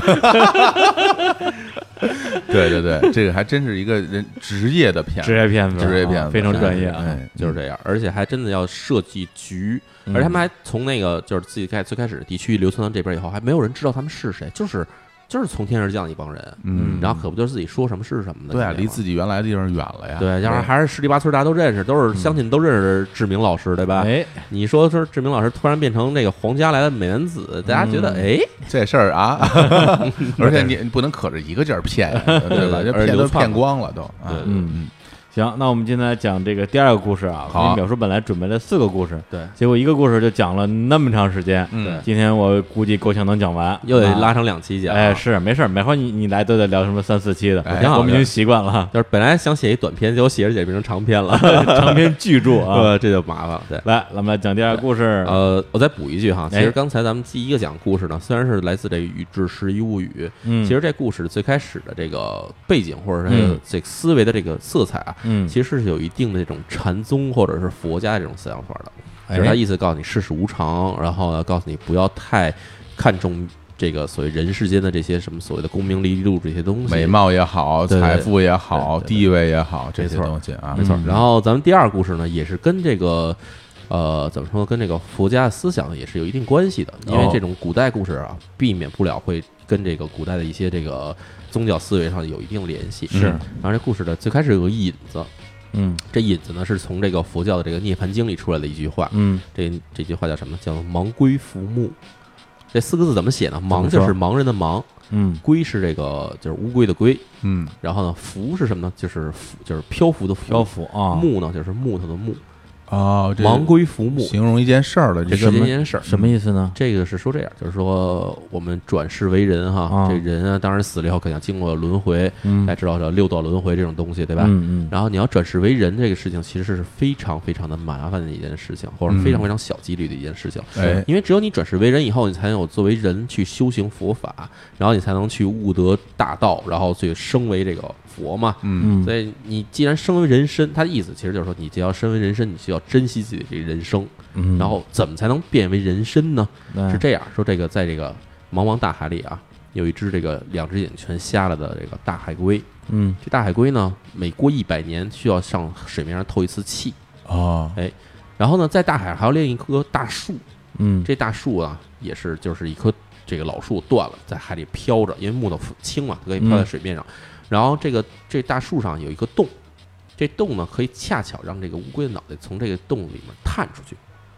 Speaker 3: 对对对， 这个还真是一个人职业的骗
Speaker 2: 职
Speaker 3: 子，
Speaker 2: 业骗子，
Speaker 3: 职业骗
Speaker 2: 啊
Speaker 3: 子，
Speaker 2: 非常专业啊。
Speaker 3: 哎，
Speaker 1: 嗯就是这样，而且还真的要设计局，
Speaker 2: 嗯
Speaker 1: 而且他们还从那个就是自己开最开始地区流窜到这边以后，还没有人知道他们是谁，就是就是从天而降的一帮人，
Speaker 3: 嗯，
Speaker 1: 然后可不就是自己说什么是什么的，
Speaker 3: 对啊，
Speaker 1: 你知道吗
Speaker 3: 离自己原来的地方远了呀。哎
Speaker 1: 对，要不然还是十里八村大家都认识，都是乡亲都认识志明老师，对吧？
Speaker 2: 哎，
Speaker 1: 你说说志明老师突然变成这个皇家来的美男子，大家觉得哎，
Speaker 3: 这事儿啊， 而且你不能可着一个劲儿骗呀，对吧？
Speaker 1: 对而且
Speaker 3: 这骗
Speaker 1: 流
Speaker 3: 都
Speaker 1: 窜
Speaker 3: 骗
Speaker 1: 嘛
Speaker 3: 光了都。啊
Speaker 1: 对
Speaker 2: 嗯，行，那我们今天来讲这个第二个故事啊。
Speaker 3: 好
Speaker 2: 我们淼叔本来准备了四个故事，
Speaker 1: 对，
Speaker 2: 结果一个故事就讲了那么长时间。
Speaker 3: 嗯
Speaker 2: 今天我估计够呛能讲完，
Speaker 1: 又得
Speaker 2: 啊
Speaker 1: 拉成两期讲。
Speaker 2: 哎，是没事儿，每回你你来都得聊什么三四期的，
Speaker 3: 哎
Speaker 1: 挺好
Speaker 2: 我们已
Speaker 1: 的。
Speaker 2: 经习惯了
Speaker 1: 就是本来想写一短篇，结果写着写着变成长篇了，
Speaker 2: 长篇巨著 啊，
Speaker 1: 呃，这就麻烦了。对，
Speaker 2: 来，咱们来讲第二个故事。
Speaker 1: 呃，我再补一句哈，其
Speaker 2: 哎
Speaker 1: 实刚才咱们第一个讲故事呢，虽然是来自这《宇治十一物语》，
Speaker 2: 嗯，
Speaker 1: 其实这故事最开始的这个背景或者是
Speaker 2: 嗯
Speaker 1: 这个思维的这个色彩啊，
Speaker 2: 嗯，
Speaker 1: 其实是有一定的这种禅宗或者是佛家这种思想法的。
Speaker 2: 哎
Speaker 1: 就是他意思告诉你世事无常，然后呢，告诉你不要太看重这个所谓人世间的这些什么所谓的功名利禄这些东西。
Speaker 3: 美貌也好，
Speaker 1: 对对
Speaker 3: 财富也好，
Speaker 1: 对对对
Speaker 3: 地位也好，这些
Speaker 1: 没错
Speaker 3: 东西啊，
Speaker 1: 没错。
Speaker 2: 嗯
Speaker 1: 然后咱们第二个故事呢，也是跟这个。呃，怎么说呢？跟这个佛家思想也是有一定关系的，因为
Speaker 3: 哦
Speaker 1: 这种古代故事啊，避免不了会跟这个古代的一些这个宗教思维上有一定联系。
Speaker 2: 是
Speaker 1: 嗯然后这故事呢，最开始有个引子，
Speaker 2: 嗯
Speaker 1: 这引子呢是从这个佛教的这个《涅盘经》里出来的一句话，
Speaker 2: 嗯
Speaker 1: 这这句话叫什么？叫“盲龟浮木”。这四个字怎么写呢？
Speaker 2: 么
Speaker 1: 盲
Speaker 2: 说
Speaker 1: 就是盲人的盲，
Speaker 2: 嗯
Speaker 1: 龟是这个就是乌龟的龟，
Speaker 3: 嗯，
Speaker 1: 然后呢，浮是什么呢？就是浮，就是漂浮的浮。
Speaker 2: 漂浮啊，
Speaker 1: 木呢，就是木头的木。
Speaker 3: 哦，这
Speaker 1: 盲龟浮木，
Speaker 3: 形容一件事儿了，
Speaker 1: 这
Speaker 3: 什
Speaker 1: 是一
Speaker 3: 么？
Speaker 1: 件事儿。
Speaker 2: 什么意思呢？
Speaker 1: 这个是说这样，就是说我们转世为人
Speaker 2: 啊
Speaker 1: 哈，这人啊，当然死了以后肯定经过轮回，
Speaker 2: 嗯，
Speaker 1: 大家知道叫六道轮回这种东西，对吧？
Speaker 2: 嗯嗯，
Speaker 1: 然后你要转世为人这个事情，其实是非常非常的麻烦的一件事情，或
Speaker 2: 嗯
Speaker 1: 者非常非常小几率的一件事情。
Speaker 3: 哎，
Speaker 1: 因为只有你转世为人以后，你才能有作为人去修行佛法，然后你才能去悟得大道，然后去升为这个佛嘛。
Speaker 3: 嗯，
Speaker 2: 嗯
Speaker 1: 所以你既然身为人身，他的意思其实就是说，你既要身为人身，你就要珍惜自己的这人生。
Speaker 2: 嗯，
Speaker 1: 然后怎么才能变为人身呢？
Speaker 2: 哎
Speaker 1: 是这样说，这个在这个茫茫大海里啊，有一只这个两只眼全瞎了的这个大海龟。
Speaker 2: 嗯
Speaker 1: 这大海龟呢，每过一百年需要上水面上透一次气。
Speaker 3: 哦，
Speaker 1: 然后呢，在大海上还有另一棵大树，
Speaker 2: 嗯
Speaker 1: 这大树啊，也是就是一棵这个老树断了，在海里飘着，因为木头轻嘛，它可以飘在
Speaker 2: 嗯
Speaker 1: 水面上。然后这个这大树上有一个洞，这洞呢可以恰巧让这个乌龟的脑袋从这个洞里面探出去。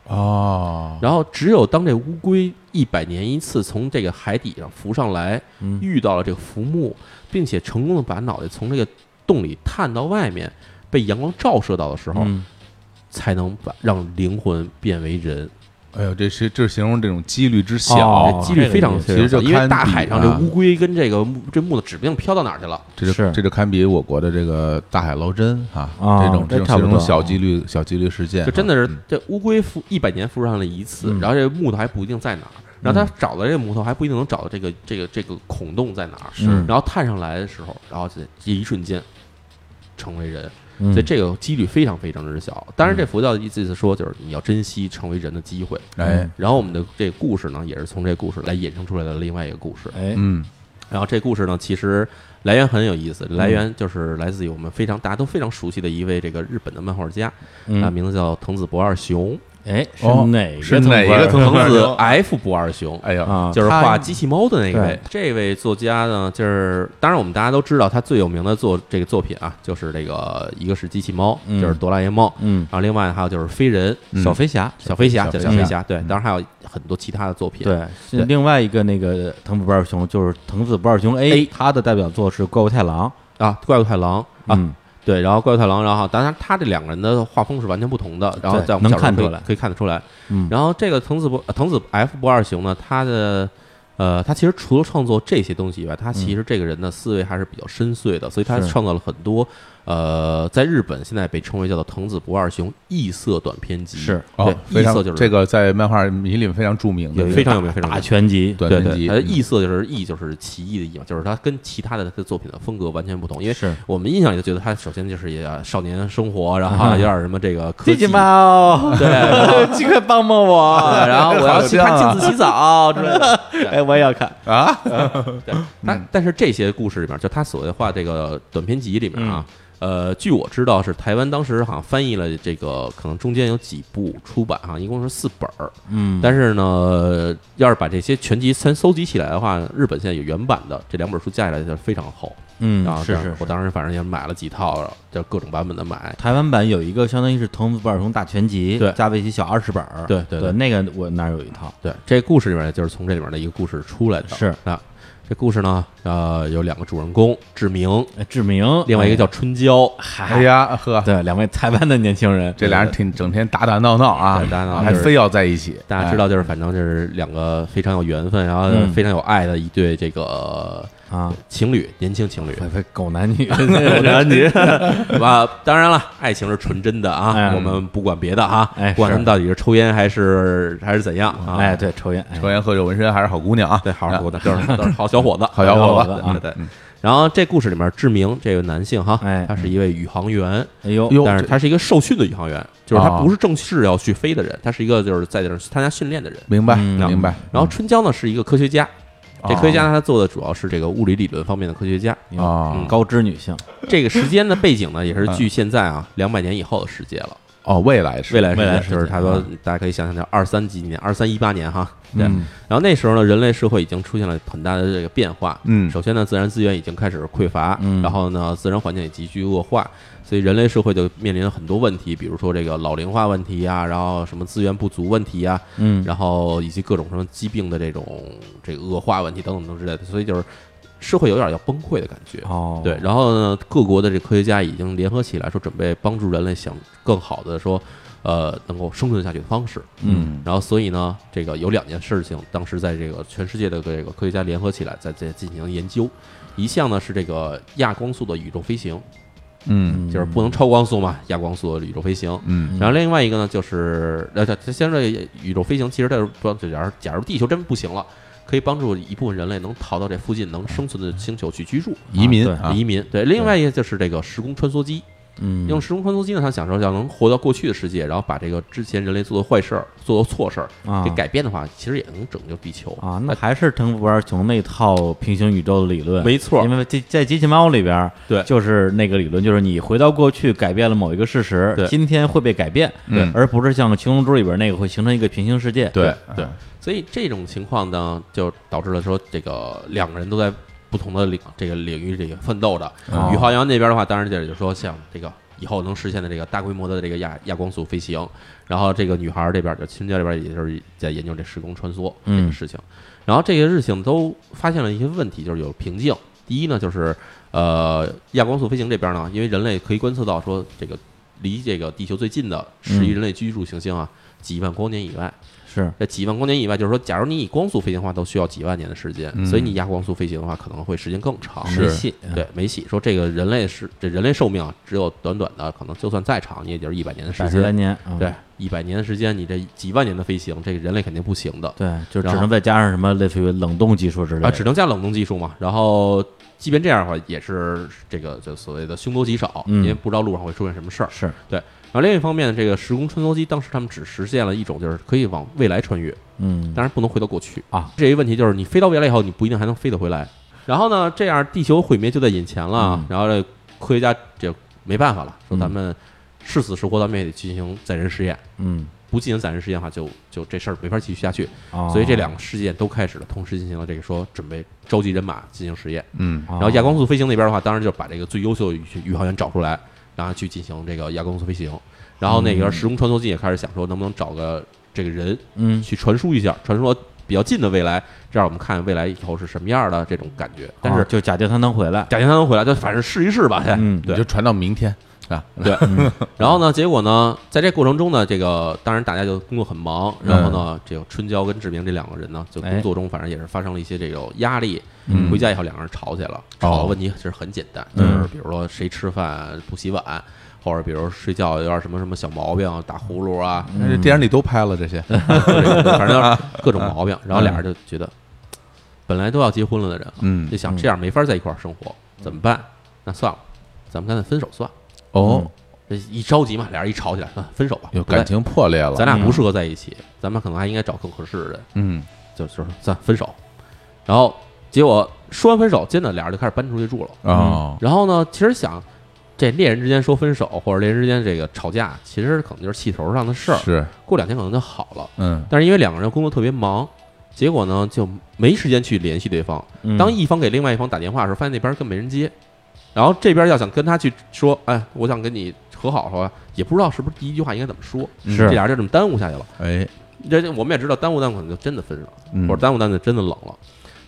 Speaker 3: 哦，
Speaker 1: 然后只有当这乌龟一百年一次从这个海底上浮上来，
Speaker 2: 嗯
Speaker 1: 遇到了这个浮木，并且成功的把脑袋从这个洞里探到外面，被阳光照射到的时候，
Speaker 2: 嗯
Speaker 1: 才能把让灵魂变为人。
Speaker 3: 哎呦，这是这是形容这种几率之
Speaker 2: 哦
Speaker 3: 小，
Speaker 1: 几率非常非
Speaker 2: 这
Speaker 3: 个
Speaker 1: 常
Speaker 3: 意思
Speaker 1: 小，
Speaker 3: 其实
Speaker 1: 因
Speaker 3: 就
Speaker 1: 为大海上
Speaker 3: 堪比啊
Speaker 1: 这乌龟跟这个木这木头指不定飘到哪儿去了。
Speaker 3: 这就是这就堪比我国的这个大海捞针啊，
Speaker 2: 啊
Speaker 3: 这种这
Speaker 2: 这
Speaker 3: 种
Speaker 2: 差不
Speaker 3: 形
Speaker 2: 多
Speaker 3: 容小几率小几率事件啊，
Speaker 1: 就真的是
Speaker 3: 嗯
Speaker 1: 这乌龟浮一百年浮上了一次，
Speaker 2: 嗯
Speaker 1: 然后这木头还不一定在哪儿，然后它找到这个木头还不一定能找到这个这个这个孔洞在哪儿，
Speaker 2: 是
Speaker 1: 然后探上来的时候，然后这这一瞬间成为人，
Speaker 2: 嗯
Speaker 1: 所以这个几率非常非常之小。当然，这佛教的意思是说，就是你要珍惜成为人的机会。
Speaker 2: 嗯
Speaker 3: 哎，
Speaker 1: 然后我们的这个故事呢，也是从这个故事来衍生出来的另外一个故事。
Speaker 2: 哎
Speaker 3: 嗯，
Speaker 1: 然后这故事呢，其实来源很有意思，
Speaker 2: 嗯
Speaker 1: 来源就是来自于我们非常大家都非常熟悉的一位这个日本的漫画家，啊，
Speaker 2: 嗯
Speaker 1: 名字叫藤子不二雄，
Speaker 2: 哎是
Speaker 3: 哦
Speaker 2: 哪
Speaker 3: 是哪
Speaker 2: 个
Speaker 3: 个
Speaker 2: 藤
Speaker 1: 藤
Speaker 3: 藤不二
Speaker 1: 子
Speaker 3: 雄
Speaker 1: F 不二雄。
Speaker 3: 哎呀，
Speaker 2: 啊？
Speaker 1: 就是
Speaker 3: 他
Speaker 1: 画机器猫的那一
Speaker 2: 对
Speaker 1: 位，这位作家呢，就是当然我们大家都知道，他最有名的作这个作品啊，就是这个一个是机器猫，
Speaker 2: 嗯
Speaker 1: 就是哆啦 A 梦，
Speaker 2: 嗯
Speaker 1: 然后另外还有就是飞人、
Speaker 3: 嗯
Speaker 2: 小飞侠
Speaker 1: 小飞侠，
Speaker 3: 小
Speaker 1: 叫
Speaker 3: 飞
Speaker 1: 小飞
Speaker 2: 侠
Speaker 1: 侠，对，
Speaker 3: 嗯
Speaker 1: 当然还有很多其他的作品，
Speaker 2: 对，是
Speaker 1: 对
Speaker 2: 另外一个那个藤子不二雄就是藤子不二雄 A，
Speaker 1: A
Speaker 2: 他的代表作是怪物太郎
Speaker 1: 啊，怪物太郎啊，
Speaker 2: 嗯
Speaker 1: 对，然后怪物太郎，然后当然他这两个人的画风是完全不同的，然后
Speaker 2: 对
Speaker 1: 在我们
Speaker 2: 能
Speaker 1: 小时候
Speaker 2: 看
Speaker 1: 可以
Speaker 2: 出来
Speaker 1: 可以看得出来。
Speaker 2: 嗯
Speaker 1: 然后这个藤子不呃藤子 F 不二雄呢，他的呃，他其实除了创作这些东西以外，他其实这个人的思维还是比较深邃的，所以他
Speaker 2: 嗯是
Speaker 1: 创造了很多呃，在日本现在被称为叫做藤子不二雄异色短篇集，
Speaker 2: 是
Speaker 3: 哦
Speaker 1: 对，
Speaker 3: 非
Speaker 1: 异
Speaker 3: 常
Speaker 1: 色就是
Speaker 3: 这个在漫画迷里非常著名的
Speaker 1: 有一个非常有名，非常有
Speaker 2: 大
Speaker 1: 名。
Speaker 2: 全集，
Speaker 3: 短
Speaker 1: 对
Speaker 3: 篇
Speaker 1: 对，
Speaker 3: 集
Speaker 1: 它的
Speaker 3: 嗯
Speaker 1: 异色就是异，就是奇异的异嘛，就是它跟其他的作品的风格完全不同。因为
Speaker 2: 是
Speaker 1: 我们印象里就觉得他首先就是也少年生活，然
Speaker 2: 啊
Speaker 1: 后有点什么这个科
Speaker 2: 机
Speaker 1: 技
Speaker 2: 器，猫，
Speaker 1: 对，然后
Speaker 2: 机哦快帮帮我，
Speaker 1: 对然后我要 去看
Speaker 2: 好像啊
Speaker 1: 镜子洗澡之类 的。
Speaker 2: 哎，我也要看，
Speaker 3: 啊，
Speaker 1: 对，但但是这些故事里面，就他所谓画这个短篇集里面啊，
Speaker 2: 嗯
Speaker 1: 呃，据我知道是台湾当时好像翻译了这个，可能中间有几部出版哈，一共是四本儿。
Speaker 2: 嗯
Speaker 1: 但是呢，要是把这些全集全搜集起来的话，日本现在有原版的这两本书加起来就非常厚。然
Speaker 2: 嗯
Speaker 1: 后
Speaker 2: 是
Speaker 1: 哦这样
Speaker 2: 是
Speaker 1: 啊我
Speaker 2: 是。
Speaker 1: 当时反正也买了几套，就各种版本的买。
Speaker 2: 台湾版有一个相当于是《藤子不二雄大全集》，
Speaker 1: 对
Speaker 2: 加在一起小二十本儿，
Speaker 1: 对对
Speaker 2: 对，那个我那儿有一套，
Speaker 1: 对，这故事里面就是从这里面的一个故事出来的。
Speaker 2: 是
Speaker 1: 啊，这故事呢，呃，有两个主人公，志明，
Speaker 2: 哎志明，
Speaker 1: 另外一个叫春娇。
Speaker 3: 哎
Speaker 2: 哦嗨，
Speaker 3: 呀呵，
Speaker 2: 对，两位台湾的年轻人，
Speaker 3: 这俩人挺整天打打闹闹啊
Speaker 1: 对打打闹，闹
Speaker 3: 还
Speaker 1: 就是
Speaker 3: 非要在一起。哎
Speaker 1: 大家知道，就是反正就是两个非常有缘分，然后
Speaker 2: 哎嗯
Speaker 1: 非常有爱的一对这个
Speaker 2: 啊，
Speaker 1: 情侣，年轻情侣。
Speaker 2: 非非狗男 女，
Speaker 1: 男女，啊，当然了，爱情是纯真的啊，
Speaker 2: 哎
Speaker 1: 我们不管别的啊，
Speaker 2: 哎
Speaker 1: 不管他
Speaker 2: 是
Speaker 1: 们到底是抽烟还是还是怎样啊，
Speaker 2: 哎，，对，抽烟，哎
Speaker 3: 哎，抽烟喝酒纹身还是好姑娘啊，
Speaker 1: 对，好好活的，都是都是 好小伙子，
Speaker 3: 好小伙子
Speaker 1: 对
Speaker 2: 啊
Speaker 1: 对对。然后这故事里面，志明这个男性哈
Speaker 2: 哎，
Speaker 1: 他是一位宇航员，
Speaker 2: 哎呦，
Speaker 3: 哟
Speaker 1: 但是
Speaker 3: 这
Speaker 1: 他是一个受训的宇航员，就是他
Speaker 3: 哦
Speaker 1: 不是正式要去飞的人，他是一个就是在那儿参加训练的人。
Speaker 3: 明白
Speaker 2: 嗯
Speaker 3: 明白。
Speaker 1: 然后春娇呢是一个科学家，这科学家他做的主要是这个物理理论方面的科学家。
Speaker 2: 哎
Speaker 1: 嗯
Speaker 2: 呦
Speaker 3: 啊
Speaker 2: 高知女性，
Speaker 1: 这个时间的背景呢，也是
Speaker 3: 嗯
Speaker 1: 距现在啊两百年以后的世界了。
Speaker 3: 哦，未来是
Speaker 1: 未来世
Speaker 2: 未来
Speaker 1: 界
Speaker 2: 世界
Speaker 1: 就是他说，大家可以想想，这二三几年，二三一八年哈，对。
Speaker 3: 嗯
Speaker 1: 然后那时候呢，人类社会已经出现了很大的这个变化。
Speaker 3: 嗯
Speaker 1: 首先呢，自然资源已经开始匮乏，
Speaker 2: 嗯
Speaker 1: 然后呢，自然环境也急剧恶化，所以人类社会就面临了很多问题，比如说这个老龄化问题呀、然后什么资源不足问题呀、
Speaker 2: 嗯，
Speaker 1: 然后以及各种什么疾病的这种这个恶化问题等等等之类的，所以就是社会有点要崩溃的感觉。
Speaker 2: 哦，
Speaker 1: 对，，然后呢，各国的这科学家已经联合起来，说准备帮助人类想更好的说，呃，能够生存下去的方式。
Speaker 2: 嗯，
Speaker 1: 然后所以呢，这个有两件事情，当时在这个全世界的这个科学家联合起来，在在进行研究。一项呢是这个亚光速的宇宙飞行，
Speaker 3: 嗯
Speaker 1: 就是不能超光速嘛，亚光速的宇宙飞行。
Speaker 3: 嗯
Speaker 1: 然后另外一个呢，就是呃，它现在宇宙飞行其实它是帮，就假如假如地球真不行了，可以帮助一部分人类能逃到这附近能生存的星球去居住，
Speaker 3: 移民
Speaker 2: 对
Speaker 3: 啊
Speaker 1: 移民。对，另外一个就是这个时空穿梭机，
Speaker 2: 嗯，
Speaker 1: 用时空穿梭机呢，他想说要能活到过去的世界，然后把这个之前人类做的坏事儿、做的错事儿
Speaker 2: 啊
Speaker 1: 给改变的话，其实也能拯救地球。
Speaker 2: 啊，那还是藤福尔琼那套平行宇宙的理论，
Speaker 1: 没错
Speaker 2: 因为在在机器猫里边，
Speaker 1: 对
Speaker 2: 就是那个理论，就是你回到过去改变了某一个事实，
Speaker 1: 对嗯
Speaker 2: 今天会被改变，
Speaker 3: 对
Speaker 2: 而不是像《七龙珠》里边那个会形成一个平行世界，
Speaker 3: 对嗯
Speaker 1: 对，所以这种情况呢，就导致了说这个两个人都在不同的领这个领域里奋斗着。
Speaker 2: 哦
Speaker 1: 宇航员那边的话，当然就是说像这个以后能实现的这个大规模的这个亚亚光速飞行，然后这个女孩儿这边就青椒这边也就是在研究这时空穿梭
Speaker 2: 嗯
Speaker 1: 这个事情，然后这些事情都发现了一些问题，就是有瓶颈。第一呢，就是呃亚光速飞行这边呢，因为人类可以观测到说这个离这个地球最近的适宜
Speaker 2: 嗯
Speaker 1: 人类居住行星啊。几万光年以外，
Speaker 2: 是，
Speaker 1: 在呃几万光年以外，就是说，假如你以光速飞行的话，都需要几万年的时间，
Speaker 3: 嗯
Speaker 1: 所以你亚光速飞行的话，可能会时间更长。
Speaker 2: 没戏，嗯
Speaker 1: 对，没戏。说这个人类是这人类寿命啊，只有短短的，可能就算再长，你也就是一百年的时
Speaker 2: 百十来
Speaker 1: 间。
Speaker 2: 年，啊
Speaker 1: 对，一百年的时间，你这几万年的飞行，这个人类肯定不行的
Speaker 2: 对，就只
Speaker 1: 然后
Speaker 2: 能再加上什么类似于冷冻技术之类的，
Speaker 1: 啊，只能加冷冻技术嘛。然后，即便这样的话，也是这个就所谓的凶多吉少，
Speaker 2: 嗯
Speaker 1: 因为不知道路上会出现什么事儿。
Speaker 2: 是，
Speaker 1: 然后另一方面，这个时空穿梭机当时他们只实现了一种，就是可以往未来穿越，
Speaker 2: 嗯，
Speaker 1: 当然不能回到过去
Speaker 2: 啊。
Speaker 1: 这一问题就是你飞到未来以后，你不一定还能飞得回来。然后呢，这样地球毁灭就在眼前了啊。
Speaker 2: 嗯
Speaker 1: 然后这科学家就没办法了，说
Speaker 2: 嗯
Speaker 1: 咱们是死是活，咱们也得进行载人实验。
Speaker 2: 嗯，
Speaker 1: 不进行载人实验的话，就就这事儿没法继续下去。
Speaker 2: 哦
Speaker 1: 所以这两个事件都开始了，同时进行了这个说准备召集人马进行实验。
Speaker 3: 嗯
Speaker 2: 哦
Speaker 1: 然后亚光速飞行那边的话，当然就把这个最优秀的宇宇航员找出来，然后去进行这个亚光速飞行。然后那个时空穿梭机也开始想说，能不能找个这个人
Speaker 2: 嗯
Speaker 1: 去传输一下，传说比较近的未来，这样我们看未来以后是什么样的这种感觉。但
Speaker 2: 啊
Speaker 1: 是
Speaker 2: 就假定他能回来，
Speaker 1: 贾静他能回来，就反正试一试吧，先。
Speaker 2: 嗯
Speaker 3: 你
Speaker 1: 对
Speaker 3: 就传到明天啊，
Speaker 1: 对。然后呢，结果呢，在这过程中呢，这个当然大家就工作很忙，然后
Speaker 2: 嗯
Speaker 1: 呢，这个春娇跟志明这两个人呢，就工作中反正也是发生了一些这种压力。
Speaker 2: 哎嗯哦
Speaker 1: 回家以后，两个人吵起来了。吵的问题其实很简单，就
Speaker 2: 嗯
Speaker 1: 是比如说谁吃饭不洗碗，或者比如睡觉有点什么什么小毛病，打呼噜啊，
Speaker 3: 那这电影里都拍了这些，
Speaker 1: 对对对反
Speaker 3: 啊
Speaker 1: 正各种毛病。然后俩人就觉得，本来都要结婚了的人啊，
Speaker 3: 嗯
Speaker 1: 就想这样没法在一块儿生活，怎么办？那算了，咱们干脆分手算了。
Speaker 3: 哦，
Speaker 1: 这一着急嘛，俩人一吵起来，啊分手吧，
Speaker 3: 有
Speaker 1: 不在
Speaker 3: 感，情破裂了，
Speaker 1: 咱俩不适合在一起，咱们可能还应该找更合适的人，
Speaker 3: 嗯
Speaker 1: 就就是算了分手。然后结果说完分手，真的俩人就开始搬出去住了。
Speaker 3: 哦，
Speaker 1: 然后呢，其实想。这恋人之间说分手，或者恋人之间这个吵架，其实可能就是气头上的事儿。
Speaker 3: 是
Speaker 1: 过两天可能就好了。
Speaker 3: 嗯
Speaker 1: 但是因为两个人工作特别忙，结果呢就没时间去联系对方。
Speaker 2: 嗯
Speaker 1: 当一方给另外一方打电话的时候，发现那边更没人接，然后这边要想跟他去说，哎，我想跟你和好的话，也不知道是不是第一句话应该怎么说，
Speaker 2: 是
Speaker 1: 这俩人就这么耽误下去了。
Speaker 3: 哎
Speaker 1: 这这我们也知道，耽误耽误可能就真的分手了，
Speaker 3: 嗯
Speaker 1: 或者耽误耽误就真的冷了。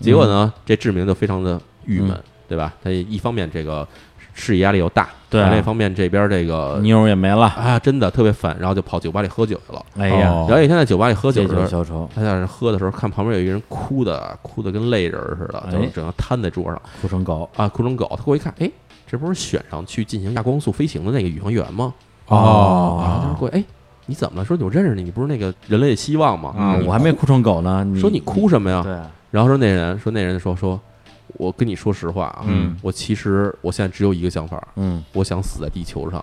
Speaker 1: 结果呢，这志明就非常的郁闷
Speaker 2: 嗯，
Speaker 1: 对吧？他一方面这个事业压力又大，
Speaker 2: 对啊
Speaker 1: 另一方面这边这个
Speaker 2: 妞儿也没了，
Speaker 1: 啊，真的特别烦，然后就跑酒吧里喝酒去了。
Speaker 2: 哎呀，
Speaker 3: 哦
Speaker 1: 然后有一天在酒吧里喝酒
Speaker 2: 借
Speaker 1: 的时
Speaker 2: 酒
Speaker 1: 候，
Speaker 2: 消愁，
Speaker 1: 他在那喝的时候，看旁边有一个人哭的，哭的跟泪人似的，就
Speaker 2: 哎
Speaker 1: 是整个瘫在桌上
Speaker 2: 哭成狗
Speaker 1: 啊，哭成狗。他过一看，哎，这不是选上去进行亚光速飞行的那个宇航员吗？然后他说
Speaker 2: 哦
Speaker 1: 过去，哎，你怎么了？说我认识你，你不是那个人类的希望吗？
Speaker 2: 啊！
Speaker 3: 嗯
Speaker 2: 我还没哭成狗呢，你
Speaker 1: 说你哭什么呀？
Speaker 2: 对啊，
Speaker 1: 然后说那人说那人说说，我跟你说实话啊，
Speaker 2: 嗯
Speaker 1: 我其实我现在只有一个想法，
Speaker 2: 嗯
Speaker 1: 我想死在地球上，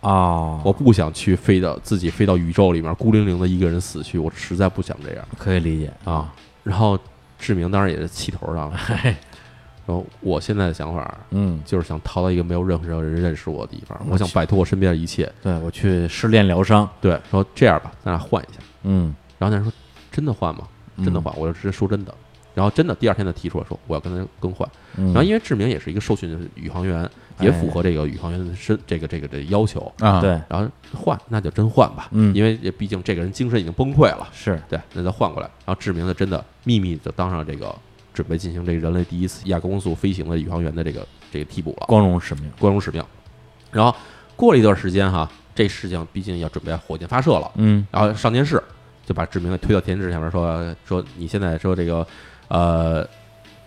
Speaker 2: 哦，
Speaker 1: 我不想去飞到自己飞到宇宙里面孤零零的一个人死去，我实在不想这样
Speaker 2: 可以理解，
Speaker 1: 啊。然后志明当然也是气头 上了，然后我现在的想法
Speaker 2: 嗯，
Speaker 1: 就是想逃到一个没有任何人认识我的地方，
Speaker 2: 我
Speaker 1: 我想
Speaker 2: 去
Speaker 1: 摆脱我身边的一切。
Speaker 2: 对我去失恋疗伤，
Speaker 1: 对，说这样吧，咱俩换一下。
Speaker 2: 嗯，
Speaker 1: 然后那人说真的换吗？真的换，我就直接说真的。然后真的第二天他提出来说我要跟他更换。
Speaker 2: 嗯，然
Speaker 1: 然
Speaker 2: 哎
Speaker 1: 后因为志明也是一个受训的宇航员，也符合这个宇航员的身这个这个这个要求。
Speaker 3: 啊，
Speaker 2: 对
Speaker 1: 然后换那就真换吧，
Speaker 2: 嗯
Speaker 1: 因为也毕竟这个人精神已经崩溃了，
Speaker 2: 是
Speaker 1: 对，那就换过来。然后志明就真的秘密就当上这个准备进行这个人类第一次亚光速飞行的宇航员的这个这个替补了，
Speaker 2: 光荣使命，
Speaker 1: 光荣使命。然后过了一段时间哈，这事情毕竟要准备火箭发射了，
Speaker 2: 嗯
Speaker 1: 然后上电视就把志明给推到电视前面说说你现在说这个呃，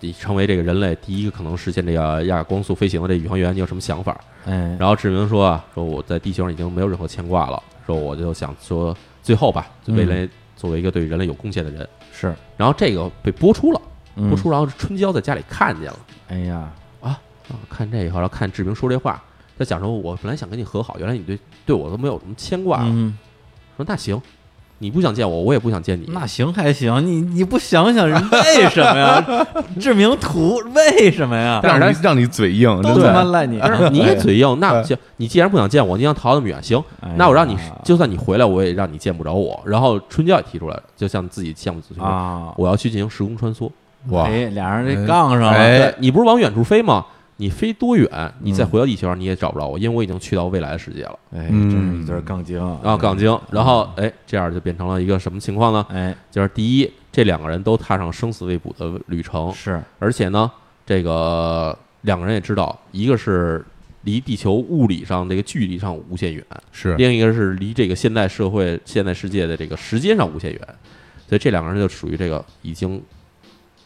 Speaker 1: 你成为这个人类第一个可能实现这个亚光速飞行的这宇航员，你有什么想法？
Speaker 2: 哎，
Speaker 1: 然后志明说啊，说我在地球上已经没有任何牵挂了，说我就想说最后吧，就
Speaker 2: 嗯
Speaker 1: 为人类作为一个对人类有贡献的人。
Speaker 2: 是
Speaker 1: 然后这个被播出了，
Speaker 2: 不
Speaker 1: 播出，然后春娇在家里看见了
Speaker 2: 哎呀，
Speaker 1: 啊，看这以后，然后看志明说这话，他想说，我本来想跟你和好，原来你对对我都没有什么牵挂了。
Speaker 2: 嗯，
Speaker 1: 说那行，你不想见我，我也不想见你。
Speaker 2: 那行还行，你你不想想人为什么呀？ 志明图为什么呀？
Speaker 3: 让你让你嘴硬，真
Speaker 2: 都他妈
Speaker 3: 的
Speaker 2: 赖你，啊
Speaker 1: 但是你也嘴硬，那
Speaker 3: 哎
Speaker 1: 行，你既然不想见我，你想逃那么远，行，
Speaker 2: 哎呀
Speaker 1: 那我让你，就算你回来，我也让你见不着我。然后春娇也提出来了，就像自己项目组说，
Speaker 2: 啊，
Speaker 1: 我要去进行时空穿梭。
Speaker 3: 哇，
Speaker 2: 哎，俩人这杠上了，
Speaker 3: 哎
Speaker 1: 对你不是往远处飞吗？你飞多远，你
Speaker 2: 嗯
Speaker 1: 再回到地球上，你也找不着我，因为我已经去到未来的世界了。
Speaker 2: 哎，
Speaker 3: 嗯
Speaker 2: 真是一对嗯杠精啊
Speaker 1: 然后啊杠精，然后哎，这样就变成了一个什么情况呢？
Speaker 2: 哎，
Speaker 1: 就是第一，这两个人都踏上生死未卜的旅程，
Speaker 2: 是，
Speaker 1: 而且呢，这个两个人也知道，一个是离地球物理上这个距离上无限远，
Speaker 3: 是
Speaker 1: 另一个是离这个现代社会、现代世界的这个时间上无限远，所以这两个人就属于这个已经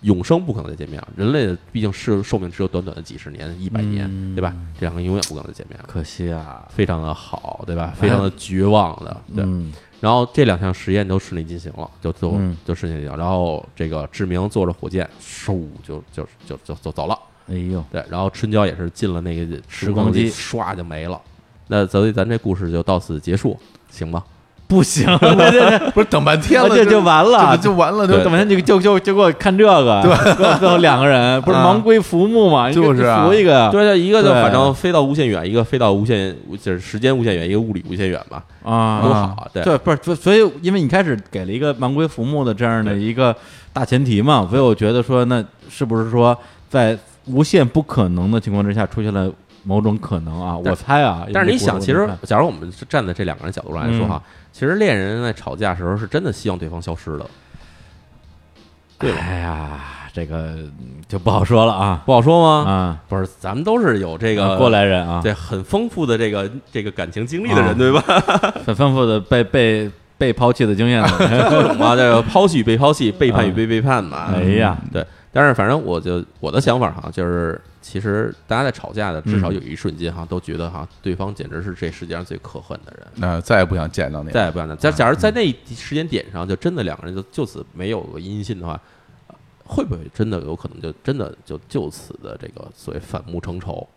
Speaker 1: 永生不可能再见面了。人类的毕竟是寿命只有短短的几十年、一百年，
Speaker 2: 嗯
Speaker 1: 对吧？这两个人永远不可能再见面了，
Speaker 2: 可惜啊，
Speaker 1: 非常的好，对吧？非常的绝望的，对。
Speaker 2: 嗯
Speaker 1: 然后这两项实验都顺利进行了，就就
Speaker 2: 嗯
Speaker 1: 就顺利进行。然后这个志明坐着火箭，嗖就就就就就走了。
Speaker 2: 哎呦，
Speaker 1: 对，然后春娇也是进了那个
Speaker 2: 时光机
Speaker 1: 唰就没了。那所以咱这故事就到此结束，行吗？
Speaker 2: 不 行，对对
Speaker 3: 不是等半天
Speaker 1: 啊
Speaker 3: 了，
Speaker 2: 这就完了
Speaker 3: 这不就完了，就
Speaker 2: 对，等下就就就就给我看这个，对，最后两个人不是
Speaker 3: 啊
Speaker 2: 盲归浮木嘛，你
Speaker 3: 就是啊
Speaker 2: 你扶一个，
Speaker 1: 对对，一个就
Speaker 2: 对
Speaker 1: 反正飞到无限远，一个飞到无限就是时间无限远，一个物理无限远吧，
Speaker 2: 啊，
Speaker 1: 多好。对，
Speaker 2: 对，不是，所所以因为你开始给了一个盲规浮木的这样的一个大前提嘛，所以我觉得说，那是不是说在无限不可能的情况之下出现了某种可能啊？
Speaker 1: 但
Speaker 2: 我猜啊，
Speaker 1: 但是你想，其
Speaker 2: 因为
Speaker 1: 实
Speaker 2: 我没看
Speaker 1: 假如我们是站在这两个人角度上来说哈，其实恋人在吵架的时候是真的希望对方消失的，对吧
Speaker 2: 哎呀，这个嗯就不好说了啊
Speaker 1: 不好说吗？
Speaker 2: 啊，
Speaker 1: 不是，咱们都是有这个
Speaker 2: 过来人啊，
Speaker 1: 对很丰富的这个这个感情经历的人，
Speaker 2: 啊
Speaker 1: 对吧？
Speaker 2: 很丰富的被被被抛弃的经验 了，
Speaker 1: 各种嘛，这个抛弃与被抛弃，背叛与
Speaker 2: 啊
Speaker 1: 被背叛嘛，
Speaker 2: 哎呀，
Speaker 1: 对，但是反正我就我的想法哈，就是其实大家在吵架的，至少有一瞬间哈，都觉得哈，对方简直是这世界上最可恨的人，
Speaker 3: 那再也不想见到你了，
Speaker 1: 再也不想再。假假如在那一时间点上，就真的两个人就就此没有个音信的话，呃会不会真的有可能就真的就就此的这个所谓反目成仇？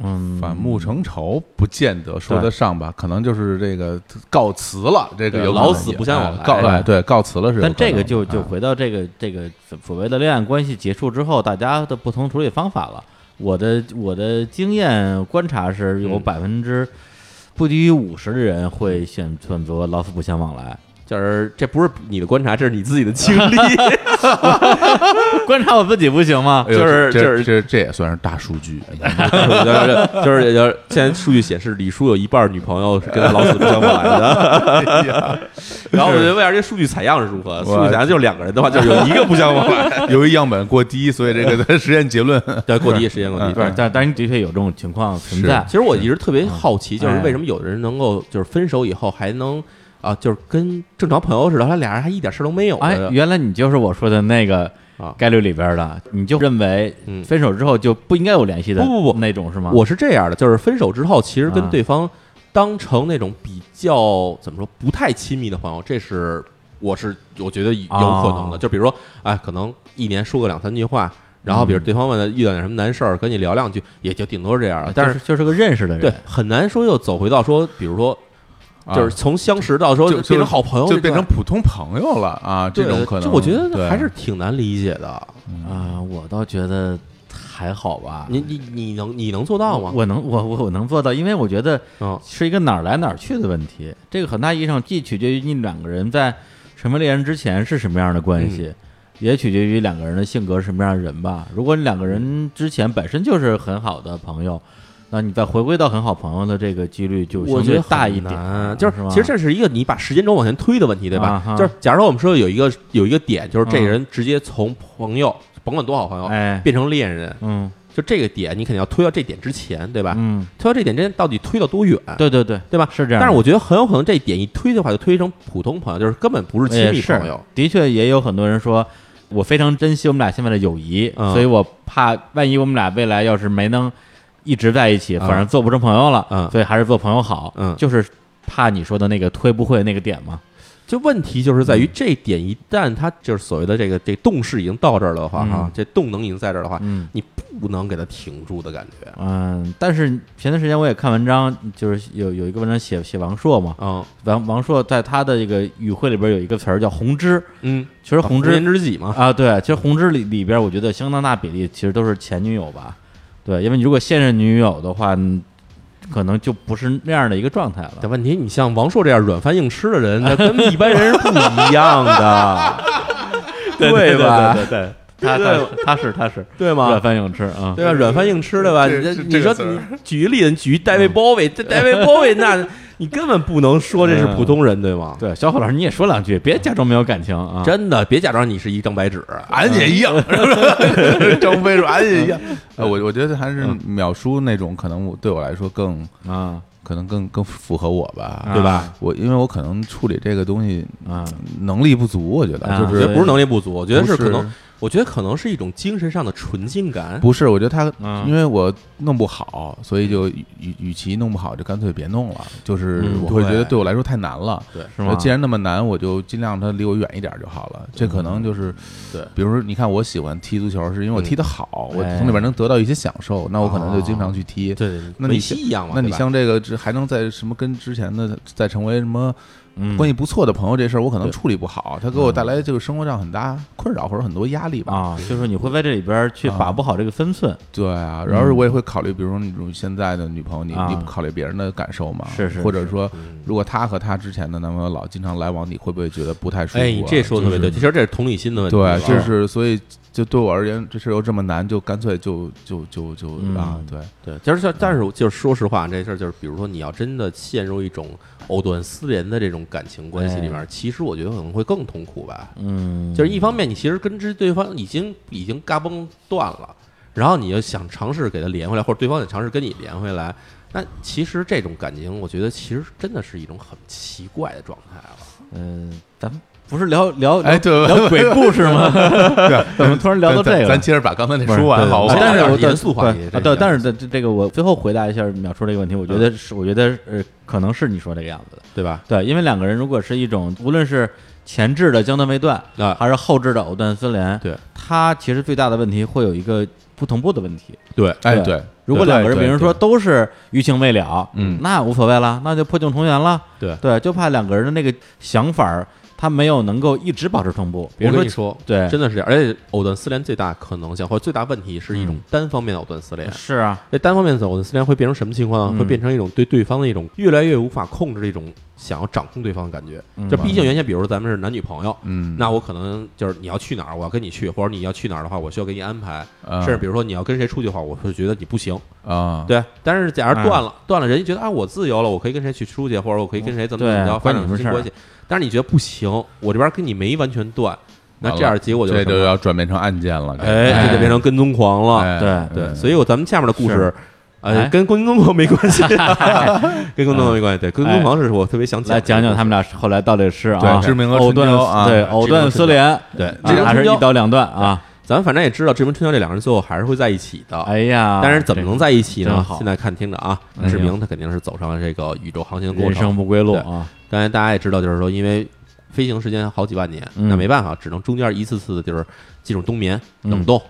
Speaker 2: 嗯，
Speaker 3: 反目成仇不见得说得上吧，可能就是这个告辞了，这个有可能
Speaker 1: 老死不相往来
Speaker 3: 哎告哎对告辞了是有可能的，
Speaker 2: 但这个就就
Speaker 1: 嗯
Speaker 3: 啊
Speaker 2: 回到这个这个所所谓的恋爱关系结束之后，大家的不同处理方法了。我的我的经验观察是有
Speaker 1: 嗯
Speaker 2: 百分之不低于五十的人会选选择老死不相往来，
Speaker 1: 就是这不是你的观察，这是你自己的经历。
Speaker 2: 观察我自己不行吗？
Speaker 3: 哎呦
Speaker 1: 就是
Speaker 3: 这
Speaker 1: 就是
Speaker 3: 这这也算是大数据，
Speaker 1: 就是就是就是，现在数据显示李叔有一半女朋友是跟他老死不相往来的。 然后我就问一下这数据采样是如何？数据采样就是两个人的话，就是有 一个不相往来。哦
Speaker 3: 由于样本过低，所以这个实验结论
Speaker 1: 对，过低时间过低。
Speaker 3: 嗯
Speaker 1: 对
Speaker 2: 对，但但是的确有这种情况存在嗯哎
Speaker 1: 其。实我一直特别好奇，就是为什么有的人能够就是分手以后还能啊，就是跟正常朋友似的，他俩人还一点事儿都没有
Speaker 2: 哎，
Speaker 1: 的
Speaker 2: 原来你就是我说的那个
Speaker 1: 啊。
Speaker 2: 概率里边的，你就认为
Speaker 1: 嗯
Speaker 2: 分手之后就不应该有联系的，
Speaker 1: 不不不
Speaker 2: 那种是吗？
Speaker 1: 我是这样的，就是分手之后，其实
Speaker 2: 啊
Speaker 1: 跟对方当成那种比较怎么说不太亲密的朋友，这是我是我觉得有可能的。
Speaker 2: 哦
Speaker 1: 就比如说，哎，可能一年说个两三句话，然后比
Speaker 2: 嗯
Speaker 1: 如对方问了遇到点什么难事儿，跟你聊两句，也就顶多是这样了。但
Speaker 2: 啊哎就是就是个认识的人，
Speaker 1: 对，很难说又走回到说，比如说
Speaker 2: 啊
Speaker 1: 就是从相识到说
Speaker 3: 就就
Speaker 1: 变成好朋友这
Speaker 3: 就
Speaker 1: 段，
Speaker 3: 变成普通朋友了啊，
Speaker 1: 对
Speaker 3: 这种可能，
Speaker 1: 就我觉得
Speaker 3: 对
Speaker 1: 还是挺难理解的。
Speaker 2: 啊，我倒觉得还好吧。
Speaker 1: 你你你能你能做到吗？
Speaker 2: 我能我我我能做到，因为我觉得
Speaker 1: 嗯
Speaker 2: 是一个哪儿来哪儿去的问题。这个很大意义上既取决于你两个人在成为恋人之前是什么样的关
Speaker 1: 嗯
Speaker 2: 系，也取决于两个人的性格是什么样的人吧。如果你两个人之前本身就是很好的朋友，那你再回归到很好朋友的这个几率就
Speaker 1: 我
Speaker 2: 相
Speaker 1: 觉
Speaker 2: 对
Speaker 1: 得
Speaker 2: 大
Speaker 1: 很
Speaker 2: 一点
Speaker 1: 难
Speaker 2: 啊，
Speaker 1: 就是
Speaker 2: 是吧
Speaker 1: 其实这是一个你把时间轴往前推的问题，对
Speaker 2: 啊
Speaker 1: 吧？
Speaker 2: 哈
Speaker 1: 就是假如说我们说有一个有一个点，就是这
Speaker 2: 嗯
Speaker 1: 个人直接从朋友，甭管多好朋友，
Speaker 2: 哎，
Speaker 1: 变成恋人，
Speaker 2: 嗯
Speaker 1: 就这个点你肯定要推到这点之前，对吧？
Speaker 2: 嗯，
Speaker 1: 推到这点之前到底推到多远？
Speaker 2: 对对对，
Speaker 1: 对吧？
Speaker 2: 是这样的。
Speaker 1: 但是我觉得很有可能这一点一推的话，就推成普通朋友，就是根本不是亲
Speaker 2: 也
Speaker 1: 密
Speaker 2: 哎是
Speaker 1: 朋友。
Speaker 2: 的确也有很多人说，我非常珍惜我们俩现在的友谊，
Speaker 1: 嗯
Speaker 2: 所以我怕万一我们俩未来要是没能一直在一起，
Speaker 1: 嗯
Speaker 2: 反正做不成朋友了，
Speaker 1: 嗯
Speaker 2: 所以还是做朋友好。
Speaker 1: 嗯
Speaker 2: 就是怕你说的那个推不会那个点嘛。
Speaker 1: 就问题就是在
Speaker 3: 嗯
Speaker 1: 于这点，一旦它就是所谓的这个这动势已经到这儿了的话，
Speaker 2: 嗯
Speaker 1: 啊，这动能已经在这儿的话，
Speaker 2: 嗯
Speaker 1: 你不能给它停住的感觉。
Speaker 2: 嗯，但是前段时间我也看文章，就是有有一个文章写写王朔嘛，
Speaker 1: 嗯
Speaker 2: 王王朔在他的这个语汇里边有一个词儿叫红之，
Speaker 1: 嗯，
Speaker 2: 其实红之、
Speaker 1: 颜知己嘛，
Speaker 2: 啊，对，其实红之里里边，我觉得相当大比例其实都是前女友吧，对，因为你如果现任女友的话，嗯可能就不是那样的一个状态了。
Speaker 1: 但问题，你像王朔这样软饭硬吃的人，他 跟一般人是不一样的，吧？
Speaker 2: 对对，他他他是他是
Speaker 1: 对
Speaker 2: 软
Speaker 1: 吗？
Speaker 2: 饭硬吃啊，
Speaker 1: 对吧？软饭硬吃的吧？
Speaker 3: 这
Speaker 1: 你这
Speaker 3: 这
Speaker 1: 你说
Speaker 3: 这个词嗯
Speaker 1: 你举个例子，你举戴维鲍威，这 戴维鲍威，那你根本不能说这是普通人，对
Speaker 3: 嗯
Speaker 1: 吗？
Speaker 2: 对，小虎老师你也说两句，别假装没有感情啊。
Speaker 1: 真的，别假装你是一张白纸。
Speaker 3: 俺也一样， 张飞说俺也一样。嗯呃，我我觉得还是
Speaker 1: 嗯
Speaker 3: 秒叔那种，可能我对我来说更
Speaker 2: 啊
Speaker 3: 可能更更符合我吧，
Speaker 1: 对吧？
Speaker 3: 我因为我可能处理这个东西
Speaker 2: 啊，
Speaker 3: 能力不足，我觉得
Speaker 2: 啊
Speaker 3: 就
Speaker 1: 我
Speaker 3: 是
Speaker 1: 觉得不是能力不足，我觉得是
Speaker 3: 不
Speaker 1: 可
Speaker 3: 是
Speaker 1: 能，我觉得可能是一种精神上的纯净感。
Speaker 3: 不是，我觉得他
Speaker 2: 嗯
Speaker 3: 因为我弄不好，所以就与与与其弄不好，就干脆别弄了。就是
Speaker 1: 嗯
Speaker 3: 我会觉得
Speaker 1: 对
Speaker 3: 对我来说太难了。
Speaker 1: 对
Speaker 2: 是吗
Speaker 3: 呃既然那么难，我就尽量它离我远一点就好了。这可能就是，
Speaker 1: 嗯对嗯
Speaker 3: 比如说你看，我喜欢踢足球，是因为我踢得好，我
Speaker 2: 哎
Speaker 3: 从里边能得到一些享受，那我可能就经
Speaker 1: 哦
Speaker 3: 常去踢。
Speaker 1: 对，
Speaker 3: 那
Speaker 1: 梅
Speaker 3: 你
Speaker 1: 西一样嘛？
Speaker 3: 那你
Speaker 1: 对吧
Speaker 3: 像这个，这还能在什么跟之前的再成为什么
Speaker 2: 嗯
Speaker 3: 关系不错的朋友这事儿，我可能
Speaker 2: 对
Speaker 3: 处理不好，它给我带来这个生活上很大困扰或者很多压力吧。
Speaker 2: 啊，就是你会在这里边
Speaker 1: 啊
Speaker 2: 去把握好这个分寸，
Speaker 3: 对啊，然后我也会考虑，比如说你现在的女朋友，你
Speaker 2: 啊
Speaker 3: 你不考虑别人的感受吗？
Speaker 2: 是是
Speaker 3: 或者说，如果她和她之前的男朋友老经常来往，你会不会觉得不太舒服啊？
Speaker 1: 哎，你这说的特别对，其实这是同理心的问题。啊
Speaker 3: 对，啊
Speaker 1: 吧
Speaker 3: 就是所以就对我而言，这事儿又这么难，就干脆就就就就
Speaker 2: 嗯
Speaker 3: 啊，对，
Speaker 1: 对，就是说但是就是说实话，这事儿就是，比如说你要真的陷入一种藕断丝连的这种感情关系里面，其实我觉得可能会更痛苦吧。
Speaker 2: 嗯，
Speaker 1: 就是一方面，你其实跟之对方已经已经嘎嘣断了，然后你又想尝试给他连回来，或者对方也尝试跟你连回来，那其实这种感情，我觉得其实真的是一种很奇怪的状态了。
Speaker 2: 嗯，咱们不是聊聊
Speaker 3: 哎，对，
Speaker 2: 聊鬼故事 吗？怎么突然聊到
Speaker 3: 咱
Speaker 2: 这个了？
Speaker 3: 咱接着把刚才那说完，
Speaker 1: 对
Speaker 3: 好不
Speaker 1: 啊
Speaker 3: 好？
Speaker 2: 但是
Speaker 1: 有
Speaker 2: 我
Speaker 1: 点严肃话题
Speaker 2: 对，
Speaker 1: 这
Speaker 2: 啊对
Speaker 1: 是
Speaker 2: 但是这这这个我最后回答一下淼叔这个问题，我觉得是，我觉得呃，可能是你说这个样子的，
Speaker 1: 对吧？
Speaker 2: 对，因为两个人如果是一种无论是前置的将断未断，
Speaker 1: 啊
Speaker 2: 还是后置的藕断丝连，
Speaker 1: 对，
Speaker 2: 它其实最大的问题会有一个不同步的问题，
Speaker 3: 对，哎
Speaker 2: 对
Speaker 3: 对，
Speaker 2: 如果两个人，
Speaker 3: 对
Speaker 2: 比如说，
Speaker 3: 对
Speaker 2: 都是余情未了，
Speaker 3: 嗯
Speaker 2: 那无所谓了，那就破镜重圆了。
Speaker 1: 对
Speaker 2: 对，就怕两个人的那个想法儿，他没有能够一直保持同步。比
Speaker 1: 我
Speaker 2: 如
Speaker 1: 跟你，
Speaker 2: 说
Speaker 1: 说，
Speaker 2: 对
Speaker 1: 真的是这样。而且藕断丝连最大可能性或者最大问题是一种
Speaker 2: 嗯
Speaker 1: 单方面的藕断丝连。
Speaker 2: 是啊，
Speaker 1: 这单方面的藕断丝连会变成什么情况呢？
Speaker 2: 嗯
Speaker 1: 会变成一种对对方的一种越来越无法控制的一种想要掌控对方的感觉。
Speaker 2: 嗯
Speaker 1: 就毕竟原先，比如说咱们是男女朋友，
Speaker 3: 嗯，
Speaker 1: 那我可能就是你要去哪儿，我要跟你去，或者你要去哪儿的话，我需要给你安排。
Speaker 3: 啊
Speaker 2: 嗯
Speaker 1: 甚至比如说你要跟谁出去的话，我会觉得你不行。
Speaker 3: 啊，
Speaker 1: 对，但是假如断了，
Speaker 2: 嗯
Speaker 1: 断了，人家觉得啊，我自由了，我可以跟谁去出去，或者我可以跟谁怎么
Speaker 2: 对啊
Speaker 1: 怎么着，
Speaker 2: 关
Speaker 1: 发
Speaker 2: 你
Speaker 1: 展
Speaker 2: 什么
Speaker 1: 新
Speaker 2: 事儿
Speaker 1: 关系。但是你觉得不行，我这边跟你没完全断，那这
Speaker 3: 完
Speaker 1: 样
Speaker 3: 了
Speaker 1: 结果就是
Speaker 3: 这
Speaker 1: 什么
Speaker 3: 就要转变成案件了，
Speaker 1: 哎，这就变成跟踪狂了。
Speaker 3: 哎
Speaker 2: 对
Speaker 1: 对，所以我咱们下面的故事
Speaker 2: 是。
Speaker 1: 呃
Speaker 2: 哎，
Speaker 1: 跟跟踪狂没关 系，跟跟踪狂没关系。对，跟踪狂是我特别想
Speaker 2: 哎来讲讲他
Speaker 1: 们
Speaker 2: 们俩后来到底是啊，
Speaker 3: 对志明和
Speaker 2: 藕
Speaker 3: 春
Speaker 2: 断
Speaker 3: 娇啊
Speaker 2: 对
Speaker 3: 志明
Speaker 2: 藕断丝连，
Speaker 1: 对
Speaker 2: 啊，还是一刀两断啊！
Speaker 1: 咱们反正也知道，志明春娇这两个人最后还是会在一起的。
Speaker 2: 哎呀，
Speaker 1: 但是怎么能在一起
Speaker 2: 真
Speaker 1: 呢
Speaker 2: 好？
Speaker 1: 现在看听着啊
Speaker 2: 哎，呀
Speaker 1: 志明他肯定是走上了这个宇宙航行
Speaker 2: 这
Speaker 1: 的过
Speaker 2: 人
Speaker 1: 程。
Speaker 2: 生不归路
Speaker 1: 对
Speaker 2: 啊？
Speaker 1: 刚才大家也知道，就是说因为飞行时间好几万年，
Speaker 2: 嗯
Speaker 1: 那没办法，只能中间一次次的就是进入冬眠、
Speaker 2: 嗯
Speaker 1: 冷冻，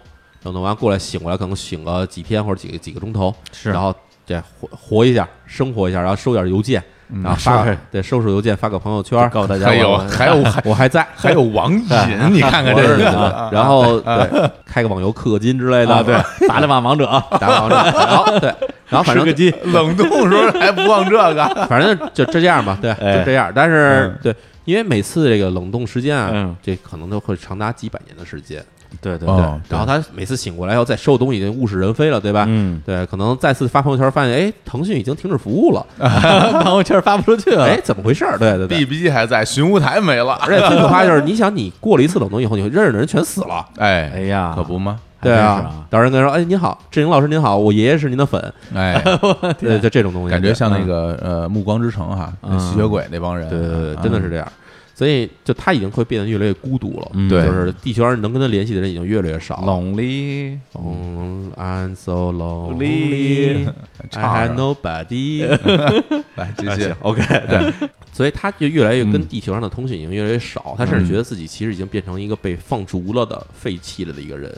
Speaker 1: 冷冻完过来醒过来，可能醒个几天或者几个几个钟头，
Speaker 2: 是
Speaker 1: 然后再活活一下，生活一下，然后收点邮件，
Speaker 3: 嗯
Speaker 1: 然后发
Speaker 2: 是
Speaker 1: 个对收拾邮件，发个朋友圈，
Speaker 2: 告诉大家
Speaker 3: 还有
Speaker 2: 我
Speaker 3: 还有还
Speaker 1: 我还在。
Speaker 3: 还有网
Speaker 1: 哎
Speaker 3: 瘾，你看看
Speaker 1: 我
Speaker 3: 这啊
Speaker 1: 是
Speaker 3: 人
Speaker 1: 的，然后对开个网游氪个金之类的，
Speaker 2: 啊，对， 打两把王者啊，
Speaker 1: 打个王者，然后对，然后啊反正
Speaker 2: 吃个鸡，
Speaker 3: 冷冻时候还不忘这 个，
Speaker 1: 反正就就这样吧，对，
Speaker 2: 哎
Speaker 1: 就这样。但是
Speaker 3: 嗯
Speaker 1: 对，因为每次这个冷冻时间啊
Speaker 2: 嗯，
Speaker 1: 这可能都会长达几百年的时间。
Speaker 2: 对对
Speaker 3: 哦
Speaker 2: 对，
Speaker 1: 对，然后他每次醒过来以后再收东西，已经物是人非了，对吧？
Speaker 2: 嗯，
Speaker 1: 对，可能再次发朋友圈发现，哎，腾讯已经停止服务了，
Speaker 2: 朋友圈发不出去了，
Speaker 1: 哎，怎么回事儿？对对对。
Speaker 3: ，BB 还在，寻乌台没了，
Speaker 1: 而且最可怕就是，你想，你过了一次冷冻以后，你会认识的人全死了。
Speaker 3: 哎
Speaker 2: 哎呀，
Speaker 3: 可不 吗？
Speaker 1: 对
Speaker 2: 还真是啊
Speaker 1: 到时候跟人说：“哎，您好，志颖老师您好，我爷爷是您的粉。
Speaker 3: 哎，”
Speaker 1: 对，就这种东西，
Speaker 3: 感觉像那
Speaker 1: 嗯
Speaker 3: 个呃《暮光之城》哈，那
Speaker 2: 嗯
Speaker 3: 吸血鬼那帮人，
Speaker 1: 对对对，
Speaker 3: 啊
Speaker 1: 真的是这样。所以就他已经会变得越来越孤独了，
Speaker 2: 嗯
Speaker 3: 对
Speaker 1: 就是地球上能跟他联系的人已经越来越少了。
Speaker 2: lonely，
Speaker 1: 嗯，I'm so
Speaker 2: Lonely
Speaker 1: lonely, I
Speaker 3: 唱
Speaker 1: have
Speaker 3: 着
Speaker 1: nobody 。
Speaker 3: 来继续
Speaker 1: OK，对，所以他就越来越跟
Speaker 2: 嗯
Speaker 1: 地球上的通讯已经越来越少，他甚至觉得自己其实已经变成一个被放逐了的、废弃了的一个人，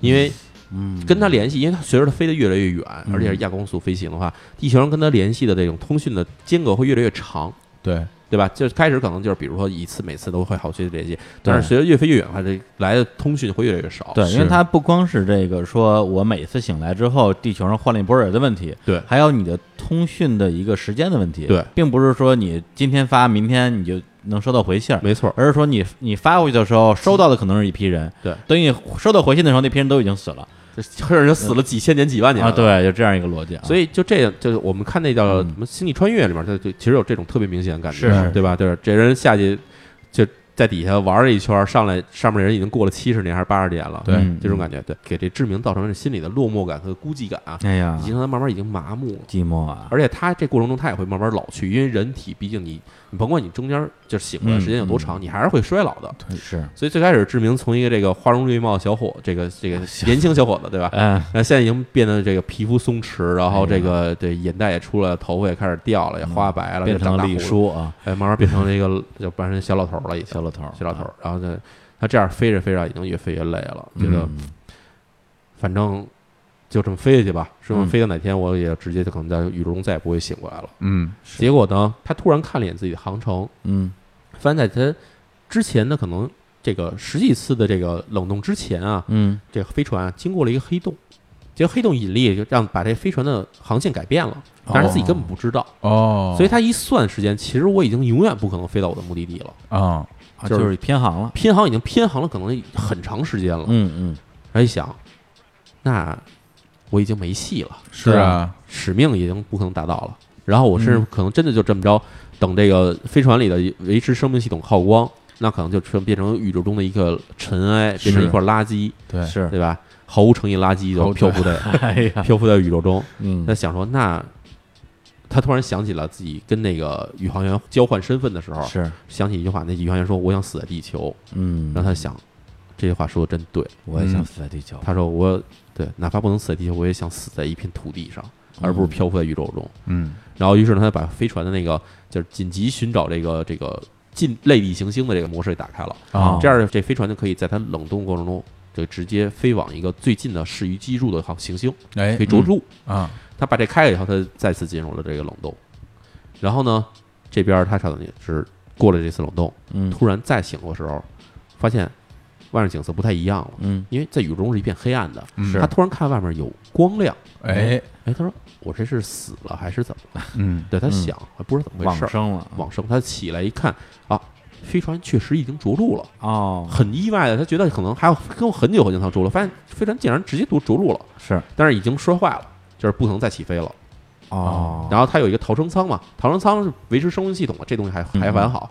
Speaker 1: 因为
Speaker 2: 嗯，
Speaker 1: 跟他联系，因为他随着他飞得越来越远，
Speaker 2: 嗯
Speaker 1: 而且是亚光速飞行的话，地球上跟他联系的这种通讯的间隔会越来越长。
Speaker 3: 对，
Speaker 1: 对吧？就是开始可能就是，比如说一次每次都会好去联系，但是随着越飞越远的话，这来的通讯会越来越少。
Speaker 2: 对，因为
Speaker 3: 是
Speaker 2: 它不光是这个，说我每次醒来之后，地球上换了一波人的问题，
Speaker 1: 对
Speaker 2: 还有你的通讯的一个时间的问题，
Speaker 1: 对，
Speaker 2: 并不是说你今天发，明天你就能收到回信儿，
Speaker 1: 没错，
Speaker 2: 而是说你你发过去的时候，收到的可能是一批人，
Speaker 1: 对，
Speaker 2: 等你收到回信的时候，那批人都已经死了
Speaker 1: 甚至死了几千年、几万年
Speaker 2: 啊，
Speaker 1: 了。
Speaker 2: 对，就这样一个逻辑啊，
Speaker 1: 所
Speaker 2: 以
Speaker 1: 以就这样，就是我们看那叫
Speaker 2: 嗯
Speaker 1: 什么《星际穿越》里面，它就其实有这种特别明显的感觉，
Speaker 2: 是
Speaker 1: 对吧？就是这人下去就在底下玩了一圈，上来上面人已经过了七十年还是八十年了，
Speaker 3: 对
Speaker 1: 这种感觉，对，给这志明造成了心理的落寞感和孤寂感啊，
Speaker 2: 觉，哎呀
Speaker 1: 已，经让他慢慢已经麻木了。
Speaker 2: 寂寞啊，
Speaker 1: 而且他这过程中他也会慢慢老去，因为人体毕竟你你甭管你中间就是醒过来时间有多长，你还是会衰老的。
Speaker 2: 是，
Speaker 1: 所以最开始志明从一个这个花容月貌的小伙，这个这个年轻小伙子，对吧？
Speaker 2: 嗯，
Speaker 1: 那现在已经变得这个皮肤松弛，然后
Speaker 2: 哎呀嗯
Speaker 1: 这个对眼袋也出来了，头发也开始掉了，也花白了，
Speaker 2: 变成了
Speaker 1: 了
Speaker 2: 李，叔啊，
Speaker 1: 哎，慢慢变成了一个就变成小老头了，已经
Speaker 2: 小老头儿，啊
Speaker 1: 小老头，然后呢，他这样飞着飞着已经越飞越累了，觉得
Speaker 2: 嗯
Speaker 1: 反正就这么飞下去吧，是
Speaker 2: 嗯
Speaker 1: 么飞到哪天我也直接就可能在宇宙中再也不会醒过来了。
Speaker 3: 嗯，
Speaker 1: 结果呢，他突然看了一眼自己的航程，
Speaker 2: 嗯
Speaker 1: 发现在他之前呢，可能这个十几次的这个冷冻之前啊，
Speaker 2: 嗯，
Speaker 1: 这个飞船啊经过了一个黑洞，结果黑洞引力就让把这飞船的航线改变了，但是自己根本不知道，
Speaker 3: 哦，
Speaker 1: 所以他一算时间，其实我已经永远不可能飞到我的目的地了，
Speaker 3: 啊，
Speaker 2: 啊
Speaker 1: 就
Speaker 2: 就是是偏航了，
Speaker 1: 偏航已经偏航了，可能很长时间了。
Speaker 2: 嗯嗯，
Speaker 1: 然后一想，那我已经没戏了。
Speaker 3: 是啊，
Speaker 1: 使命已经不可能达到了。然后我甚至可能真的就这么着，等这个飞船里的维持生命系统耗光，那可能就成变成宇宙中的一个尘埃，
Speaker 3: 是
Speaker 1: 变成一块垃圾，
Speaker 3: 对，
Speaker 2: 嗯是，
Speaker 1: 对吧？毫无诚意垃圾
Speaker 3: 毫
Speaker 1: 就
Speaker 3: 无
Speaker 1: 漂浮在
Speaker 2: 哎呀，
Speaker 1: 漂浮在宇宙中。
Speaker 2: 嗯
Speaker 1: 他，想说，那他突然想起了自己跟那个宇航员交换身份的时候，
Speaker 2: 是，
Speaker 1: 想起一句话，那宇航员说：“我想死在地球。”
Speaker 2: 嗯，
Speaker 1: 然后他想，这句话说的真对。
Speaker 2: 我也想死在地球，
Speaker 1: 他说：“我对，哪怕不能死在地球，我也想死在一片土地上，而不是漂浮在宇宙中。”
Speaker 3: 嗯，
Speaker 1: 然后于是呢他把飞船的那个就是紧急寻找这个这个近类地行星的这个模式给打开了，
Speaker 2: 啊
Speaker 1: 这样这飞船就可以在它冷冻过程中就直接飞往一个最近的适于居住的好行星，
Speaker 5: 哎
Speaker 1: 可以着陆。
Speaker 5: 啊，
Speaker 1: 他把这开了以后，他再次进入了这个冷冻。然后呢，这边他小等是过了这次冷冻，
Speaker 2: 嗯
Speaker 1: 突然再醒过时候，发现外面景色不太一样了，
Speaker 2: 嗯
Speaker 1: 因为在雨中是一片黑暗的。
Speaker 3: 嗯
Speaker 5: 是
Speaker 1: 他突然看外面有光亮，
Speaker 5: 哎，
Speaker 1: 哎，他说我这是死了还是怎么了？
Speaker 5: 嗯，
Speaker 1: 对他
Speaker 2: 嗯
Speaker 1: 想，还不知道怎么
Speaker 2: 往
Speaker 1: 回事儿。
Speaker 2: 生了
Speaker 1: 往生，他起来一看啊，飞船确实已经着陆了，
Speaker 2: 哦，
Speaker 1: 很意外的，他觉得可能还要跟我很久很久才着陆，发现飞船竟然直接着着陆了，
Speaker 2: 是
Speaker 1: 但是已经摔坏了，就是不能再起飞了。
Speaker 2: 哦，
Speaker 1: 然后它有一个逃生舱嘛，逃生舱是维持生命系统的，这东西还
Speaker 2: 嗯
Speaker 1: 还完好。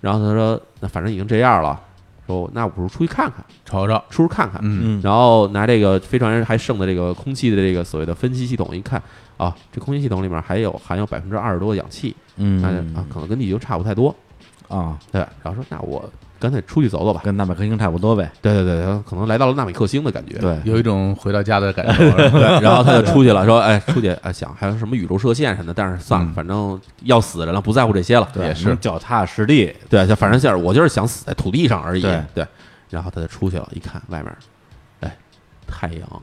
Speaker 1: 然后他说，那反正已经这样了，说那我不如出去看看，
Speaker 5: 瞅瞅，
Speaker 1: 出去看看。
Speaker 5: 嗯
Speaker 2: 嗯，
Speaker 1: 然后拿这个飞船还剩的这个空气的这个所谓的分析系统一看啊，这空气系统里面还有含有百分之二十多的氧气，
Speaker 2: 嗯
Speaker 1: 那就啊可能跟地球差不太多，
Speaker 2: 啊，
Speaker 1: 对。然后说那我干脆出去走走吧，
Speaker 2: 跟纳米克星差不多呗，
Speaker 1: 对对对，然后可能来到了纳米克星的感觉，
Speaker 2: 对，
Speaker 5: 有一种回到家的感觉，
Speaker 1: 对，然后他就出去了，说：“哎，出去啊，想还有什么宇宙射线什么的，但是算
Speaker 2: 嗯
Speaker 1: 了，反正要死人了，不在乎这些了。
Speaker 2: 对
Speaker 5: 也是
Speaker 2: 能脚踏实地，
Speaker 1: 对，就反正就是我就是想死在土地上而已。
Speaker 2: 对
Speaker 1: 然后他就出去了，一看外面，哎，太阳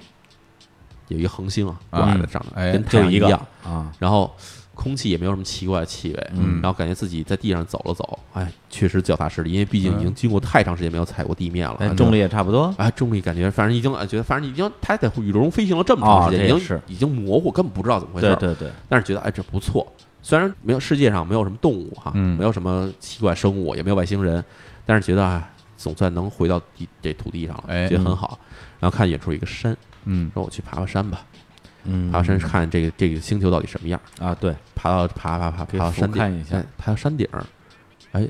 Speaker 1: 有一个恒星啊挂在上
Speaker 5: 哎
Speaker 1: 面，跟太
Speaker 2: 就
Speaker 1: 阳
Speaker 2: 一
Speaker 1: 样
Speaker 2: 个，啊，
Speaker 1: 然后空气也没有什么奇怪的气味，
Speaker 2: 嗯
Speaker 1: 然后感觉自己在地上走了走，哎，确实脚踏实地，因为毕竟已经经过太长时间没有踩过地面了，
Speaker 2: 哎，
Speaker 1: 啊
Speaker 2: 重力也差不多，
Speaker 1: 啊，重力感觉，反正已经呃觉得，反正已经他在宇宙中飞行了这么长时
Speaker 2: 哦
Speaker 1: 间，
Speaker 2: 这也
Speaker 1: 已经
Speaker 2: 是
Speaker 1: 已经模糊，根本不知道怎么回事
Speaker 2: 对
Speaker 1: 儿。
Speaker 2: 对对，
Speaker 1: 但是觉得哎，这不错。虽然没有世界上没有什么动物哈，
Speaker 5: 嗯
Speaker 1: 没有什么奇怪生物，也没有外星人，但是觉得哎，总算能回到地这土地上了，
Speaker 5: 哎
Speaker 1: 觉
Speaker 2: 嗯
Speaker 1: 得很好。然后看远处一个山，
Speaker 5: 嗯，
Speaker 1: 说我去爬爬山吧，
Speaker 2: 嗯
Speaker 1: 爬爬山看这个这个星球到底什么样。
Speaker 2: 啊，对，
Speaker 1: 爬到爬爬爬
Speaker 2: 可
Speaker 1: 爬
Speaker 2: 以
Speaker 1: 到
Speaker 2: 俯
Speaker 1: 山顶，
Speaker 2: 瞰一下
Speaker 1: 哎爬到山顶儿，哎，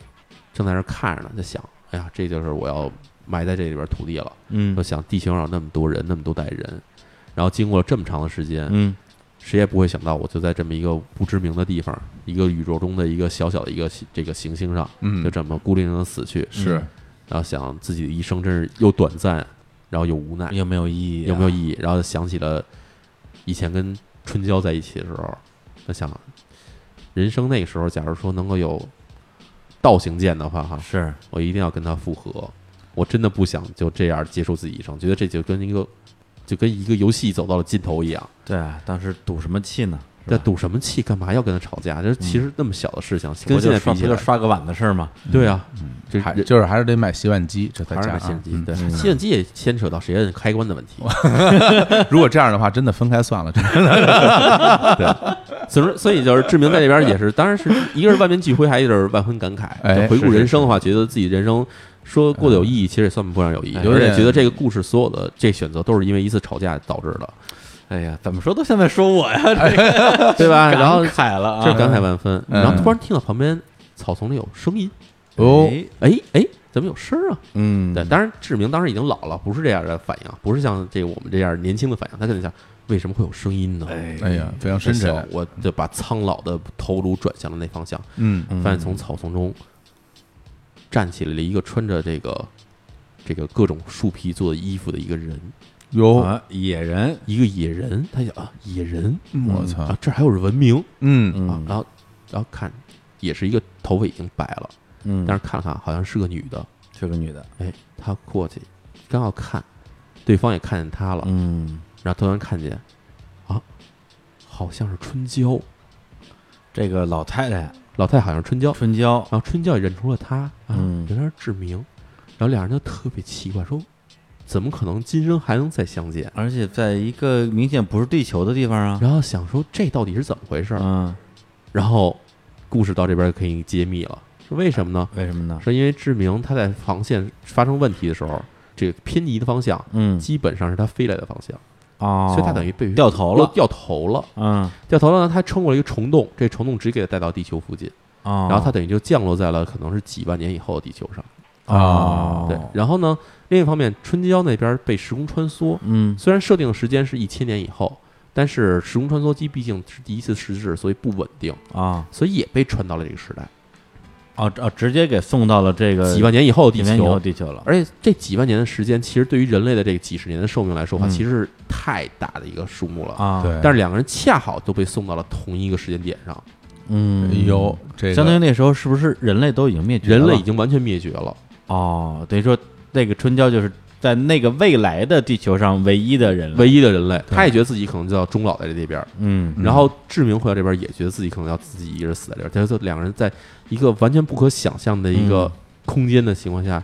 Speaker 1: 正在那儿看着呢，在想，哎呀，这就是我要埋在这里边土地了。
Speaker 2: 嗯
Speaker 1: 就想地球上有那么多人，那么多代人，然后经过了这么长的时间，
Speaker 2: 嗯
Speaker 1: 谁也不会想到，我就在这么一个不知名的地方，一个宇宙中的一个小小的一个行这个行星上，
Speaker 5: 嗯
Speaker 1: 就这么孤零零的死去。
Speaker 5: 是，哎
Speaker 1: 然后想自己的一生真是又短暂，然后又无奈，
Speaker 2: 有没有意义啊？
Speaker 1: 有没有意义？然后想起了以前跟春娇在一起的时候，他想，人生那个时候，假如说能够有道行剑的话，哈，
Speaker 2: 是
Speaker 1: 我一定要跟他复合。我真的不想就这样结束自己一生，觉得这就跟一个就跟一个游戏走到了尽头一样。
Speaker 2: 对啊，当时赌什么气呢？
Speaker 1: 在赌什么气？干嘛要跟他吵架？就是其实那么小的事情，
Speaker 2: 不
Speaker 1: 嗯跟
Speaker 2: 就
Speaker 1: 现在
Speaker 2: 刷
Speaker 1: 比
Speaker 2: 不
Speaker 1: 起
Speaker 2: 就
Speaker 1: 来，
Speaker 2: 刷个碗的事儿吗？
Speaker 1: 对啊，就
Speaker 5: 嗯还
Speaker 1: 人
Speaker 5: 就是还是得买洗碗机，这在
Speaker 1: 还是
Speaker 5: 家啊
Speaker 1: 买吸尘机
Speaker 5: 嗯，
Speaker 1: 对， 吸尘机也牵扯到谁摁开关的问题。
Speaker 5: 如果这样的话，真的分开算了，真的
Speaker 1: 所以说，所以就是志明在这边也是，当然是一个是万念俱灰，还有一个是万分 感慨。
Speaker 5: 哎
Speaker 1: 就回
Speaker 5: 是
Speaker 1: 顾
Speaker 5: 是
Speaker 1: 人生的话，觉得自己人生说过得有意义，其实也算不上有意义，
Speaker 5: 有
Speaker 1: 而且
Speaker 5: 点
Speaker 1: 觉得这个故事所有的这选择都是因为一次吵架导致 的，
Speaker 2: 哎呀，怎么说都像在说我呀，
Speaker 1: 对吧？然后
Speaker 2: 凯了
Speaker 1: 这
Speaker 2: 啊，
Speaker 1: 感慨万分，
Speaker 5: 嗯
Speaker 1: 然后突然听到旁边草丛里有声音，
Speaker 5: 哦，
Speaker 2: 哎
Speaker 1: 哎哎，怎么有声儿啊？
Speaker 2: 嗯，
Speaker 1: 对，当然志明当时已经老了，不是这样的反应，不是像这个我们这样年轻的反应。他肯定想，为什么会有声音呢？
Speaker 2: 哎
Speaker 5: 哎呀，非常深
Speaker 1: 想
Speaker 5: 沉，
Speaker 1: 我就把苍老的头颅转向了那方向，
Speaker 5: 嗯
Speaker 2: 嗯
Speaker 1: 发现从草丛中站起来了一个穿着这个这个各种树皮做的衣服的一个人，
Speaker 5: 哟，
Speaker 2: 啊，野人，
Speaker 1: 一个野人。他想啊，野人
Speaker 5: 我操
Speaker 1: 啊，，这儿还有文明
Speaker 5: 嗯
Speaker 1: 啊
Speaker 2: 嗯，
Speaker 1: 然后然后看也是一个头发已经白了，
Speaker 2: 嗯，
Speaker 1: 但是看了看好像是个女的，
Speaker 2: 是个女的，
Speaker 1: 哎，他过去刚要看，对方也看见他了。
Speaker 2: 嗯，
Speaker 1: 然后突然看见，啊，好像是春娇，
Speaker 2: 这个老太太
Speaker 1: 老太好像是春娇，
Speaker 2: 春娇，
Speaker 1: 然后春娇也认出了她，啊，
Speaker 2: 嗯
Speaker 1: 原来是志明，然后俩人就特别奇怪，说怎么可能今生还能再相见？
Speaker 2: 而且在一个明显不是地球的地方啊，
Speaker 1: 然后想说这到底是怎么回事儿？
Speaker 2: 嗯，
Speaker 1: 然后故事到这边可以揭秘了，是为什么呢？
Speaker 2: 为什么呢？
Speaker 1: 是因为志明他在航线发生问题的时候，这个偏移的方向。
Speaker 2: 嗯，
Speaker 1: 基本上是他飞来的方向，
Speaker 2: 哦，
Speaker 1: 所以他等于被
Speaker 2: 掉头了，
Speaker 1: 掉头了，
Speaker 2: 嗯，
Speaker 1: 掉头了呢。他穿过了一个虫洞，这虫洞直接给他带到地球附近。
Speaker 2: 哦，
Speaker 1: 然后它等于就降落在了可能是几万年以后的地球上。
Speaker 2: 哦，
Speaker 1: 啊对，然后呢，另一方面，春娇那边被时空穿梭，
Speaker 2: 嗯，
Speaker 1: 虽然设定的时间是一千年以后，但是时空穿梭机毕竟是第一次实质，所以不稳定，
Speaker 2: 啊，
Speaker 1: 所以也被传到了这个时代，
Speaker 2: 哦哦，直接给送到了这个
Speaker 1: 几万年以后的
Speaker 2: 几
Speaker 1: 地
Speaker 2: 年以后
Speaker 1: 球。
Speaker 2: 地球了，
Speaker 1: 而且这几万年的时间，其实对于人类的这几十年的寿命来说的话，
Speaker 2: 嗯
Speaker 1: 其实是太大的一个数目了。
Speaker 2: 啊，，
Speaker 5: 对，
Speaker 1: 但是两个人恰好都被送到了同一个时间点上，
Speaker 2: 嗯，
Speaker 5: 哎呦，这个
Speaker 2: 相当于那时候是不是人类都已经灭绝了？
Speaker 1: 人类已经完全灭绝了。
Speaker 2: 哦，等于说那个春娇就是在那个未来的地球上唯一的人类。
Speaker 1: 唯一的人类，他也觉得自己可能就要终老在这边儿。
Speaker 2: 嗯
Speaker 1: 然后志明回到这边儿也觉得自己可能要自己一个人死在这边儿，就是两个人在一个完全不可想象的一个空间的情况下，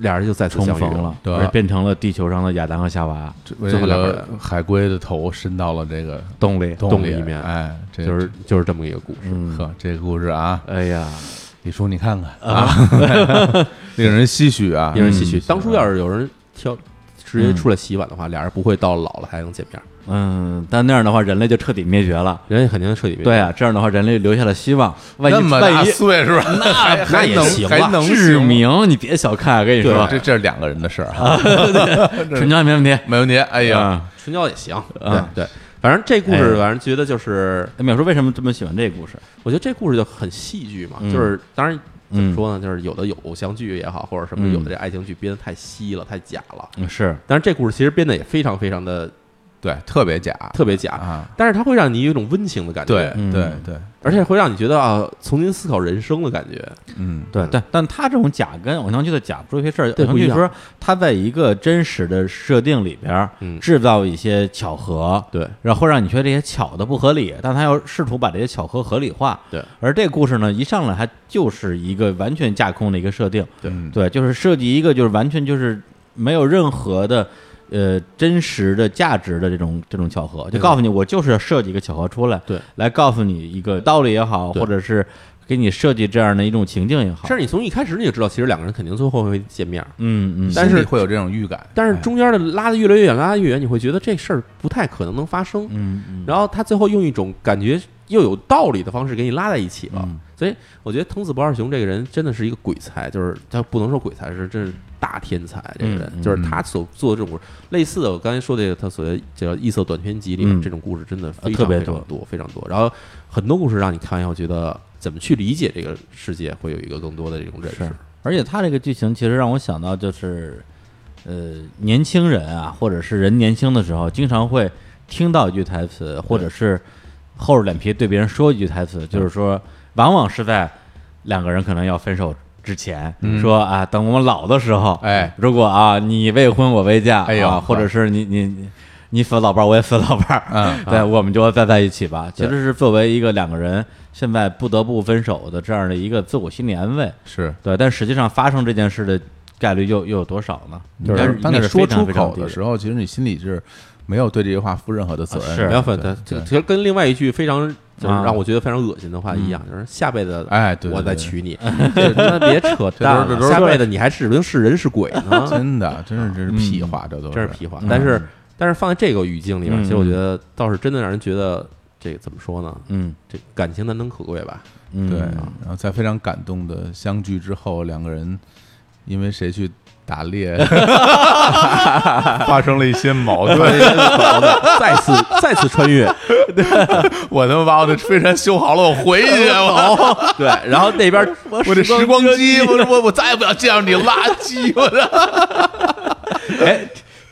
Speaker 1: 俩人就再次
Speaker 2: 嗯重
Speaker 1: 相遇
Speaker 2: 逢了，
Speaker 5: 对
Speaker 2: 而变成了地球上的亚当和夏娃
Speaker 5: 这
Speaker 1: 最后
Speaker 5: 这
Speaker 1: 两个
Speaker 5: 个海龟的头伸到了这个
Speaker 2: 动力。
Speaker 1: 洞
Speaker 5: 里
Speaker 1: 里面
Speaker 5: 哎，这
Speaker 1: 就是就是这么一个故事。
Speaker 2: 嗯，
Speaker 5: 呵，这个故事啊，
Speaker 2: 哎呀，
Speaker 5: 李叔你看看啊， 令人唏嘘啊，
Speaker 1: 令人唏嘘。
Speaker 5: 嗯
Speaker 1: 当初要是有人挑直接出来洗碗的话，俩人不会到老了还能见面，
Speaker 2: 嗯，但那样的话，人类就彻底灭绝了。
Speaker 1: 人家肯定彻底没
Speaker 2: 对啊，这样的话，人类留下了希望。万一
Speaker 5: 那么大
Speaker 2: 万一
Speaker 5: 岁数，那 还
Speaker 1: 那
Speaker 5: 还
Speaker 1: 也
Speaker 5: 能
Speaker 1: 行
Speaker 5: 还
Speaker 1: 吧
Speaker 5: 能
Speaker 2: 志
Speaker 5: 行吗
Speaker 2: 明，你别小看，跟你
Speaker 5: 对
Speaker 2: 说，
Speaker 5: 这这是两个人的事儿啊，
Speaker 2: 纯交没问题。
Speaker 5: 没问题。哎
Speaker 2: 哎
Speaker 5: 呀，，
Speaker 1: 春娇也行。
Speaker 2: 啊
Speaker 1: 对对，反正这故事，
Speaker 2: 哎
Speaker 1: 反正觉得就是，
Speaker 2: 淼叔为什么这么喜欢这个故事？
Speaker 1: 我觉得这故事就很戏剧嘛，
Speaker 2: 嗯
Speaker 1: 就是当然。
Speaker 2: 嗯
Speaker 1: 怎么说呢？就是有的有偶像剧也好，或者什么
Speaker 2: 嗯
Speaker 1: 有的这爱情剧编的太稀了、太假了。
Speaker 2: 嗯，是，
Speaker 1: 但是这故事其实编的也非常非常的
Speaker 5: 对，特别假
Speaker 1: 特别假，
Speaker 5: 啊，
Speaker 1: 但是它会让你有一种温情的感觉，
Speaker 5: 对
Speaker 2: 嗯
Speaker 5: 对对，
Speaker 1: 而且会让你觉得啊，重新思考人生的感觉。
Speaker 5: 嗯，
Speaker 2: 对对，但他这种假跟偶像剧的假不是一回事儿。
Speaker 1: 对
Speaker 2: 偶像
Speaker 1: 不一
Speaker 2: 剧
Speaker 1: 样
Speaker 2: 说他在一个真实的设定里边儿
Speaker 1: 嗯
Speaker 2: 制造一些巧合，
Speaker 1: 对，
Speaker 2: 然后让你觉得这些巧的不合理，但他要试图把这些巧合合理化。
Speaker 1: 对，
Speaker 2: 而这故事呢，一上来它就是一个完全架空的一个设定，
Speaker 1: 对
Speaker 5: 嗯
Speaker 2: 对，就是设计一个就是完全就是没有任何的。呃，真实的价值的这种这种巧合，就
Speaker 1: 对
Speaker 2: 告诉你，我就是要设计一个巧合出来，
Speaker 1: 对，
Speaker 2: 来告诉你一个道理也好，
Speaker 1: 对
Speaker 2: 或者是给你设计这样的一种情境也好，
Speaker 1: 甚至你从一开始你就知道，其实两个人肯定最后会见面儿，
Speaker 2: 嗯嗯，
Speaker 1: 但是
Speaker 5: 心里会有这种预感，
Speaker 1: 但是
Speaker 5: 哎
Speaker 1: 中间的拉得越来越远，拉得越远，你会觉得这事儿不太可能能发生。
Speaker 2: 嗯嗯，
Speaker 1: 然后他最后用一种感觉又有道理的方式给你拉在一起了。
Speaker 2: 嗯
Speaker 1: 所以我觉得藤子不二雄这个人真的是一个鬼才，就是他不能说鬼才，是真是大天才。这个人、
Speaker 2: 嗯嗯
Speaker 1: 就是他所做的这种类似的，我刚才说这个他所谓叫异色短篇集里面、
Speaker 2: 嗯
Speaker 1: 这种故事，真的
Speaker 5: 呃
Speaker 1: 非
Speaker 2: 啊特
Speaker 1: 常
Speaker 2: 别
Speaker 1: 非常多，非常多。然后很多故事让你看完以后觉得。怎么去理解这个世界，会有一个更多的这种认识
Speaker 2: 是。而且他这个剧情其实让我想到就是，呃，年轻人啊，或者是人年轻的时候，经常会听到一句台词，或者是厚着脸皮对别人说一句台词，就是说，
Speaker 5: 嗯
Speaker 2: 往往是在两个人可能要分手之前，说啊，等我们老的时候，
Speaker 5: 嗯哎，
Speaker 2: 如果啊你未婚我未嫁，
Speaker 5: 哎呦
Speaker 2: 啊，或者是你你你你死老伴儿我也死老伴儿，
Speaker 5: 嗯，
Speaker 2: 对，我们就再在一起吧。其实是作为一个两个人现在不得不分手的这样的一个自我心理安慰，
Speaker 5: 是。
Speaker 2: 对。但实际上发生这件事的概率又又有多少呢？就
Speaker 5: 但
Speaker 2: 是
Speaker 5: 是当你说出口的
Speaker 2: 候，
Speaker 5: 时候，其实你心里是没有对这句话负任何的责
Speaker 2: 啊
Speaker 5: 任
Speaker 2: 是
Speaker 5: 的。
Speaker 1: 不要反
Speaker 5: 对
Speaker 1: 弹，这其实跟另外一句非常就是
Speaker 2: 啊
Speaker 1: 让我觉得非常恶心的话一样，就是下辈子
Speaker 5: 嗯哎对对
Speaker 1: 我再
Speaker 5: 对
Speaker 1: 娶 你，这他妈别扯淡
Speaker 5: 这都是这都
Speaker 1: 了，
Speaker 5: 是
Speaker 1: 下辈子你还是不是人是鬼 呢？
Speaker 5: 真的，真是这是屁话，这都
Speaker 1: 真是屁话
Speaker 2: 嗯。
Speaker 1: 但是但是放在这个语境里面，
Speaker 2: 嗯
Speaker 1: 其实我觉得倒是真的让人觉得这怎么说呢？
Speaker 2: 嗯
Speaker 1: 这感情难能可贵吧？
Speaker 2: 嗯，
Speaker 5: 对，然后在非常感动的相聚之后，两个人因为谁去打猎，发生了一些矛盾。
Speaker 1: 再次再次 穿越，
Speaker 5: 我他妈把我的飞船修好了，我回去，我
Speaker 1: 对，然后那边
Speaker 5: 我这时光机，我我我再也不要见到你垃圾，我的
Speaker 2: 哎，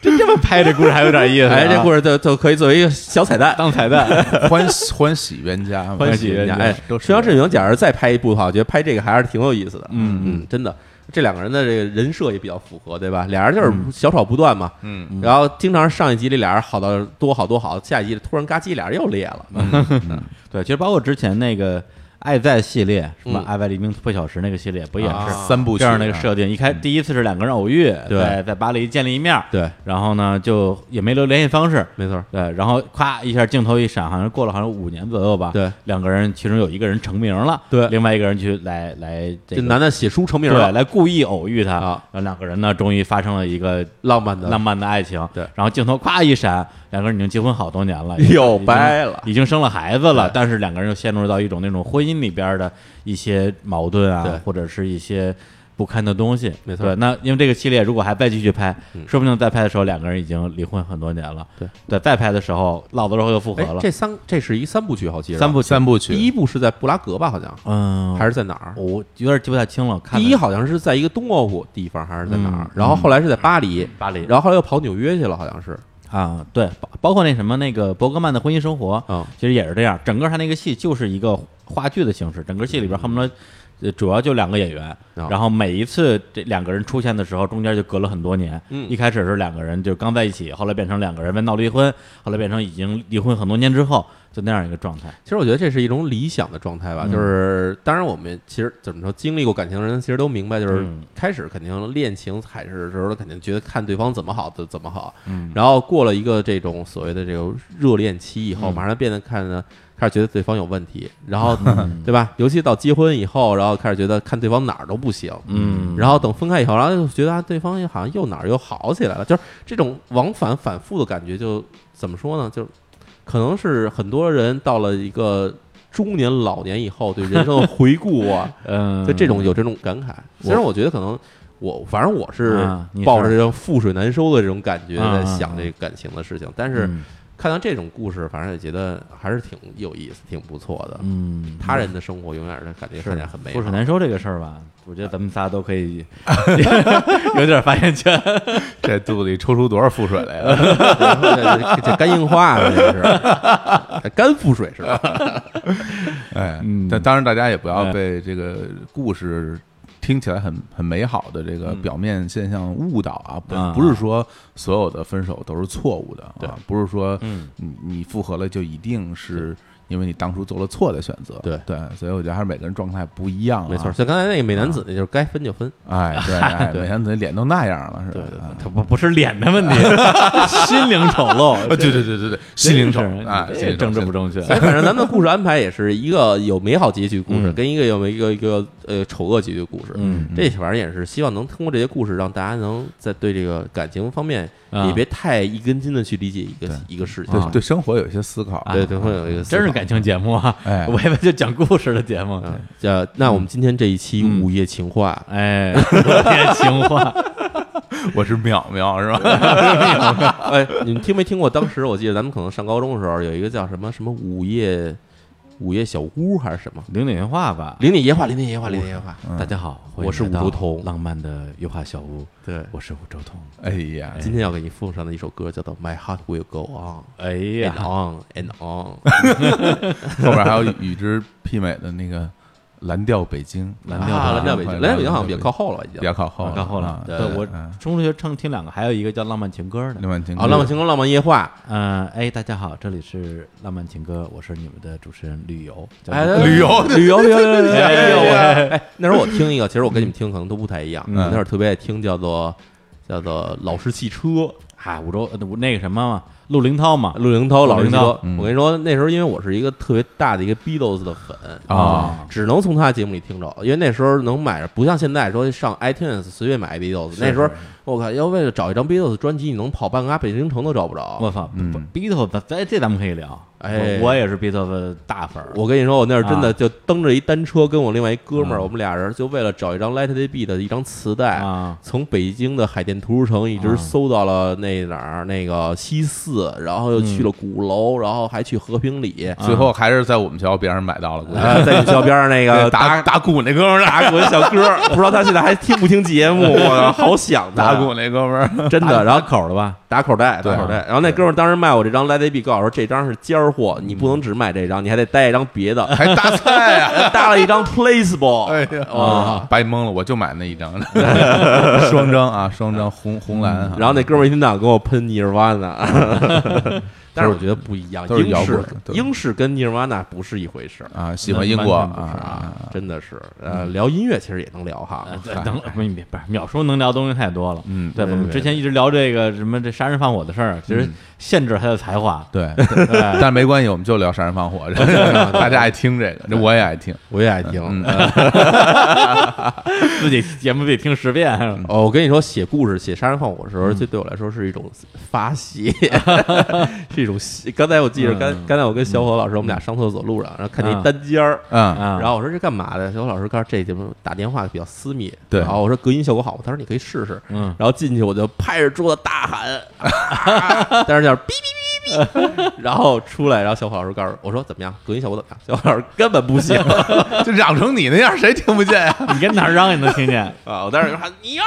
Speaker 2: 真这么 拍这故事还有点意思、啊
Speaker 1: 哎，
Speaker 5: 啊
Speaker 1: 这故
Speaker 2: 事
Speaker 1: 事就就可以作为一个小彩蛋。
Speaker 2: 当彩蛋，
Speaker 5: 欢喜欢喜冤家嘛，
Speaker 1: 欢喜冤家。哎，
Speaker 5: 都
Speaker 1: 《
Speaker 5: 是
Speaker 1: 春阳阵营》假如再拍一部的话，我觉得拍这个还是挺有意思的。嗯嗯，真的，这两个人的这个人设也比较符合，对吧？俩人就是小吵不断嘛。嗯，然后经常上一集里俩人好到多好多好，下一集突然嘎叽俩人又裂了。
Speaker 2: 嗯对，其实包括之前那个。爱在系列什么《
Speaker 1: 嗯
Speaker 2: 爱在黎明破晓时》那个系列不也
Speaker 1: 啊
Speaker 2: 是
Speaker 5: 三部曲
Speaker 2: 这样的一个
Speaker 5: 啊
Speaker 2: 设定？一
Speaker 5: 嗯
Speaker 2: 开第一次是两个人偶遇，
Speaker 1: 对
Speaker 2: 在在巴黎见了一面，
Speaker 1: 对，
Speaker 2: 然后呢就也没留联系方式，
Speaker 1: 没错。
Speaker 2: 对，然后咵一下镜头一闪，好像过了好像五年左右吧。
Speaker 1: 对，
Speaker 2: 两个人其中有一个人成名了，
Speaker 1: 对
Speaker 2: 另外一个人去来来
Speaker 1: 这
Speaker 2: 这个
Speaker 1: 男的写书成名
Speaker 2: 对
Speaker 1: 了，
Speaker 2: 来故意偶遇他，
Speaker 1: 啊
Speaker 2: 然后两个人呢终于发生了一个
Speaker 1: 浪漫的
Speaker 2: 浪漫的爱情。
Speaker 1: 对
Speaker 2: 然后镜头咵一闪，两个人已经结婚好多年了，
Speaker 1: 又
Speaker 2: 已经
Speaker 1: 掰了
Speaker 2: 已经生了孩子了
Speaker 1: 对，
Speaker 2: 但是两个人又陷入到一种那种婚姻里边的一些矛盾
Speaker 1: 对
Speaker 2: 啊，或者是一些。不堪的东西，
Speaker 1: 没错嗯
Speaker 2: 对那因为这个系列如果还再继续拍，说不定再拍的时候两个人已经离婚很多年了。
Speaker 1: 对，
Speaker 2: 对，再拍的时候，老的时候又复合
Speaker 1: 哎
Speaker 2: 了。
Speaker 1: 这三这是一三部曲，好记着。
Speaker 2: 三部曲
Speaker 5: 三部
Speaker 1: 啊第一
Speaker 5: 曲，
Speaker 1: 部是在布拉格吧？好像
Speaker 2: 嗯，
Speaker 1: 还是在哪儿？
Speaker 2: 我有点记不太清了。看
Speaker 1: 第
Speaker 2: 了
Speaker 1: 一好像是在一个东欧国地方，还是在哪儿
Speaker 2: 嗯？
Speaker 1: 然后后来是在巴黎，
Speaker 2: 巴黎
Speaker 1: 然后后来又跑纽约去了，好像是。
Speaker 2: 啊，对，包包括那什么那个伯格曼的婚姻生活，
Speaker 1: 嗯
Speaker 2: 其实也是这样。整个他那个戏就是一个话剧的形式，整个戏里边恨不得呃主要就两个演员，
Speaker 1: 啊
Speaker 2: 然后每一次这两个人出现的时候，中间就隔了很多年。
Speaker 1: 嗯
Speaker 2: 一开始是两个人就刚在一起，后来变成两个人为闹离婚，后来变成已经离婚很多年之后就那样一个状态。
Speaker 1: 其实我觉得这是一种理想的状态吧，
Speaker 2: 嗯
Speaker 1: 就是当然我们其实怎么说，经历过感情的人其实都明白，就是
Speaker 2: 嗯
Speaker 1: 开始肯定恋情海是的时候，肯定觉得看对方怎么好就怎么好，
Speaker 2: 嗯，
Speaker 1: 然后过了一个这种所谓的这种热恋期以后，
Speaker 2: 嗯
Speaker 1: 马上变得看呢，开始觉得对方有问题，然后
Speaker 2: 嗯
Speaker 1: 对吧？尤其到结婚以后，然后开始觉得看对方哪儿都不行，
Speaker 2: 嗯，
Speaker 1: 然后等分开以后，然后就觉得啊，对方好像又哪儿又好起来了，就是这种往返反复的感觉就，怎么说呢？就可能是很多人到了一个中年、老年以后，对人生的回顾啊，
Speaker 2: 嗯，
Speaker 1: 就这种有这种感慨。虽然
Speaker 2: 我
Speaker 1: 我觉得可能我，反正我是
Speaker 2: 啊你
Speaker 1: 抱
Speaker 2: 是
Speaker 1: 着这种覆水难收的这种感觉
Speaker 2: 啊
Speaker 1: 在
Speaker 2: 啊
Speaker 1: 想
Speaker 2: 啊
Speaker 1: 这个感情的事情，但是
Speaker 2: 嗯
Speaker 1: 看到这种故事，反正也觉得还是挺有意思、挺不错的。
Speaker 2: 嗯，
Speaker 1: 他人的生活永远让人感觉看起来很美啊
Speaker 2: 覆水
Speaker 1: 好。
Speaker 2: 难收这个事儿吧，我觉得咱们仨都可以 有点发言权。
Speaker 3: 这肚子里抽出多少腹水来了？
Speaker 1: 这这肝硬化了，这是 肝腹水是吧？
Speaker 3: 哎
Speaker 2: 嗯，
Speaker 3: 但当然大家也不
Speaker 2: 哎
Speaker 3: 要被这个故事听起来很很美好的这个表面现象误导嗯啊，
Speaker 2: 啊
Speaker 3: 不不是说所有的分手都是错误的，
Speaker 1: 对
Speaker 3: 啊，不是说
Speaker 2: 嗯
Speaker 3: 你你复合了就一定是因为你当初做了错的选择，
Speaker 1: 对
Speaker 3: 对，所以我觉得还是每个人状态不一样、啊，
Speaker 1: 没错，，像刚才那个美男子，那就是该分就分，
Speaker 3: 哎， 对，哎，每天自己脸都那样了，是吧？啊
Speaker 2: 他不不是脸 的问题，心灵丑
Speaker 1: 呃
Speaker 2: 陋。
Speaker 3: 啊，对对对对对，心灵手
Speaker 2: 真是
Speaker 1: 哎
Speaker 3: 啊，
Speaker 2: 这政治不
Speaker 3: 正。
Speaker 2: 正确。
Speaker 1: 所以反正咱们的故事安排也是一个有美好结局的故事，
Speaker 2: 嗯
Speaker 1: 跟一个有一个一个呃丑恶结局的故事。
Speaker 2: 嗯，
Speaker 1: 这反正也是希望能通过这些故事，让大家能在对这个感情方面
Speaker 2: 啊
Speaker 1: 也别太一根筋的去理解一个一个事情。
Speaker 3: 对对，生活有一些思考。啊
Speaker 1: 对对，会有一个思
Speaker 2: 真是
Speaker 1: 考
Speaker 2: 感情节目啊！
Speaker 3: 哎
Speaker 2: 我以为就讲故事的节目。
Speaker 1: 啊。呃，那我们今天这一期
Speaker 2: 嗯
Speaker 1: 《午夜情 话
Speaker 2: 哎，我天，情话，
Speaker 3: 我是淼淼，是吧？》，
Speaker 1: 哎，你们听没听过？当时我记得咱们可能上高中的时候，有一个叫什么什么午夜午夜小屋还是什么。
Speaker 2: 零点夜话吧。
Speaker 1: 零点夜话，零点夜话，零点夜话。
Speaker 2: 大家好，欢迎
Speaker 1: 我是
Speaker 2: 来到
Speaker 1: 五洲童
Speaker 2: 浪漫的油画小屋。
Speaker 1: 对
Speaker 2: 我是五洲童。
Speaker 3: 哎呀，
Speaker 1: 今天要给你奉上的一首歌叫做《My Heart Will Go On
Speaker 2: 哎》
Speaker 1: ，and
Speaker 2: 呀，
Speaker 1: on and on。
Speaker 3: 后边还有与之媲美的那个蓝调北京，
Speaker 2: 蓝调
Speaker 1: 啊，
Speaker 2: 北
Speaker 1: 蓝调北京，蓝调北京好像比较靠后了吧，已
Speaker 3: 比
Speaker 1: 经。
Speaker 3: 较靠后了，
Speaker 2: 靠后了
Speaker 3: 啊。
Speaker 1: 对
Speaker 2: 我
Speaker 3: 嗯
Speaker 2: 中学听听两个，还有一个叫《浪漫情歌》的。
Speaker 3: 浪漫情歌
Speaker 1: 啊，浪漫情歌，浪漫夜话。
Speaker 2: 嗯，哎，大家好，这里是浪漫情歌，我是你们的主持人旅游。叫
Speaker 1: 哎，
Speaker 2: 旅
Speaker 1: 旅游，旅游，旅游，旅游。哎呦
Speaker 2: 哎
Speaker 1: 我哎，那时候我听一个，其实我跟你们听可能都不太一样。我
Speaker 3: 嗯
Speaker 1: 那会儿特别爱听叫做叫做《老式汽车》，
Speaker 2: 哎，五洲呃那个什么嘛，陆林涛嘛，
Speaker 1: 陆凌涛老师
Speaker 2: 啊陆凌涛
Speaker 1: 说，我跟你说，那时候因为我是一个特别大的一个 Beatles 的粉
Speaker 3: 啊，
Speaker 1: 只能从他节目里听着，因为那时候能买，不像现在说上 iTunes 随便买 Beatles。那时候我靠，要为了找一张 Beatles 专辑，你能跑半个北京城都找不
Speaker 2: 我
Speaker 1: 着。
Speaker 2: 操
Speaker 3: 嗯
Speaker 2: ，Beatles，哎，这咱们可以聊。
Speaker 1: 哎
Speaker 2: 我我也是 Beatles 的大粉儿。
Speaker 1: 我跟你说，我那是真的
Speaker 2: 啊
Speaker 1: 就蹬着一单车，跟我另外一哥们儿，
Speaker 2: 嗯
Speaker 1: 我们俩人就为了找一张《Let It Be》的一张磁带，
Speaker 2: 啊，
Speaker 1: 从北京的海淀图书城一直
Speaker 2: 啊
Speaker 1: 搜到了那哪儿那个西四，然后又去了鼓楼，然后还去和平里，
Speaker 2: 啊
Speaker 3: 最后还是在我们学校边上买到了，估计
Speaker 1: 啊，在你校边上那个
Speaker 3: 打打鼓那哥们儿，
Speaker 1: 打滚小哥，不知道他现在还听不听节目，我好想他
Speaker 3: 打鼓那哥们儿，
Speaker 1: 真的，然后口
Speaker 2: 了吧？
Speaker 1: 打口袋，
Speaker 3: 对。
Speaker 1: 打口袋。然后那哥们儿当时卖我这张 Let It Be，告诉我说这张是尖儿货，你不能只买这张，你还得带一张别的
Speaker 3: 还搭菜呀，
Speaker 1: 搭了一张 Placeable，
Speaker 3: 哎呀
Speaker 1: 啊，
Speaker 3: 白蒙了，我就买那一张，双张啊，双张红红蓝啊，
Speaker 1: 然后那哥们儿一天到晚跟我喷尼尔瓦 纳，但是我觉得不一样，
Speaker 3: 都是
Speaker 1: 英
Speaker 3: 摇
Speaker 1: 式
Speaker 3: 滚对
Speaker 1: 英式跟尼尔瓦纳不是一回事儿
Speaker 3: 啊，喜欢英国
Speaker 2: 那完全不是
Speaker 3: 啊，嗯
Speaker 1: 啊，真的是。呃，聊音乐其实也能聊哈，
Speaker 2: 呃对，
Speaker 1: 哎
Speaker 2: 能不是不是秒叔能聊东西太多了。
Speaker 3: 嗯
Speaker 2: 对，我们之前一直聊这个什么这杀人放火的事儿，其
Speaker 1: 嗯
Speaker 2: 实限制了他的才华。
Speaker 3: 对，但是没关系，我们就聊杀人放火，大家爱听这个，这我也爱听，
Speaker 1: 我也爱听。
Speaker 3: 嗯
Speaker 2: 自己节目自己听十遍，
Speaker 1: 哦，我跟你说，写故事、写杀人放火的时候，这对我来说是一种
Speaker 3: 嗯
Speaker 1: 发 泄， 是一种泄。刚才我记着，
Speaker 3: 嗯
Speaker 1: 刚刚才我跟小伙老师，我们俩上厕所路上，然后看见一单间儿，
Speaker 3: 嗯，
Speaker 2: 啊，
Speaker 1: 然后我说这干嘛的？小伙老师告诉这节目打电话比较私密，
Speaker 3: 对
Speaker 1: 然后我说隔音效果好吗，他说你可以试试，
Speaker 2: 嗯
Speaker 1: 然后进去我就拍着桌子大喊，啊但是就是哔哔哔哔然后出来，然后小虎老师告诉我，我说怎么样，隔音效果怎么样？小虎老师根本 不行
Speaker 5: 就嚷成你那样，谁听不见呀、
Speaker 2: 你跟哪儿嚷也能 听见，
Speaker 1: 啊！我当时就喊你呀，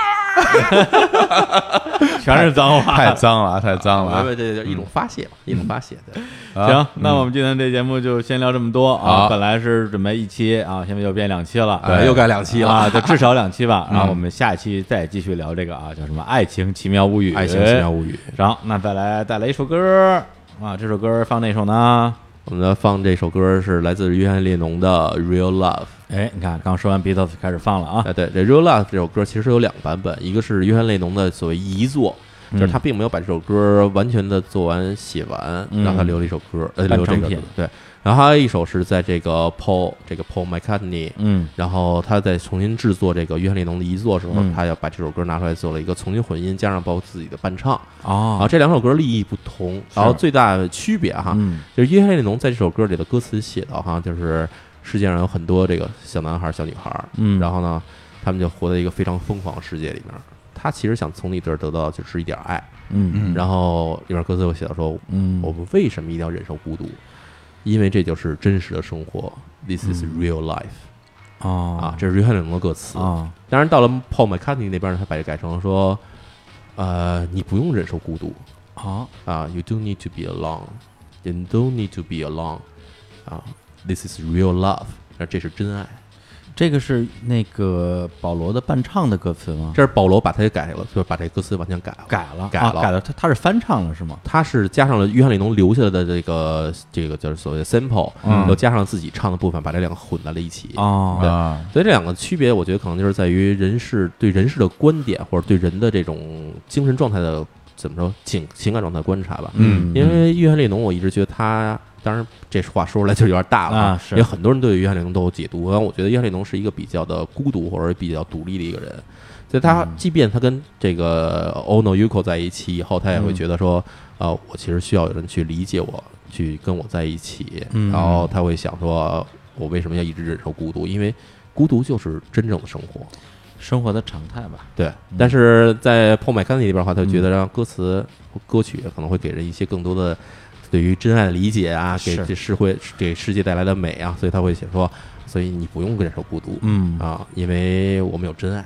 Speaker 2: 全是脏话。
Speaker 5: 太脏了啊，太脏了啊
Speaker 1: 因！为这就是一种发泄嘛，一种发泄。对，嗯
Speaker 2: 行，那我们今天这节目就先聊这么多啊。
Speaker 5: 好
Speaker 2: 本来是准备一期啊，现在又变两期了，
Speaker 1: 哎又该两期了嗯
Speaker 2: 啊，就至少两期 吧。然后我们下期再继续聊这个啊，叫什么《爱情奇妙物语》。哎
Speaker 1: 爱情奇妙物语。
Speaker 2: 行，那再来带来一首歌啊，这首歌放哪首呢？
Speaker 1: 我们来放这首歌是来自约翰列侬的《Real Love》。
Speaker 2: 哎，你看，刚说完 Beatles 开始放了啊。
Speaker 1: 啊，对，这《Real Love》这首歌其实有两个版本，一个是约翰列侬的所谓遗作，
Speaker 2: 嗯
Speaker 1: 就是他并没有把这首歌完全的做完写完，
Speaker 2: 嗯
Speaker 1: 让他留了一首歌，呃，
Speaker 2: 半
Speaker 1: 留这
Speaker 2: 成
Speaker 1: 个
Speaker 2: 品
Speaker 1: 对。然后还有一首是在这个 Paul 这个 Paul McCartney，
Speaker 2: 嗯
Speaker 1: 然后他在重新制作这个约翰列侬的遗作的时候，
Speaker 2: 嗯
Speaker 1: 他要把这首歌拿出来做了一个重新混音，加上包括自己的伴唱。然后
Speaker 2: 哦，
Speaker 1: 这两首歌立意不同，然后最大的区别哈，
Speaker 2: 嗯
Speaker 1: 就是约翰列侬在这首歌里的歌词写到哈，就是世界上有很多这个小男孩、小女孩，
Speaker 2: 嗯
Speaker 1: 然后呢，他们就活在一个非常疯狂的世界里面。他其实想从你这儿得到就是一点爱，
Speaker 2: 嗯
Speaker 1: 然后里面歌词又写到说，
Speaker 2: 嗯
Speaker 1: 我们为什么一定要忍受孤独？因为这就是真实的生活，This is real life、
Speaker 2: 嗯哦
Speaker 1: 啊，这是约翰列侬的歌词
Speaker 2: 啊
Speaker 1: 当然，到了 Paul McCartney 那边，他把这改成说，呃，你不用忍受孤独
Speaker 2: 好
Speaker 1: 啊，You don't need to be alone, you don't need to be alone 啊，This is real love，那这是真爱。
Speaker 2: 这个是那个保罗的伴唱的歌词吗？
Speaker 1: 这是保罗把它给改了，就把这歌词完全改了。
Speaker 2: 改了，
Speaker 1: 改
Speaker 2: 啊
Speaker 1: 了
Speaker 2: 改了。他他是翻唱了是吗？
Speaker 1: 他是加上了约翰列侬留下的这个这个就是所谓的 sample，
Speaker 2: 嗯
Speaker 1: 又加上自己唱的部分，把这两个混在了一起。
Speaker 2: 哦
Speaker 1: 对
Speaker 5: 啊，
Speaker 1: 所以这两个区别，我觉得可能就是在于人事对人事的观点，或者对人的这种精神状态的怎么说情情感状态观察吧。
Speaker 2: 嗯
Speaker 1: 因为约翰列侬，我一直觉得他，当然这话说出来就有点大了
Speaker 2: 啊是
Speaker 1: 因为很多人对约翰列侬都有解读，但我觉得约翰列侬是一个比较的孤独或者比较独立的一个人，所以
Speaker 2: 嗯
Speaker 1: 他即便他跟这个 Ono Yuko 在一起以后，他也
Speaker 2: 嗯
Speaker 1: 会觉得说，呃，我其实需要有人去理解我，去跟我在一起，
Speaker 2: 嗯
Speaker 1: 然后他会想说，我为什么要一直忍受孤独？因为孤独就是真正的生活，
Speaker 2: 生活的常态吧。
Speaker 1: 对，但是在 Paul McCartney 那边的话，他就觉
Speaker 2: 嗯
Speaker 1: 得让歌词、歌曲可能会给人一些更多的对于真爱的理解啊，给
Speaker 2: 是
Speaker 1: 这社会、给世界带来的美啊，所以他会写说，所以你不用忍受孤独、
Speaker 2: 嗯，
Speaker 1: 啊，因为我们有真爱，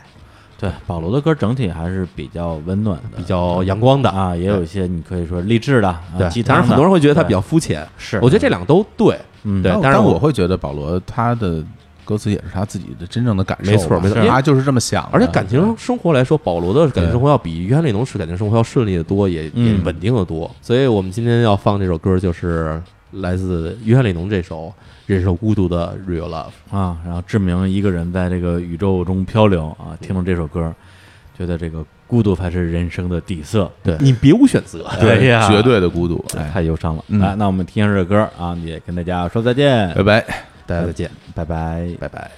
Speaker 2: 对，保罗的歌整体还是比较温暖的，
Speaker 1: 比较阳光的。
Speaker 2: 啊，也有一些你可以说励志的，啊
Speaker 1: 对
Speaker 2: 鸡，汤
Speaker 1: 当然
Speaker 2: 的
Speaker 1: 很多人会觉得他比较肤浅，
Speaker 2: 是，
Speaker 1: 我觉得这两个都对，
Speaker 2: 嗯
Speaker 1: 对
Speaker 5: 但，
Speaker 1: 但是
Speaker 5: 我会觉得保罗他的歌词也是他自己的真正的感受吧，
Speaker 1: 没错没错
Speaker 5: 是
Speaker 1: 因为
Speaker 5: 他就是这么想的，
Speaker 1: 而且感情生活来说，保罗的感情
Speaker 5: 对
Speaker 1: 生活要比约翰列侬式感情生活要顺利的多，也也
Speaker 2: 嗯
Speaker 1: 稳定的多。所以我们今天要放这首歌，就是来自约翰列侬这首《忍受孤独的 Real Love》。
Speaker 2: 啊，然后志明一个人在这个宇宙中漂流啊，听了这首歌，觉得这个孤独才是人生的底色，
Speaker 1: 对你别无选择。
Speaker 2: 哎
Speaker 5: 对
Speaker 2: 呀
Speaker 5: 绝对的孤独，哎，
Speaker 2: 太忧伤了。
Speaker 5: 嗯呃
Speaker 2: 来，那我们听一下这歌啊，也跟大家说再见，
Speaker 5: 拜拜。
Speaker 1: 大家再见，
Speaker 2: 拜拜。
Speaker 1: 拜拜。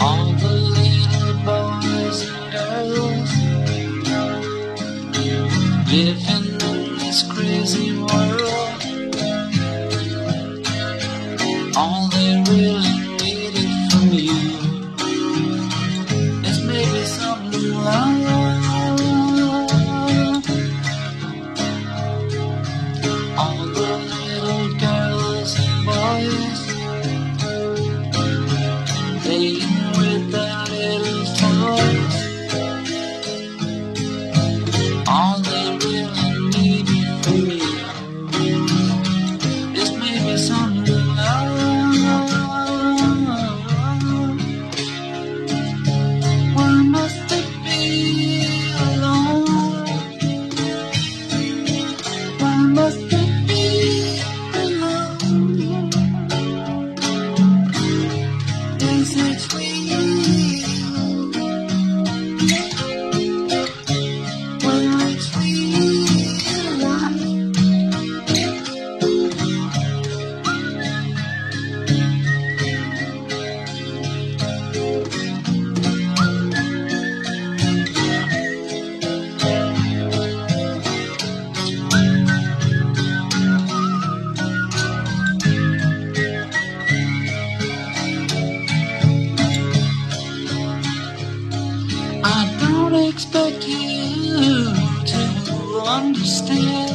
Speaker 6: All the little boys and girls living in this crazy world. All they really needed from you is maybe some love. All the little girls and boys playing with their little toys. All they really need from you is maybe some love. Why must they be alone? Why must they be alone? Is it real? Will it realize? I don't expect you to understand.